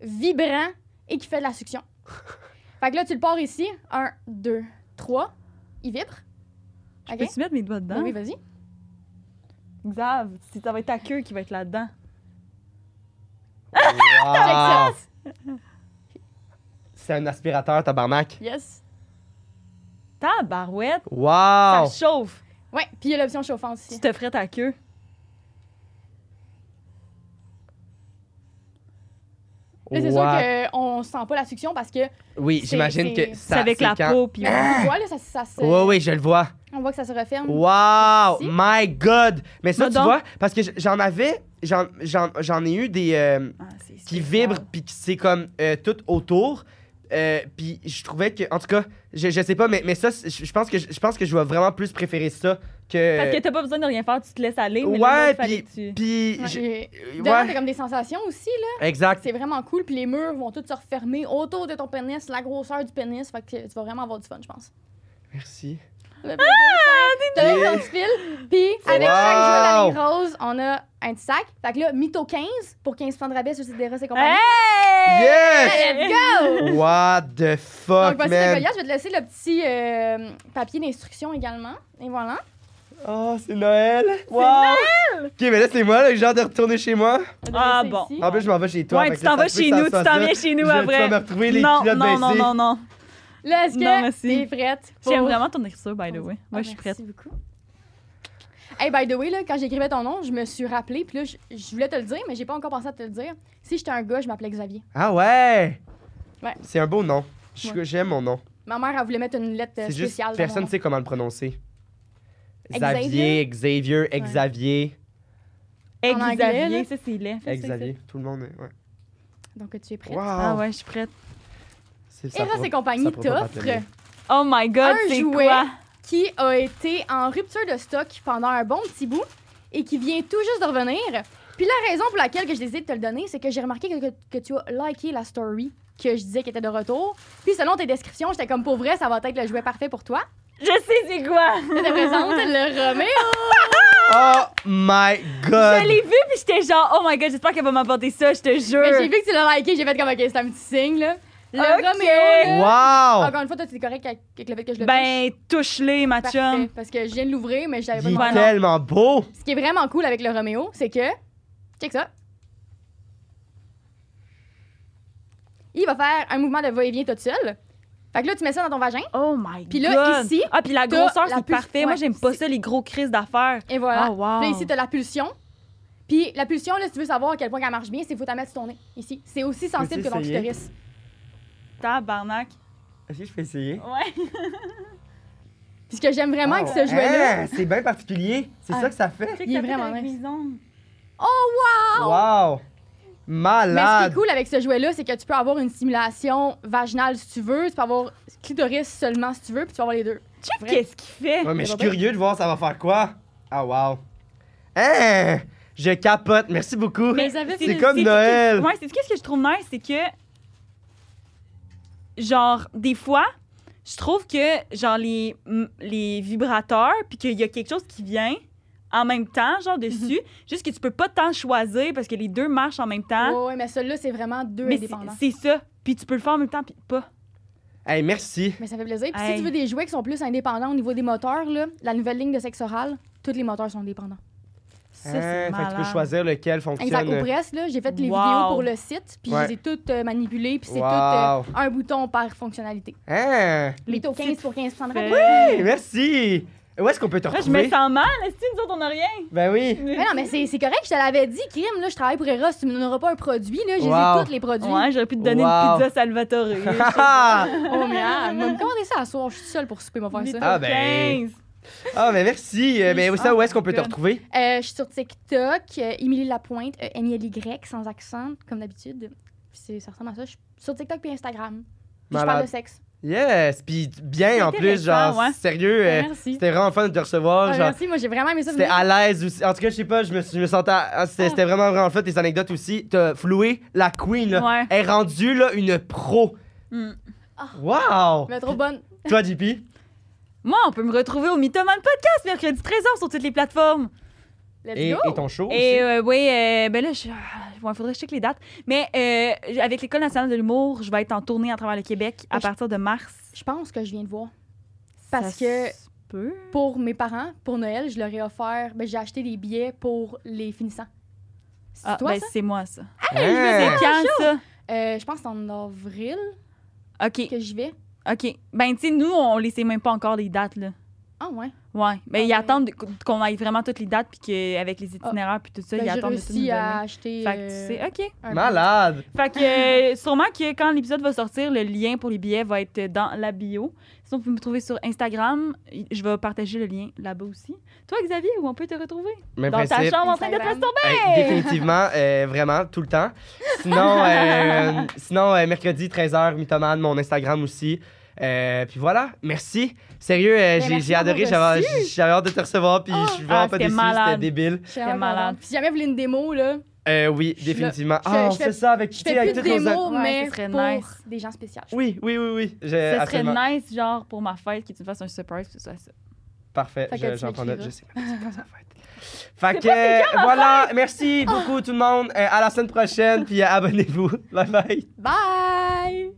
vibrant et qui fait de la succion. Fait que là, tu le pars ici. Un, deux, trois. Il vibre. OK? Peux-tu mettre mes doigts dedans? Oui, vas-y. Xav, c'est- ça va être ta queue qui va être là-dedans. Wow. Check C'est un aspirateur, tabarnak. ça. Yes. Ta barouette, Wow! ça chauffe. Ouais, puis il y a l'option chauffante Tu ici. te ferais ta queue. Là, c'est What? sûr qu'on sent pas la succion parce que Oui, c'est- j'imagine c'est- que C'est ça. avec c'est la quand- Ah! peau, puis ouais. on voit, là, ça, ça se- Oui, oui, je le vois. on voit que ça se referme. Wow! Si. My God! Mais ça, Va tu donc. vois, parce que j- j'en avais, j'en- j'en j'en ai eu des euh, Ah, c'est qui spécial. vibrent, puis qui- c'est comme euh, tout autour. Euh, puis je trouvais que, en tout cas, je, je sais pas, mais, mais ça, c'est- je je pense, que, je je pense que je vais vraiment plus préférer ça que. Parce que t'as pas besoin de rien faire, tu te laisses aller. Mais Ouais, ouais, puis- puis. Puis. Ouais, je- et- euh, Dedans, Ouais, t'as comme des sensations aussi, là. exact. C'est vraiment cool. Puis les murs vont tous se refermer autour de ton pénis, la grosseur du pénis. Fait que tu vas vraiment avoir du fun, je pense. Merci. T'as Yeah. un petit fil, puis avec Wow. chaque jeu à la ligne rose, on a un petit sac. Fait que là, mytho 15 pour 15 points de rabais sur Sidera et compagnie. Hey! Yes! Let's go! What the fuck, Donc, voici le man! Goliath. Je vais te laisser le petit euh, papier d'instruction également. Et voilà. Oh, c'est Noël! Wow! Noël! Ok, mais là, c'est moi, là, j'ai hâte de retourner chez moi. Je vais te Ah, laisser bon. ici. En plus, je m'en vais chez toi. Ouais, fait tu que t'en ça vas se peut chez que ça nous, tu soit t'en ça. viens chez nous Je- Tu vas après. me retrouver les non, culottes non, non, baissées. non, non. Là, est-ce Non, que merci. t'es prête? pour- J'aime vraiment ton écriture, by the way. Ah, Moi, je suis prête. Merci beaucoup. Hey, by the way, là, quand j'écrivais ton nom, je me suis rappelée, puis là, je, je voulais te le dire, mais j'ai pas encore pensé à te le dire. Si j'étais un gars, je m'appelais Xavier. Ah ouais! Ouais. C'est un beau nom. Je- Ouais. J'aime mon nom. Ma mère, elle voulait mettre une lettre euh, C'est juste, spéciale. dans mon personne ne nom. sait comment le prononcer. Xavier, Xavier? Xavier, Ouais. Xavier, Hey, En anglais, Xavier, là. ça, c'est laid. Xavier. Tout le monde, est- ouais. Donc, tu es prête. Wow! Ah ouais, je suis prête. C'est- Et ça là, pourra- ces ça compagnies pourra pas t'offrent tenir. Oh my god, Un c'est jouet. quoi? qui a été en rupture de stock pendant un bon petit bout et qui vient tout juste de revenir. Puis la raison pour laquelle que je décide de te le donner, c'est que j'ai remarqué que, que- que tu as liké la story que je disais qu'elle était de retour. Puis selon tes descriptions, j'étais comme pour vrai, ça va être le jouet parfait pour toi. Je sais c'est quoi! Je te présente le Roméo. Oh my god! Je l'ai vu puis j'étais genre oh my god j'espère qu'elle va m'apporter ça je te jure. Mais Ben, j'ai vu que tu l'as liké, j'ai fait comme OK, c'est un petit signe là. Le Ok. Roméo. là. Wow! Encore une fois, toi tu es correct avec, avec le fait que je le touche. ben touche-les ma Parfait, chum. parce que je viens de l'ouvrir mais je l'avais pas Il est demandé. tellement beau! Ce qui est vraiment cool avec le Roméo, c'est que. Check ça. Il va faire un mouvement de va-et-vient tout seul. Fait que là, tu mets ça dans ton vagin. Oh my Puis god. là, ici, ah puis la t'as grosseur la c'est puce- parfait. Moi ouais, j'aime pas c'est- ça les gros crises d'affaires. Et voilà. Ah, wow. Puis là, ici, t'as la pulsion. Puis la pulsion, là, si tu veux savoir à quel point elle marche bien, c'est faut la mettre sur ton nez. Ici. C'est aussi sensible que ton essayer? clitoris. Tabarnak. Est-ce que je peux essayer? Ouais. Puis ce que j'aime vraiment avec Wow. ce jouet-là. Ah, c'est bien particulier. C'est Ah. ça que ça fait. Tu sais que Il ça est fait vraiment avec nice. mes ongles. Ah. Wow! Mais ce qui est Malade! cool avec ce jouet-là, c'est que tu peux avoir une stimulation vaginale si tu veux, tu peux avoir clitoris seulement si tu veux, puis tu peux avoir les deux. Check Vrai. qu'est-ce qu'il fait. Ouais, mais je C'est suis pas pire. curieux de voir ça va faire quoi. Ah, wow. Hein? Je capote. Merci beaucoup. Mais ça c'est- fait C'est c'est- comme c'est- Noël. Ouais, c'est qu'est-ce que je trouve nice, c'est que genre des fois, je trouve que genre les m- les vibrateurs puis qu'il y a quelque chose qui vient en même temps Mhm. genre dessus, juste que tu peux pas tant choisir parce que les deux marchent en même temps. Ouais, ouais, mais celui-là, c'est vraiment deux Hein? mais c'est- indépendants. c'est ça. Puis tu peux le faire en même temps puis pas. Hey, merci. Mais ça fait plaisir. Puis Hey. si tu veux des jouets qui sont plus indépendants au niveau des moteurs, là, la nouvelle ligne de sexe oral, tous les moteurs sont dépendants. Ça Hein, c'est fait que tu peux malade. choisir lequel Exact. Au fonctionne. presse, là, j'ai fait les Wow. vidéos pour le site, puis Ouais. je les ai toutes euh, manipulées, puis c'est Wow. tout euh, un bouton par fonctionnalité. Hein? Les Les taux petites 15 pour 15 de rabais. Hey, merci. Où est-ce qu'on peut te Moi, je me retrouver? sens mal, est-ce que nous autres on a rien Ben oui. Mais non, mais c'est c'est correct, je te l'avais dit, Crime, là, je travaille pour Eros, tu me donneras pas un produit, là, j'ai Wow. tous les produits. Ouais, j'aurais pu te donner Wow. une pizza Salvatore. ah, Oh, mais ah, elle m'a commandé ça à soir, je suis seule pour souper, m'a faire ça. Ah, ben. mais merci. Euh, Mais ça, où est-ce qu'on peut te Ah, retrouver? Euh, je suis sur TikTok, euh, Émilie Lapointe, euh, M-I-L-Y, sans accent, comme d'habitude. Puis c'est- Ça ressemble à ça. Je suis sur TikTok puis Instagram. Puis je Malade. parle de sexe. Yes. Puis bien en plus, intéressant, genre, ouais. sérieux. euh, Ah, merci. C'était vraiment fun de te recevoir. Ah, genre, merci, moi j'ai vraiment aimé ça. C'était venir. à l'aise aussi. En tout cas, je sais pas, je me, suis- je me sentais. à- ah, C'était c'était vraiment, vraiment fait tes anecdotes aussi. T'as floué la queen, là. Ouais. Elle est rendue, là, une pro. Mm. Wow! Mais trop bonne. Toi, JP, Moi, on peut me retrouver au Mythoman Podcast mercredi 13h sur toutes les plateformes. Let's et, go. et ton show Et aussi. euh, oui, euh, ben là, je, ah, ouais, faudrait que je check les dates. Mais euh, j- avec l'École nationale de l'humour, je vais être en tournée à travers le Québec à Je- partir de mars. Je pense que je viens de voir. Parce Ça que- se peut. Pour mes parents, pour Noël, je leur ai offert, ben, j'ai acheté des billets pour les finissants. C'est Ah, toi ben, ça? c'est moi, ça. Hein? C'est quand, ça? Euh, je pense que c'est en avril OK, que j'y vais. OK. Ben, tu sais, nous, on les sait même pas encore les dates, là. Ah ouais. Ouais. Mais Ah ils ouais. attendent qu'on aille vraiment toutes les dates, puis qu'avec les itinéraires, puis tout ça, Ben, ils j'ai attendent de tout nous donner. réussi à acheter. Fait que tu euh, sais, OK. un Malade! Fait que euh, sûrement que quand l'épisode va sortir, le lien pour les billets va être dans la bio. Sinon, vous pouvez me trouver sur Instagram. Je vais partager le lien là-bas aussi. Toi, Xavier, où on peut te retrouver? Même Dans ta principe. chambre en train de te laisser Instagram. tomber! Euh, définitivement, euh, vraiment, tout le temps. Sinon, euh, sinon euh, mercredi, 13h, Mythomane, mon Instagram aussi. Euh, puis voilà, merci. Sérieux, euh, Ben, j'ai- merci j'ai adoré, d'avoir j'avais j'avais hâte de te recevoir, puis je suis vraiment Ah, pas c'était déçu, c'était malade. débile. Je suis vraiment malade. contente. Puis si jamais vous voulez une démo, là, Euh, oui, Je- définitivement. je- Ah, on je fais- fait ça avec, je tu fais sais, avec plus de toutes nos démos, Ouais, mais ce serait pour nice. des gens spéciaux. Oui, oui, oui, oui. Je, Ce serait Euh, absolument. nice, genre, pour ma fête, que tu me fasses un surprise, que ce soit ça. Parfait, Fait que je- tu j'en prends note, je sais m'écriras. même pas c'est quand ça va être. Fait que euh, voilà, merci beaucoup tout le monde. Euh, à la semaine prochaine, puis euh, abonnez-vous. Bye bye. Bye!